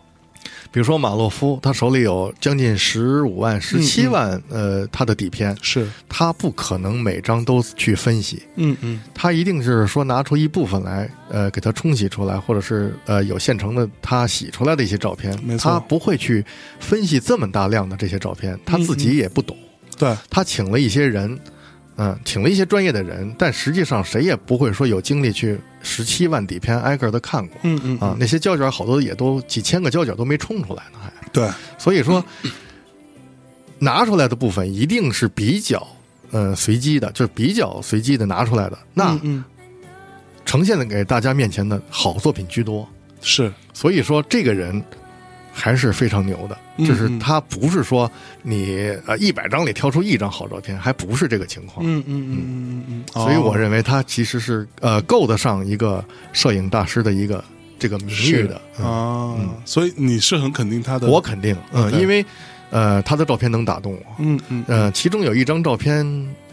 Speaker 1: 比如说马洛夫，他手里有将近十五万、
Speaker 2: 嗯
Speaker 1: 十七万，呃，他的底片，
Speaker 2: 是，
Speaker 1: 他不可能每张都去分析，
Speaker 2: 嗯嗯
Speaker 1: 他一定是说拿出一部分来，呃，给它冲洗出来，或者是呃有现成的他洗出来的一些照片
Speaker 2: 没，错
Speaker 1: 他不会去
Speaker 2: 嗯
Speaker 1: 分析这么大量的这些照片，他自己也不懂。
Speaker 2: 对，
Speaker 1: 他请了一些人，嗯，请了一些专业的人，但实际上谁也不会说有精力去十七万底片挨个的看过。
Speaker 2: 嗯嗯
Speaker 1: 啊，那些胶卷好多也都几千个胶卷都没冲出来呢，还。
Speaker 2: 嗯对，
Speaker 1: 所以说，拿出来的部分一定是比较呃随机的，就是比较随机的拿出来的。那
Speaker 2: 嗯嗯
Speaker 1: 呈现的给大家面前的好作品居多。
Speaker 2: 是，
Speaker 1: 所以说，这个人还是非常牛的，
Speaker 2: 嗯
Speaker 1: 就是
Speaker 2: 嗯
Speaker 1: 他不是说你呃一百张里挑出一张好照片，还不是这个情况。
Speaker 2: 嗯嗯嗯嗯嗯嗯，
Speaker 1: 所以我
Speaker 2: 认
Speaker 1: 认为他其实是呃够得上一个摄影大师的一个这个名誉的。嗯
Speaker 2: 啊，所以你是很肯定他的，
Speaker 1: 我肯定，嗯，
Speaker 2: OK
Speaker 1: 因为呃他的照片能打动我，
Speaker 2: 嗯嗯
Speaker 1: 呃，其中有一张照片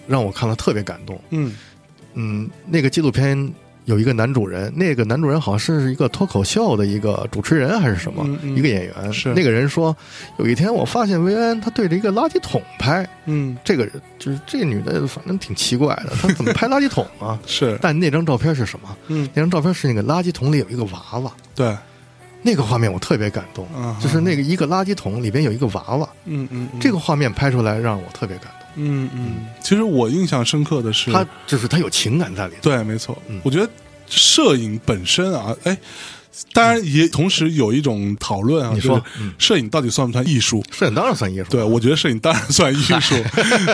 Speaker 1: 让我看了特别感动。
Speaker 2: 嗯
Speaker 1: 嗯，那个纪录片有一个男主人，那个男主人好像是一个脱口秀的一个主持人还是什么，
Speaker 2: 嗯嗯
Speaker 1: 一个演员。
Speaker 2: 是
Speaker 1: 那个人说，有一天我发现维安他对着一个垃圾桶拍，
Speaker 2: 嗯？
Speaker 1: 这个人就是这女的，反正挺奇怪的，她怎么拍垃圾桶啊
Speaker 2: 是，
Speaker 1: 但那张照片是什么？
Speaker 2: 嗯
Speaker 1: 那张照片是那个垃圾桶里有一个娃娃，
Speaker 2: 对，
Speaker 1: 那个画面我特别感动，
Speaker 2: 啊哈
Speaker 1: 就是那个一个垃圾桶里边有一个娃娃，
Speaker 2: 嗯嗯嗯
Speaker 1: 这个画面拍出来让我特别感动。
Speaker 2: 嗯嗯，其实我印象深刻的是
Speaker 1: 他就是他有情感在里头。
Speaker 2: 对，没错，我觉得摄影本身啊，哎，当然也同时有一种讨论啊，
Speaker 1: 你说
Speaker 2: 就是摄影到底算不算艺术？
Speaker 1: 摄影当然算艺术，
Speaker 2: 对，我觉得摄影当然算艺 术。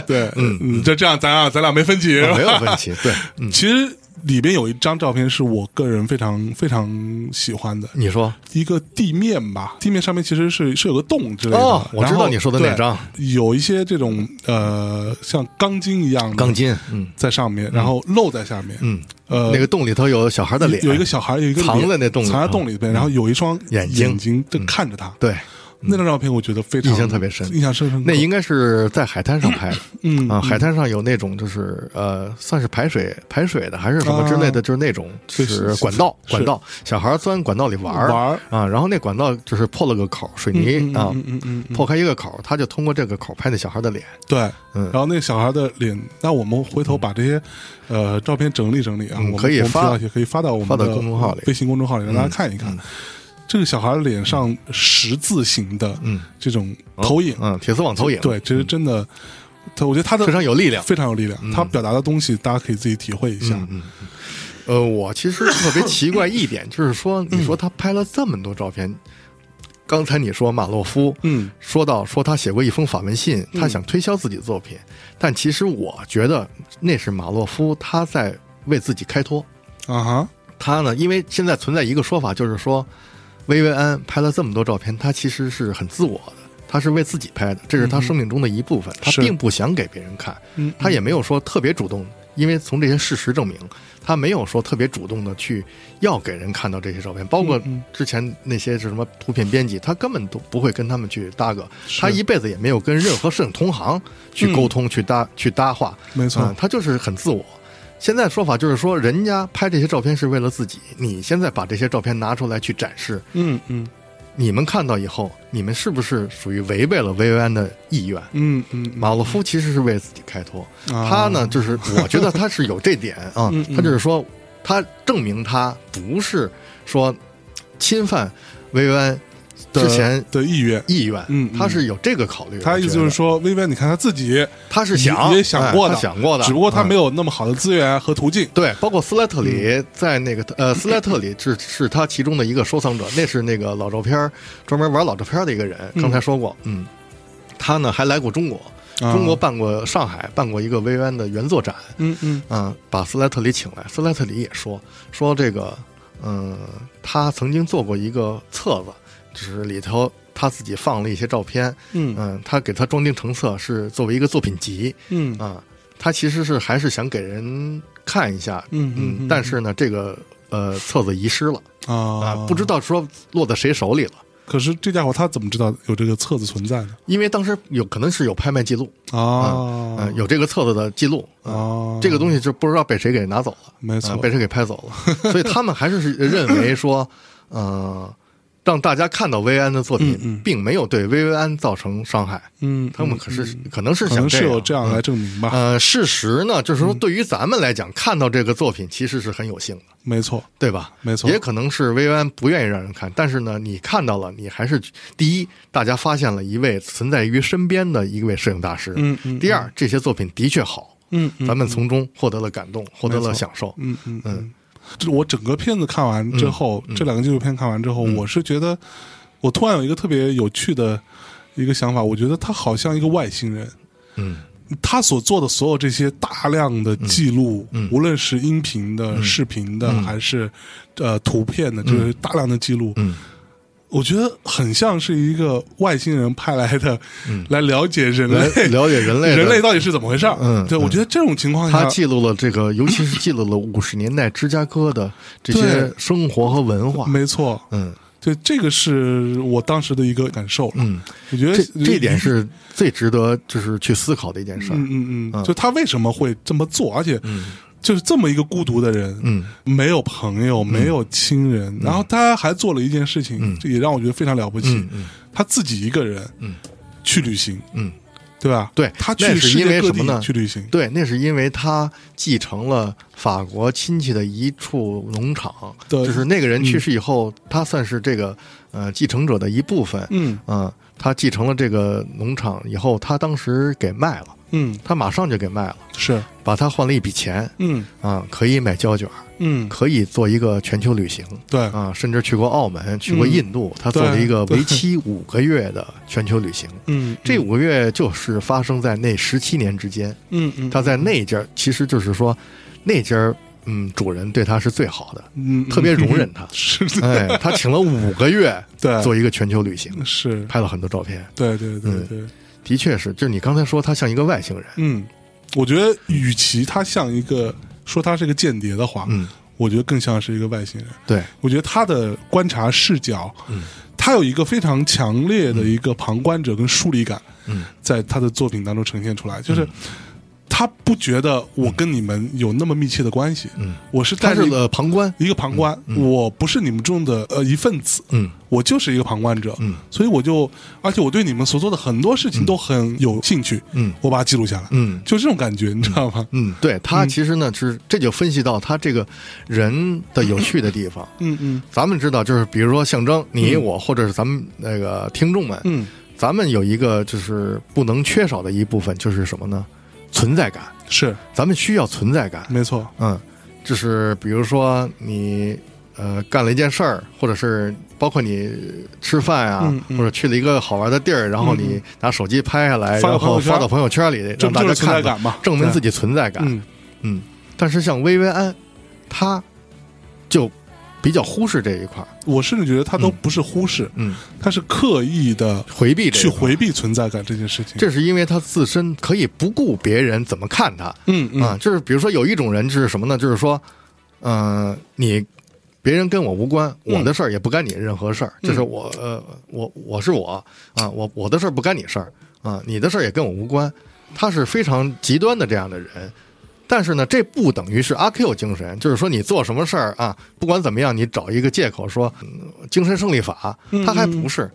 Speaker 2: 对，
Speaker 1: 嗯
Speaker 2: 嗯，就这样，咱俩咱俩没分歧，
Speaker 1: 没有问题。 对，嗯，
Speaker 2: 其实里边有一张照片是我个人非常非常喜欢的，
Speaker 1: 你说，
Speaker 2: 一个地面吧，地面上面其实是是有个洞之类的。
Speaker 1: 哦我知道
Speaker 2: 然后
Speaker 1: 你说的那
Speaker 2: 对
Speaker 1: 张
Speaker 2: 有一些这种呃像钢筋一样的
Speaker 1: 钢筋，嗯
Speaker 2: 在上面，然后露在下面。
Speaker 1: 嗯，
Speaker 2: 呃，
Speaker 1: 那个洞里头有小孩的脸，
Speaker 2: 有一个小孩，有一个
Speaker 1: 藏
Speaker 2: 脸
Speaker 1: 在那洞里嗯
Speaker 2: 藏在洞里边，然后有一双
Speaker 1: 眼睛
Speaker 2: 睛睛正看着他。
Speaker 1: 对，
Speaker 2: 那张照片我觉得非常
Speaker 1: 印象特别深
Speaker 2: 印象深深刻。
Speaker 1: 那应该是在海滩上拍的，
Speaker 2: 嗯
Speaker 1: 啊，海滩上有那种就是呃，算是排水排水的还是什么之类的，就是那种就
Speaker 2: 啊对是
Speaker 1: 是
Speaker 2: 是
Speaker 1: 管道
Speaker 2: 是
Speaker 1: 管道，小孩钻管道里玩儿
Speaker 2: 玩儿
Speaker 1: 啊，然后那管道就是破了个口，水泥啊
Speaker 2: 嗯，嗯嗯嗯，
Speaker 1: 破开一个口，他就通过这个口拍那小孩的脸，
Speaker 2: 对，
Speaker 1: 嗯
Speaker 2: 然后那个小孩的脸，那我们回头把这些呃照片整理整理啊，我
Speaker 1: 嗯
Speaker 2: 们
Speaker 1: 可以
Speaker 2: 我们
Speaker 1: 发
Speaker 2: 提到一些可以发到我们
Speaker 1: 发到
Speaker 2: 的
Speaker 1: 公众号里嗯
Speaker 2: 微信公众号里让大家看一看。这个小孩脸上十字形的
Speaker 1: 嗯
Speaker 2: 这种投影，
Speaker 1: 嗯，铁丝网投影，
Speaker 2: 对，其实真的，他我觉得他的
Speaker 1: 非常有力量。
Speaker 2: 非常有力量，他表达的东西大家可以自己体会一下。
Speaker 1: 嗯呃，我其实特别奇怪一 点，就是说，
Speaker 2: 嗯
Speaker 1: 你说他拍了这么多照片，刚才你说马洛夫，
Speaker 2: 嗯，
Speaker 1: 说到说他写过一封法文信，他想推销自己的作品，但其实我觉得那是马洛夫他在为自己开脱。
Speaker 2: 啊哈，
Speaker 1: 他呢，因为现在存在一个说法，就是说，薇薇安拍了这么多照片，他其实是很自我的，他是为自己拍的，这是他生命中的一部分，他
Speaker 2: 嗯是
Speaker 1: 并不想给别人看
Speaker 2: 嗯嗯，
Speaker 1: 他也没有说特别主动，因为从这些事实证明，他没有说特别主动的去要给人看到这些照片，包
Speaker 2: 嗯
Speaker 1: 括之前那些是什么图片编辑，他根本都不会跟他们去搭个，他一辈子也没有跟任何摄影同行去沟
Speaker 2: 嗯
Speaker 1: 通、去搭去搭话，
Speaker 2: 没错
Speaker 1: 嗯他就是很自我。现在说法就是说，人家拍这些照片是为了自己，你现在把这些照片拿出来去展示，
Speaker 2: 嗯嗯
Speaker 1: 你们看到以后，你们是不是属于违背了薇薇安的意愿？
Speaker 2: 嗯嗯，
Speaker 1: 马洛夫其实是为自己开脱，
Speaker 2: 啊嗯
Speaker 1: 他呢，就是我觉得他是有这点 啊，他就是说，他证明他不是说侵犯薇薇安之前
Speaker 2: 的意愿。
Speaker 1: 意愿，
Speaker 2: 嗯嗯
Speaker 1: 他是有这个考虑。
Speaker 2: 他意思就是，说，薇薇，你看他自己
Speaker 1: 他是
Speaker 2: 也
Speaker 1: 想
Speaker 2: 也想过
Speaker 1: 哎
Speaker 2: 的，
Speaker 1: 他想过的
Speaker 2: 只不过他
Speaker 1: 嗯
Speaker 2: 没有那么好的资源和途径。
Speaker 1: 对，包括斯莱特里在那个、呃，斯莱特里是是他其中的一个收藏者，那是那个老照片儿专门玩老照片儿的一个人，刚才说过，嗯，他呢还来过中国，
Speaker 2: 啊
Speaker 1: 中国办过上海办过一个薇薇安的原作展，
Speaker 2: 嗯嗯
Speaker 1: 嗯，把斯莱特里请来，斯莱特里也说说这个，嗯，他曾经做过一个册子，就是里头他自己放了一些照片，
Speaker 2: 嗯
Speaker 1: 嗯，他给他装订成册是作为一个作品集，
Speaker 2: 嗯
Speaker 1: 啊，他其实是还是想给人看一下，
Speaker 2: 嗯嗯嗯
Speaker 1: 但是呢，这个呃册子遗失了啊
Speaker 2: 啊，
Speaker 1: 不知。道说落在谁手里了，
Speaker 2: 可是这家伙他怎么知道有这个册子存在呢？
Speaker 1: 因为当时有可能是有拍卖记录，
Speaker 2: 啊
Speaker 1: 嗯，有这个册子的记录啊。
Speaker 2: 啊，
Speaker 1: 这个东西就不知道被谁给拿走了，
Speaker 2: 没错
Speaker 1: 啊被谁给拍走 了，所以他们还是是认为说，呃，让大家看到薇薇安的作品，并没有对薇薇安造成伤害，
Speaker 2: 嗯，
Speaker 1: 他们可是可能是
Speaker 2: 可
Speaker 1: 想
Speaker 2: 能是有
Speaker 1: 这
Speaker 2: 这
Speaker 1: 样。啊
Speaker 2: 样来嗯证明吧？
Speaker 1: 呃，事实呢，就是说，对于咱们来讲，看到这个作品其实是很有幸的，
Speaker 2: 没错，
Speaker 1: 对吧？
Speaker 2: 没错
Speaker 1: 也可能是薇薇安不愿意让人看，但是呢，你看到了，你还是第一，大家发现了一位存在于身边的一位摄影大师；
Speaker 2: 嗯嗯
Speaker 1: 第二，这些作品的确好，
Speaker 2: 嗯嗯
Speaker 1: 咱们从中获得了感动，获得了享受。
Speaker 2: 嗯嗯
Speaker 1: 嗯
Speaker 2: 嗯，这我整个片子看完之后，这两个纪录片看完之后，
Speaker 1: 嗯
Speaker 2: 我是觉得我突然有一个特别有趣的一个想法，我觉得他好像一个外星人。
Speaker 1: 嗯
Speaker 2: 他所做的所有这些大量的记录，
Speaker 1: 嗯嗯嗯
Speaker 2: 无论是音频的、视频的，还是呃图片的，就是大量的记录，
Speaker 1: 嗯
Speaker 2: 我觉得很像是一个外星人派来的，来了解人类
Speaker 1: 来了解嗯人类的
Speaker 2: 人类到底是怎么回事儿。
Speaker 1: 嗯
Speaker 2: 对，
Speaker 1: 嗯
Speaker 2: 我觉得这种情况下，
Speaker 1: 他记录了这个，尤其是记录了五十年代芝加哥的这些
Speaker 2: 对
Speaker 1: 生活和文化。
Speaker 2: 没错，
Speaker 1: 嗯
Speaker 2: 对，这个是我当时的一个感受了。
Speaker 1: 嗯，
Speaker 2: 我觉得
Speaker 1: 这这点，是最值得就是去思考的一件事儿。
Speaker 2: 嗯嗯嗯，就他为什么会这么做，而且就是这么一个孤独的人，
Speaker 1: 嗯，
Speaker 2: 没有朋友，没有亲人，然后他还做了一件事情，这也让我觉得非常了不起
Speaker 1: 嗯嗯，
Speaker 2: 他自己一个人，嗯，去旅行，
Speaker 1: 嗯，
Speaker 2: 对吧？
Speaker 1: 对
Speaker 2: 他
Speaker 1: 那
Speaker 2: 去
Speaker 1: 是
Speaker 2: 世
Speaker 1: 因为
Speaker 2: 界各
Speaker 1: 什么呢
Speaker 2: 地去旅行，
Speaker 1: 对，那是因为他继承了法国亲戚的一处农场，
Speaker 2: 对嗯
Speaker 1: 就是那个人去世以后，他算是这个呃继承者的一部分，
Speaker 2: 嗯
Speaker 1: 啊他继承了这个农场以后，他当时给卖了，
Speaker 2: 嗯，
Speaker 1: 他马上就给卖了，
Speaker 2: 是，
Speaker 1: 把它换了一笔钱，
Speaker 2: 嗯
Speaker 1: 啊、可以买胶卷，
Speaker 2: 嗯，
Speaker 1: 可以做一个全球旅行，
Speaker 2: 对，
Speaker 1: 啊、甚至去过澳门，去过印度，他做了一个
Speaker 2: 嗯对
Speaker 1: 为期五个月的全球旅行，
Speaker 2: 嗯，
Speaker 1: 这五个月就是发生在那十七年之间。
Speaker 2: 嗯嗯，
Speaker 1: 他在那家儿，其实就是说，那家儿嗯，主人对他是最好的，
Speaker 2: 嗯。
Speaker 1: 特别容忍他
Speaker 2: 是
Speaker 1: 哎，他请了五个 月
Speaker 2: 对
Speaker 1: 做一个全球旅行，
Speaker 2: 是，
Speaker 1: 拍了很多照片。
Speaker 2: 对对对
Speaker 1: 嗯
Speaker 2: 对。
Speaker 1: 的确是，就是你刚才说他像一个外星人，
Speaker 2: 嗯，我觉得与其他像一个说他是个间谍的话，
Speaker 1: 嗯，
Speaker 2: 我觉得更像是一个外星人。
Speaker 1: 对，
Speaker 2: 我觉得他的观察视角，
Speaker 1: 嗯，
Speaker 2: 他有一个非常强烈的一个旁观者跟疏离感，
Speaker 1: 嗯，
Speaker 2: 在他的作品当中呈现出来，就是。他不觉得我跟你们有那么密切的关系，
Speaker 1: 嗯，
Speaker 2: 我是
Speaker 1: 他
Speaker 2: 带着
Speaker 1: 是
Speaker 2: 一个
Speaker 1: 个嗯旁观，
Speaker 2: 一个旁观，我不是你们中的呃一份子，
Speaker 1: 嗯
Speaker 2: 我就是一个旁观者，
Speaker 1: 嗯
Speaker 2: 所以我就，而且我对你们所做的很多事情都很有兴趣，
Speaker 1: 嗯
Speaker 2: 我把它记录下来，
Speaker 1: 嗯
Speaker 2: 就这种感觉，你知道吗？
Speaker 1: 嗯，对他其实呢，就是这就分析到他这个人的有趣的地方。
Speaker 2: 嗯嗯
Speaker 1: 咱们知道，就是比如说象征你我，或者是咱们那个听众们，
Speaker 2: 嗯，
Speaker 1: 咱们有一个就是不能缺少的一部分，就是什么呢？存在感。
Speaker 2: 是
Speaker 1: 咱们需要存在感。
Speaker 2: 没错，
Speaker 1: 嗯，就是比如说你呃干了一件事儿，或者是包括你吃饭啊，
Speaker 2: 嗯嗯
Speaker 1: 或者去了一个好玩的地儿，然后你拿手机拍下来，
Speaker 2: 发
Speaker 1: 然
Speaker 2: 到朋
Speaker 1: 后
Speaker 2: 友圈
Speaker 1: 发到朋友圈里，
Speaker 2: 这
Speaker 1: 让
Speaker 2: 不
Speaker 1: 大
Speaker 2: 就
Speaker 1: 家
Speaker 2: 是存在
Speaker 1: 看
Speaker 2: 感
Speaker 1: 看，
Speaker 2: 嘛？
Speaker 1: 证明自己存在感。
Speaker 2: 嗯，
Speaker 1: 嗯但是像薇薇安，她就比较忽视这一块儿，
Speaker 2: 我甚至觉得他都不是忽视，
Speaker 1: 嗯，
Speaker 2: 他是刻意的
Speaker 1: 回避这
Speaker 2: 去
Speaker 1: 一块儿。
Speaker 2: 回避存在感这件事情。
Speaker 1: 这是因为她自身可以不顾别人怎么看她，
Speaker 2: 嗯
Speaker 1: 啊，
Speaker 2: 嗯
Speaker 1: 就是比如说有一种人就是什么呢？就是说，嗯，你别人跟我无关，我
Speaker 2: 嗯
Speaker 1: 的事儿也不干你任何事儿，就是我呃我我是我啊，我我的事儿不干你事儿啊，你的事儿也跟我无关，他是非常极端的这样的人。但是呢，这不等于是阿 Q 精神，就是说你做什么事儿啊，不管怎么样，你找一个借口说、嗯精神胜利法，
Speaker 2: 嗯
Speaker 1: 他还不是，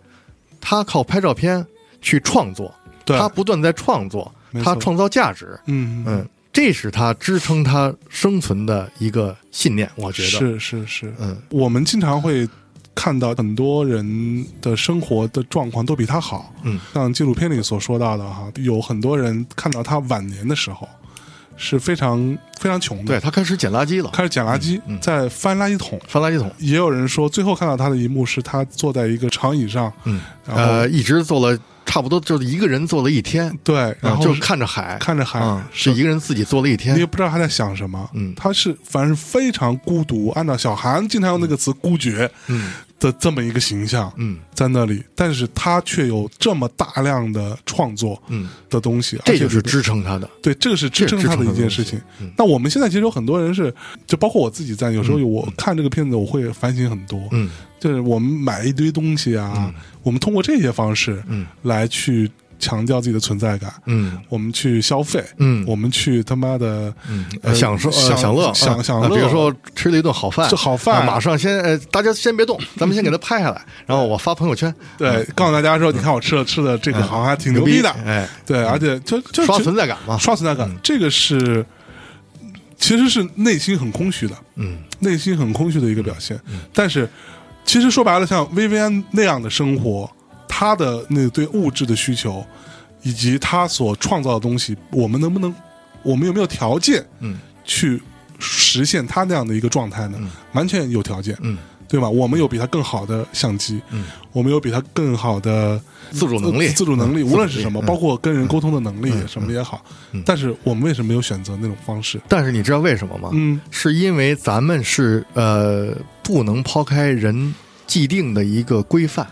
Speaker 1: 他靠拍照片去创作，
Speaker 2: 对
Speaker 1: 他不断地在创作
Speaker 2: 没，
Speaker 1: 他
Speaker 2: 错
Speaker 1: 创造价值，
Speaker 2: 嗯嗯，
Speaker 1: 嗯，这是他支撑他生存的一个信念，我觉得。，
Speaker 2: 是是是，
Speaker 1: 嗯，
Speaker 2: 我们经常会。看到很多人的生活的状况都比他好，
Speaker 1: 嗯，
Speaker 2: 像纪录片里所说到的哈，有很多人看到他晚年的时候是非常非常穷的
Speaker 1: 对，他嗯开始捡垃圾了，
Speaker 2: 开始捡垃圾，在翻垃圾桶，
Speaker 1: 翻垃圾桶。
Speaker 2: 也有人说，最后看到他的一幕是他坐在一个长椅上，
Speaker 1: 嗯，
Speaker 2: 然后、
Speaker 1: 呃，一直做了差不多就是一个人做了一天，
Speaker 2: 对，然
Speaker 1: 啊
Speaker 2: 后
Speaker 1: 就是看着海，
Speaker 2: 看着海
Speaker 1: 啊
Speaker 2: 是
Speaker 1: 是一个人自己做了一
Speaker 2: 你
Speaker 1: 天
Speaker 2: 也。不知道他在想什么。
Speaker 1: 嗯
Speaker 2: 他是反正非常孤独，按照小韩经常用那个词“孤绝”
Speaker 1: 嗯
Speaker 2: 的这么一个形象，
Speaker 1: 嗯
Speaker 2: 在那里，但是他却有这么大量的创作
Speaker 1: 嗯，
Speaker 2: 的东西，而
Speaker 1: 这
Speaker 2: 且
Speaker 1: 就是
Speaker 2: 是
Speaker 1: 支撑他的。
Speaker 2: 对，这个是支撑他的一件事情。
Speaker 1: 嗯
Speaker 2: 那我们现在其实有很多人是，就包括我自己在，有时候我看这个片子，我会反省很多。
Speaker 1: 嗯，
Speaker 2: 就是我们买一堆东西啊，我们通过这些方式，
Speaker 1: 嗯，
Speaker 2: 来去强调自己的存在感，
Speaker 1: 嗯
Speaker 2: 我们去消费，
Speaker 1: 嗯
Speaker 2: 我们去他妈的，嗯
Speaker 1: 呃享受、呃、
Speaker 2: 享
Speaker 1: 享乐、
Speaker 2: 享
Speaker 1: 啊
Speaker 2: 享
Speaker 1: 啊
Speaker 2: 乐，
Speaker 1: 比如说吃了一顿好饭，
Speaker 2: 这好饭
Speaker 1: 啊马上先呃，大家先别 动，咱们先给他拍下来，然后我发朋友圈，
Speaker 2: 对，告诉大家说，你看我吃了吃的这个，好像还挺牛
Speaker 1: 嗯牛逼
Speaker 2: 逼的，
Speaker 1: 哎，
Speaker 2: 对，而且就就
Speaker 1: 刷
Speaker 2: 就
Speaker 1: 存在感嘛。嗯
Speaker 2: 刷存在感，这个是其实是内心很空虚的，
Speaker 1: 嗯，
Speaker 2: 内心很空虚的一个表现。但是其实说白了，像薇薇安那样的生活，她的那对物质的需求，以及她所创造的东西，我们能不能我们有没有条件
Speaker 1: 嗯
Speaker 2: 去实现他那样的一个状态呢？完全有条件，
Speaker 1: 嗯，
Speaker 2: 对吧？我们有比他更好的相机，
Speaker 1: 嗯，
Speaker 2: 我们有比他更好的
Speaker 1: 自主能力，
Speaker 2: 自主能力，
Speaker 1: 嗯
Speaker 2: 无论是什么，
Speaker 1: 自主能力
Speaker 2: 包括跟人沟通的能力什么也好。但是我们为什么没有选择那种方式？
Speaker 1: 但是你知道为什么吗？
Speaker 2: 嗯
Speaker 1: 是因为咱们是呃不能抛开人既定的一个规范，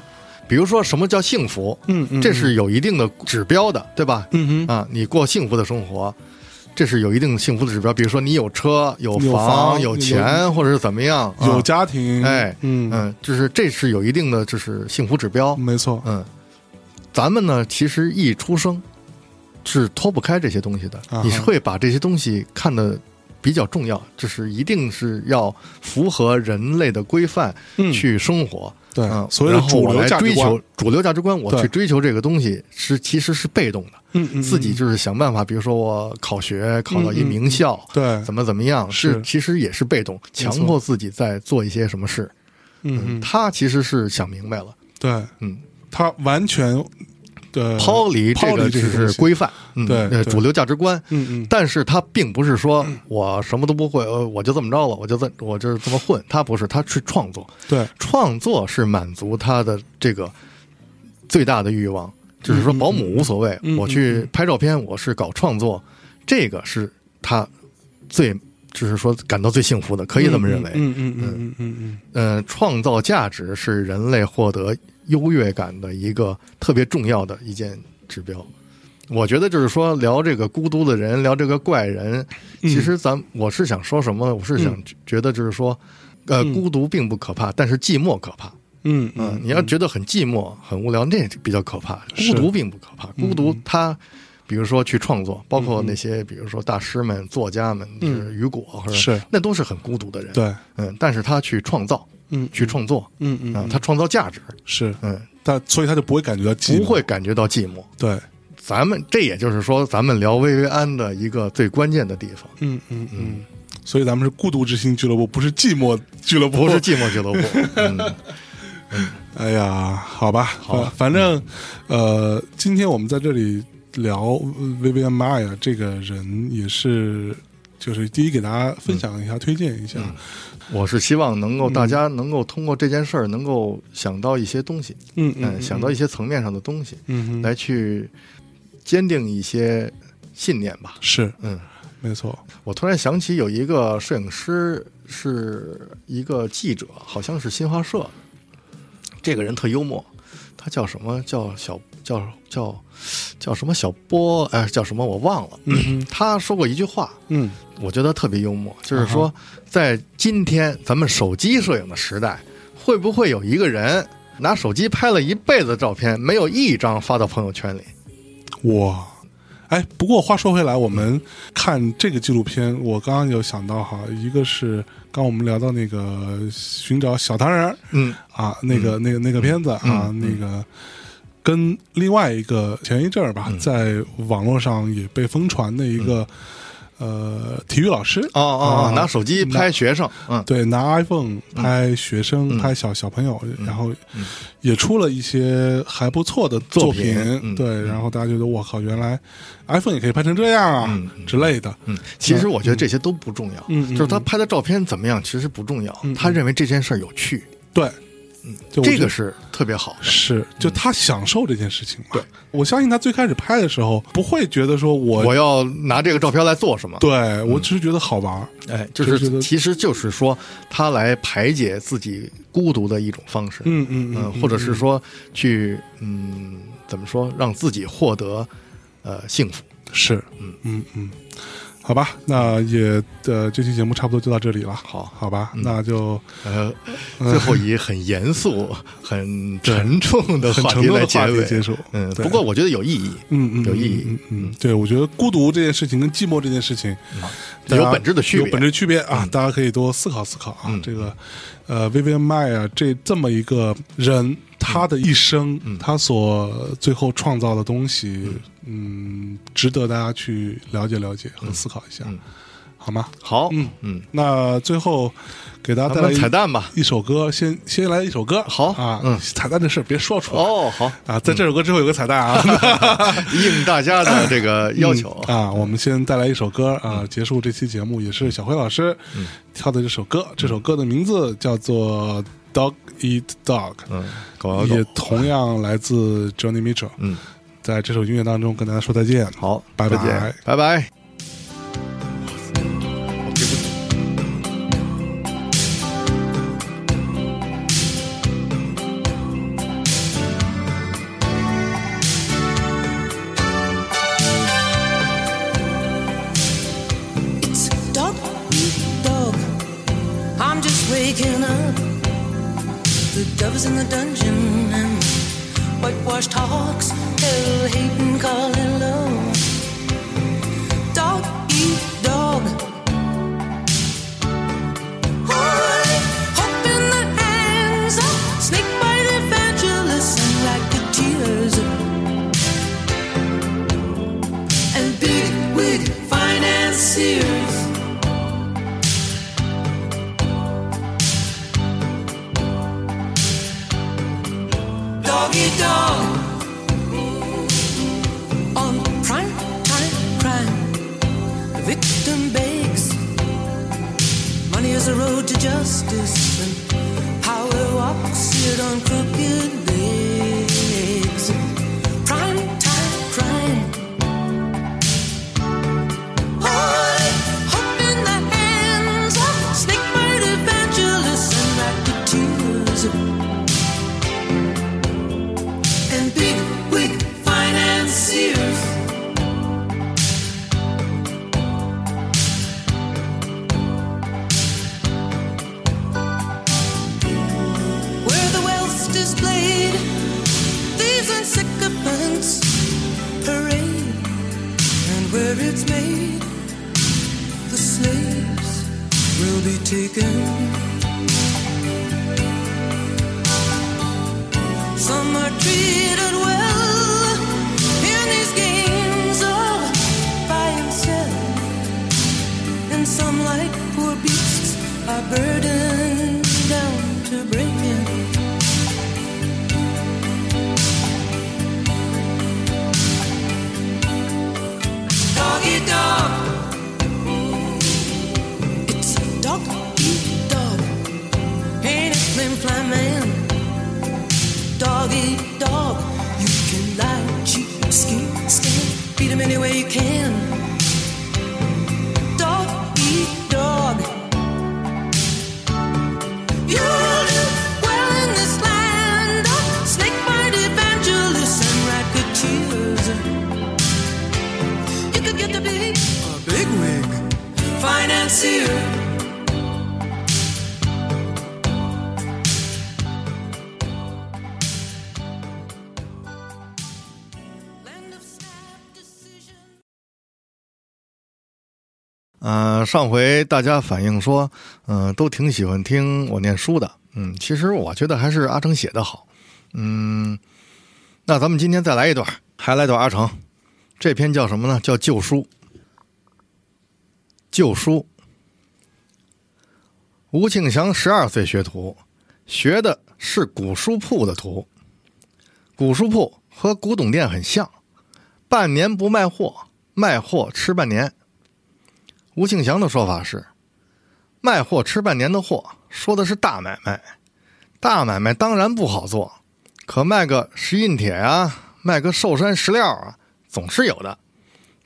Speaker 1: 比如说什么叫幸福，
Speaker 2: 嗯嗯
Speaker 1: 这是有一定的指标的，对吧？
Speaker 2: 嗯哼，
Speaker 1: 啊，你过幸福的生活，这是有一定幸福的指标，比如说你有车、有
Speaker 2: 有
Speaker 1: 房、
Speaker 2: 房
Speaker 1: 有
Speaker 2: 有
Speaker 1: 钱，或者是怎么样，啊
Speaker 2: 有家庭，
Speaker 1: 哎，
Speaker 2: 嗯，
Speaker 1: 嗯，就是这是有一定的就是幸福指标，
Speaker 2: 没错，
Speaker 1: 嗯，咱们呢，其实一出生是脱不开这些东西的，
Speaker 2: 啊哈
Speaker 1: 你是会把这些东西看得比较重要，就是一定是要符合人类的规范
Speaker 2: 嗯
Speaker 1: 去生活。
Speaker 2: 对
Speaker 1: 嗯，
Speaker 2: 所谓的
Speaker 1: 然后
Speaker 2: 主
Speaker 1: 我
Speaker 2: 流
Speaker 1: 来
Speaker 2: 价值
Speaker 1: 追
Speaker 2: 观
Speaker 1: 求，主流价值观，我
Speaker 2: 对
Speaker 1: 去追求这个东西是其实是被动的，
Speaker 2: 嗯嗯，
Speaker 1: 自己
Speaker 2: 嗯
Speaker 1: 就是想办法，比如说我考学考到一
Speaker 2: 嗯嗯
Speaker 1: 名校，
Speaker 2: 对，
Speaker 1: 怎么怎么样，
Speaker 2: 是
Speaker 1: 是其实也是被动，强迫自己在做一些什么事。
Speaker 2: 嗯嗯，
Speaker 1: 他其实是想明白了，
Speaker 2: 对
Speaker 1: 嗯，
Speaker 2: 他完全的
Speaker 1: 抛离这
Speaker 2: 呃抛
Speaker 1: 个
Speaker 2: 离
Speaker 1: 就
Speaker 2: 这个东
Speaker 1: 是
Speaker 2: 西
Speaker 1: 规范，嗯
Speaker 2: 对
Speaker 1: 呃
Speaker 2: 对
Speaker 1: 主流价值观。
Speaker 2: 嗯嗯，
Speaker 1: 但是他并不是说我什么都不会，呃我就这么着了，我就这我就是这么混。他不是，他去创作，
Speaker 2: 对，
Speaker 1: 创作是满足他的这个最大的欲望。就是说，保姆无所谓，
Speaker 2: 嗯嗯
Speaker 1: 我去拍照片，我是搞创作，这个是他最就是说感到最幸福的，可以这么认为。
Speaker 2: 嗯嗯嗯嗯嗯嗯，
Speaker 1: 呃，创造价值是人类获得优越感的一个特别重要的一件指标。我觉得就是说，聊这个孤独的人，聊这个怪人，
Speaker 2: 嗯
Speaker 1: 其实咱我是想说什么呢？我是想觉得就是说，呃，孤独并不可怕，但是寂寞可怕。
Speaker 2: 嗯嗯
Speaker 1: 你要觉得很寂寞、很无聊，那比较可怕。
Speaker 2: 是嗯
Speaker 1: 孤独并不可怕，孤独它，比如说去创作，包括那些比如说大师们、作家们，就是雨果或者
Speaker 2: 嗯是
Speaker 1: 那都是很孤独的人。
Speaker 2: 对，
Speaker 1: 嗯，但是他去创造，
Speaker 2: 嗯
Speaker 1: 去创作，
Speaker 2: 嗯嗯
Speaker 1: 啊，他创造价值，
Speaker 2: 是，
Speaker 1: 嗯，
Speaker 2: 但所以他就不会感觉到寂寞，
Speaker 1: 不会感觉到寂寞。
Speaker 2: 对，
Speaker 1: 咱们这也就是说，咱们聊薇薇安的一个最关键的地方，
Speaker 2: 嗯嗯嗯，所以咱们是孤独之心俱乐部，不是寂寞俱乐部，
Speaker 1: 不是寂寞俱乐部。 嗯，
Speaker 2: 哎呀，好吧，好
Speaker 1: 啊
Speaker 2: 反正，呃，今天我们在这里聊呃薇薇安·玛雅这个人，也是就是第一给大家分享一下，推荐一下，
Speaker 1: 我是希望能够
Speaker 2: 嗯
Speaker 1: 大家能够通过这件事儿，能够想到一些东西，
Speaker 2: 嗯
Speaker 1: 嗯，想到一些层面上的东西，
Speaker 2: 嗯哼，
Speaker 1: 来去坚定一些信念吧。
Speaker 2: 是
Speaker 1: 嗯，
Speaker 2: 没错，
Speaker 1: 我突然想起有一个摄影师是一个记者，好像是新华社的，这个人特幽默，他叫什么？叫小叫叫叫什么小波？哎，叫什么？我忘了。
Speaker 2: 嗯
Speaker 1: 他说过一句话，
Speaker 2: 嗯
Speaker 1: 我觉得特别幽默，就是说，在今天咱们手机摄影的时代，会不会有一个人拿手机拍了一辈子的照片，没有一张发到朋友圈里？
Speaker 2: 哇，哎，不过话说回来，我们看这个纪录片，我刚刚有想到哈，一个是刚我们聊到那个寻找小唐人儿
Speaker 1: 嗯
Speaker 2: 啊，那个、那个那个片子啊，
Speaker 1: 嗯
Speaker 2: 那个。跟另外一个前一阵儿吧，
Speaker 1: 嗯
Speaker 2: 在网络上也被疯传的一个、呃体育老师
Speaker 1: 嗯哦哦
Speaker 2: 啊
Speaker 1: 哦，拿手机拍学生，嗯
Speaker 2: 对，拿 iPhone 拍学
Speaker 1: 嗯
Speaker 2: 生、拍小小朋友，然后
Speaker 1: 嗯
Speaker 2: 也出了一些还不错的作
Speaker 1: 作品嗯
Speaker 2: 对，然后大家觉得我靠，原来 iPhone 也可以拍成这样啊、
Speaker 1: 嗯嗯
Speaker 2: 之类的。
Speaker 1: 嗯，其实我觉得这些都不重要，
Speaker 2: 嗯嗯
Speaker 1: 就是他拍的照片怎么样，其实不重要。
Speaker 2: 嗯
Speaker 1: 他认为这件事儿有趣，
Speaker 2: 对，就我
Speaker 1: 嗯这
Speaker 2: 觉
Speaker 1: 个
Speaker 2: 得
Speaker 1: 是特别好的。
Speaker 2: 是就他享受这件事情嘛。
Speaker 1: 对，
Speaker 2: 我相信他最开始拍的时候不会觉得说我
Speaker 1: 我要拿这个照片来做什么？
Speaker 2: 对
Speaker 1: 嗯
Speaker 2: 我只是觉得好玩儿。
Speaker 1: 哎，就
Speaker 2: 就是觉得
Speaker 1: 是其实就是说，他来排解自己孤独的一种方式。
Speaker 2: 嗯嗯
Speaker 1: 嗯，或者是说去嗯，怎么说，让自己获得呃幸福。
Speaker 2: 是，嗯嗯嗯，好吧，那也呃，这期节目差不多就到这里了。
Speaker 1: 好嗯
Speaker 2: 好吧，那就
Speaker 1: 呃，最后以很严肃、 很沉重的
Speaker 2: 很
Speaker 1: 话
Speaker 2: 沉
Speaker 1: 题
Speaker 2: 重
Speaker 1: 来
Speaker 2: 的
Speaker 1: 结
Speaker 2: 话题
Speaker 1: 尾。
Speaker 2: 结束。
Speaker 1: 嗯，
Speaker 2: 对
Speaker 1: 不过我觉得有意义，
Speaker 2: 嗯嗯，
Speaker 1: 有意义
Speaker 2: 嗯嗯，嗯对，我觉得孤独这件事情跟寂寞这件事情
Speaker 1: 嗯
Speaker 2: 大家
Speaker 1: 有本质的区别嗯
Speaker 2: 有本质区别啊，大家可以多思考思考啊。这个呃薇薇安麦啊，这这么一个人，他的一生，
Speaker 1: 嗯
Speaker 2: 他所最后创造嗯
Speaker 1: 嗯
Speaker 2: 的东西，嗯，值得大家去了解了解和思考一下。好吗？
Speaker 1: 好，
Speaker 2: 嗯
Speaker 1: 嗯，
Speaker 2: 那最后给大家带
Speaker 1: 咱
Speaker 2: 来
Speaker 1: 们
Speaker 2: 一
Speaker 1: 彩蛋吧。
Speaker 2: 一首歌，先先来一首歌，
Speaker 1: 好
Speaker 2: 啊，
Speaker 1: 嗯
Speaker 2: 彩蛋的事儿别说出来
Speaker 1: 哦，好，
Speaker 2: 啊，在这首歌之后有个彩蛋啊，
Speaker 1: 应大家的这个 要求
Speaker 2: 嗯啊，我们先带来一首歌啊，结束这期节目，也是小辉老师
Speaker 1: 嗯
Speaker 2: 跳的这首歌，这首歌的名字叫做《Dog Eat Dog
Speaker 1: 嗯，狗》，咬
Speaker 2: 也
Speaker 1: 狗，
Speaker 2: 同样来自 Johnny Mitchell。
Speaker 1: 嗯，
Speaker 2: 在这首音乐当中跟大家说再见，
Speaker 1: 好，
Speaker 2: 拜
Speaker 1: 再见，拜拜。
Speaker 3: It's dog eat dog. I'm just waking up. The dove's in the dungeon and whitewashed hawks, hell hating, calling low. Dog eat dog. Holy hope in the hands of snake bite evangelists and racketeers. and big wig financiers. Doggy dog on prime time crime. The victim begs. Money is a road to justice, and power walks it on crooked legs. Prime time crime. Holy hope in the hands of snakebite evangelists and racketeers and big wig financiers. Where the wealth's displayed, thieves and sycophants parade and where it's made, the slaves will be taken. Some are treated well in these games of buy and sell, and some, like poor beasts, are burdened down to breaking. doggy dog. It's dog eat dog. Ain't it flim flam man? Dog eat dog. You can lie, cheat, scheme, scam. Beat him any way you can. Dog eat dog. You'll do well in this land of snakebite evangelists and racketeers. You could get to be a big wig financier. Land of snap decision.
Speaker 1: 呃，上回大家反映说，嗯、都挺喜欢听我念书的。嗯，其实我觉得还是阿成写的好。嗯，那咱们今天再来一段，还来段阿成。这篇叫什么呢？叫《旧书》。旧书。吴庆祥十二岁学徒，学的是古书铺的图。古书铺和古董店很像，半年不卖货，卖货吃半年。吴庆祥的说法是，卖货吃半年的货，说的是大买卖。大买卖当然不好做，可卖个石印铁啊，卖个寿山石料啊，总是有的。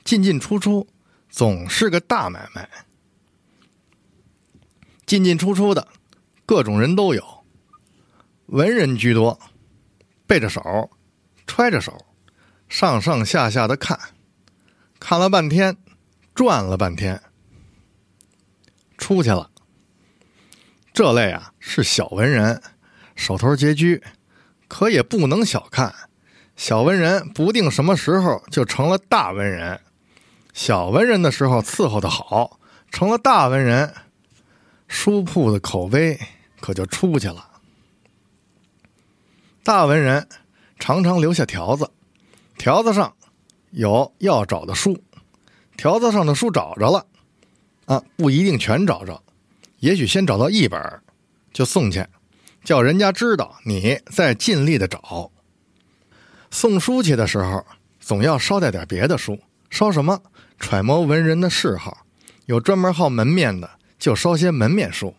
Speaker 1: 进进出出，总是个大买卖。进进出出的，各种人都有，文人居多，背着手，揣着手，上上下下的看，看了半天，转了半天，出去了。这类啊是小文人，手头拮据，可也不能小看。小文人不定什么时候就成了大文人，小文人的时候伺候的好，成了大文人，书铺的口碑可就出去了。大文人常常留下条子，条子上有要找的书，条子上的书找着了，啊，不一定全找着，也许先找到一本儿就送去，叫人家知道你在尽力的找。送书去的时候，总要捎带点别的书，捎什么？揣摩文人的嗜好，有专门好门面的，就捎些门面书。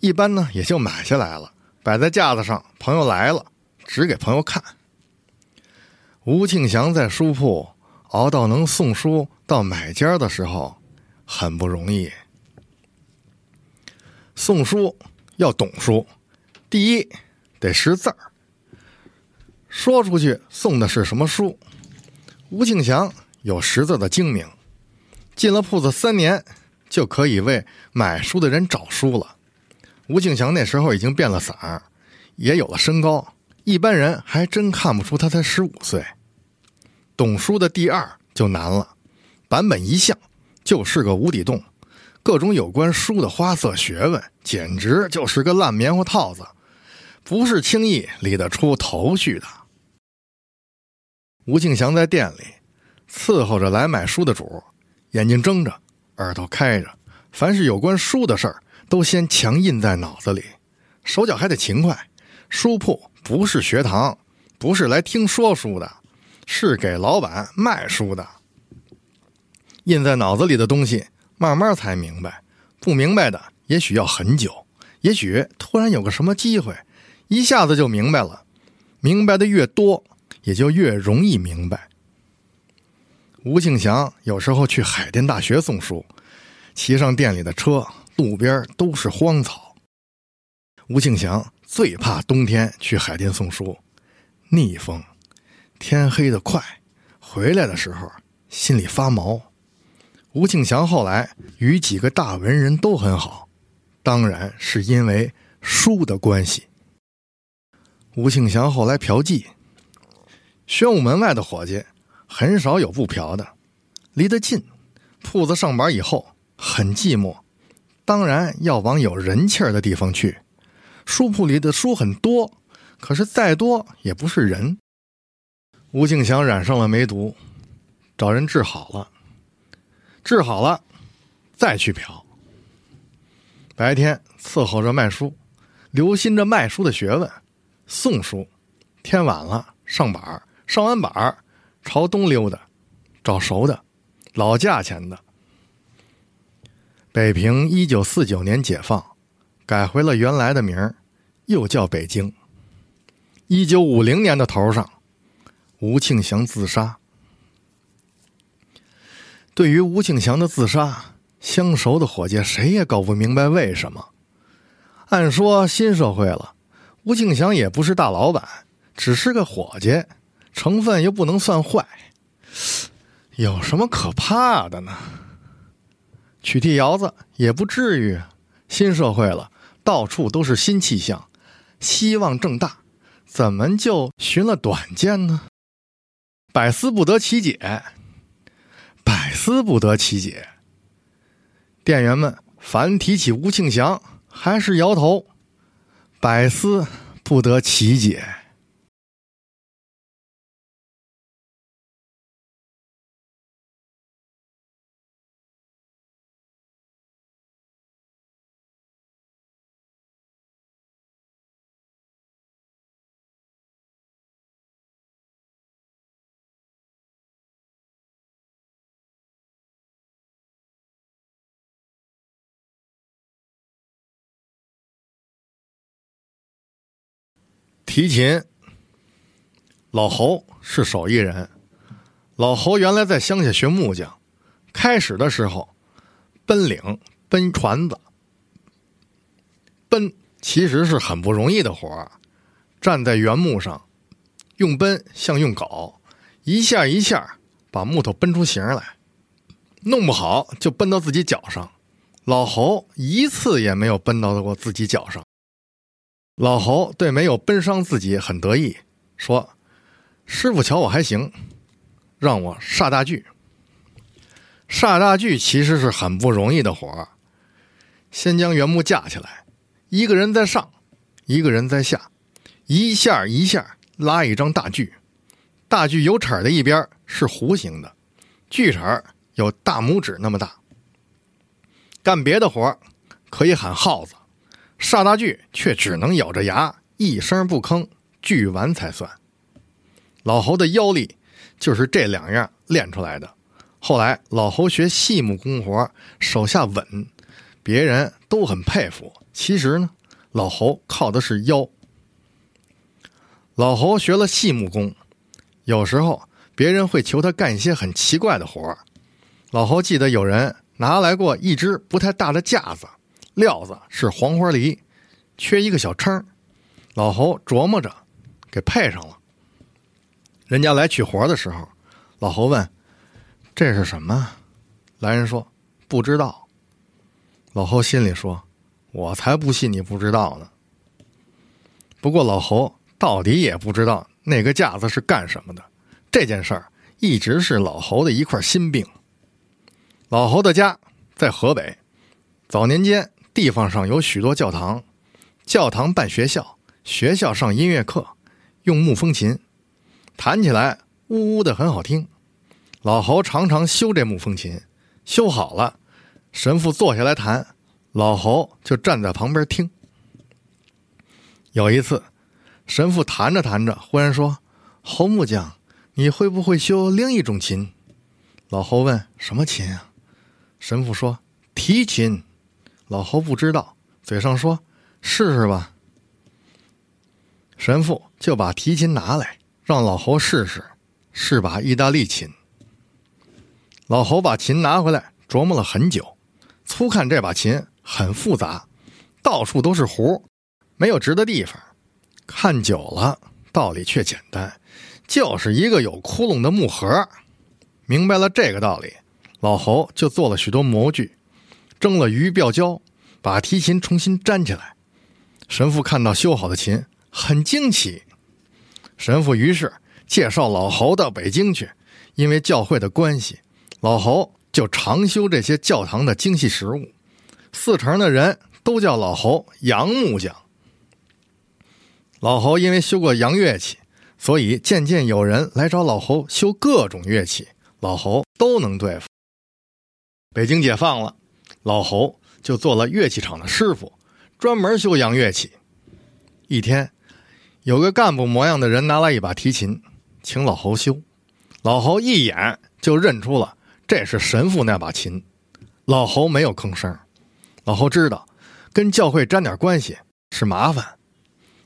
Speaker 1: 一般呢，也就买下来了，摆在架子上，朋友来了，只给朋友看。吴庆祥在书铺熬到能送书到买家的时候，很不容易。送书要懂书，第一得识字儿。说出去送的是什么书？吴庆祥有识字的精明，进了铺子三年就可以为买书的人找书了。吴庆祥那时候已经变了色儿，也有了身高，一般人还真看不出他才十五岁。懂书的第二就难了，版本一向就是个无底洞，各种有关书的花色学问，简直就是个烂棉花套子，不是轻易理得出头绪的。吴庆祥在店里伺候着来买书的主，眼睛睁着，耳朵开着，凡是有关书的事儿，都先强印在脑子里，手脚还得勤快。书铺不是学堂，不是来听说书的，是给老板卖书的。印在脑子里的东西，慢慢才明白；不明白的，也许要很久，也许突然有个什么机会，一下子就明白了。明白的越多，也就越容易明白。吴庆祥有时候去海淀大学送书，骑上店里的车，路边都是荒草。吴庆祥最怕冬天去海淀送书，逆风，天黑得快，回来的时候心里发毛。吴庆祥后来与几个大文人都很好，当然是因为书的关系。吴庆祥后来嫖妓，宣武门外的伙计很少有不嫖的，离得近，铺子上班以后很寂寞，当然要往有人气儿的地方去。书铺里的书很多，可是再多也不是人。吴庆祥染上了梅毒，找人治好了，治好了，再去嫖。白天伺候着卖书，留心着卖书的学问，送书。天晚了，上板儿，上完板儿，朝东溜达，找熟的，老价钱的。北平一九四九年解放，改回了原来的名儿，又叫北京。一九五零年的头上，吴庆祥自杀。对于吴庆祥的自杀，相熟的伙计谁也搞不明白为什么。按说新社会了，吴庆祥也不是大老板，只是个伙计，成分又不能算坏，有什么可怕的呢？取缔窑子也不至于。新社会了，到处都是新气象，希望正大，怎么就寻了短见呢？百思不得其解，百思不得其解。店员们凡提起吴庆祥，还是摇头，百思不得其解。提琴，老侯是手艺人。老侯原来在乡下学木匠，开始的时候奔领、奔船子，奔其实是很不容易的活儿。站在原木上，用奔像用镐，一下一下把木头奔出形儿来，弄不好就奔到自己脚上。老侯一次也没有奔到过自己脚上。老侯对没有奔伤自己很得意，说：“师傅瞧我还行，让我煞大锯。煞大锯其实是很不容易的活儿，先将原木架起来，一个人在上，一个人在下，一下一下拉一张大锯。大锯有齿儿的一边儿是弧形的，锯齿儿有大拇指那么大。干别的活儿可以喊耗子，煞大锯却只能咬着牙一声不吭，锯完才算。老侯的腰力就是这两样练出来的。后来老侯学细木工活，手下稳，别人都很佩服。其实呢，老侯靠的是腰。老侯学了细木工，有时候别人会求他干一些很奇怪的活儿。老侯记得有人拿来过一只不太大的架子，料子是黄花梨，缺一个小撑儿。老侯琢磨着，给配上了。人家来取活的时候，老侯问：“这是什么？”来人说：“不知道。”老侯心里说：“我才不信你不知道呢。”不过老侯到底也不知道那个架子是干什么的，这件事儿一直是老侯的一块心病。老侯的家在河北，早年间地方上有许多教堂，教堂办学校，学校上音乐课，用木风琴，弹起来呜呜的很好听。老侯常常修这木风琴，修好了，神父坐下来弹，老侯就站在旁边听。有一次，神父弹着弹着，忽然说：“侯木匠，你会不会修另一种琴？”老侯问：“什么琴啊？”神父说：“提琴。”老侯不知道，嘴上说：“试试吧。”神父就把提琴拿来，让老侯试试，是把意大利琴。老侯把琴拿回来，琢磨了很久。粗看这把琴很复杂，到处都是弧，没有直的地方。看久了，道理却简单，就是一个有窟窿的木盒。明白了这个道理，老侯就做了许多模具，蒸了鱼鳔胶，把提琴重新粘起来。神父看到修好的琴，很惊奇。神父于是介绍老侯到北京去，因为教会的关系，老侯就常修这些教堂的精细实物。四成的人都叫老侯杨木匠。老侯因为修过洋乐器，所以渐渐有人来找老侯修各种乐器，老侯都能对付。北京解放了，老侯就做了乐器厂的师傅，专门修洋乐器。一天，有个干部模样的人拿来一把提琴，请老侯修。老侯一眼就认出了这是神父那把琴，老侯没有吭声。老侯知道，跟教会沾点关系是麻烦，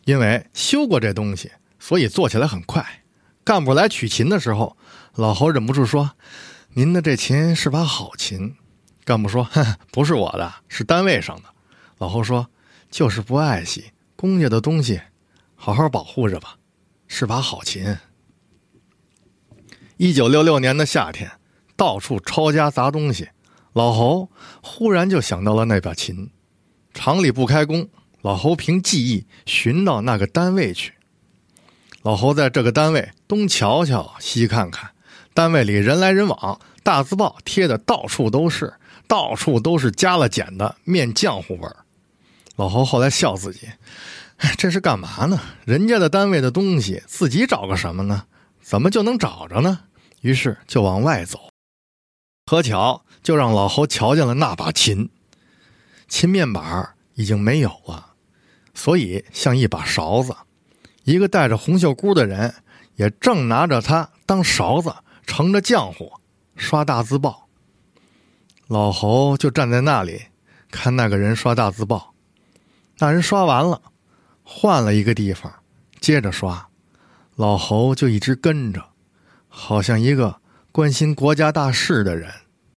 Speaker 1: 因为修过这东西，所以做起来很快。干部来取琴的时候，老侯忍不住说：“您的这琴是把好琴。”干部说：“ 呵呵不是我的，是单位上的。”老侯说：“就是不爱惜公家的东西，好好保护着吧，是把好琴。”一九六六年的夏天，到处抄家砸东西，老侯忽然就想到了那把琴。厂里不开工，老侯凭记忆寻到那个单位去。老侯在这个单位东瞧瞧西看看，单位里人来人往，大字报贴的到处都是，到处都是加了碱的面浆糊味儿。老侯后来笑自己， 哎这是干嘛呢？人家的单位的东西，自己找个什么呢？怎么就能找着呢？于是就往外走，可巧就让老侯瞧见了那把琴，琴面板儿已经没有了，所以像一把勺子。一个戴着红袖箍的人也正拿着它当勺子，盛着浆糊刷大字报。老侯就站在那里看那个人刷大字报，那人刷完了，换了一个地方，接着刷，老侯就一直跟着，好像一个关心国家大事的人。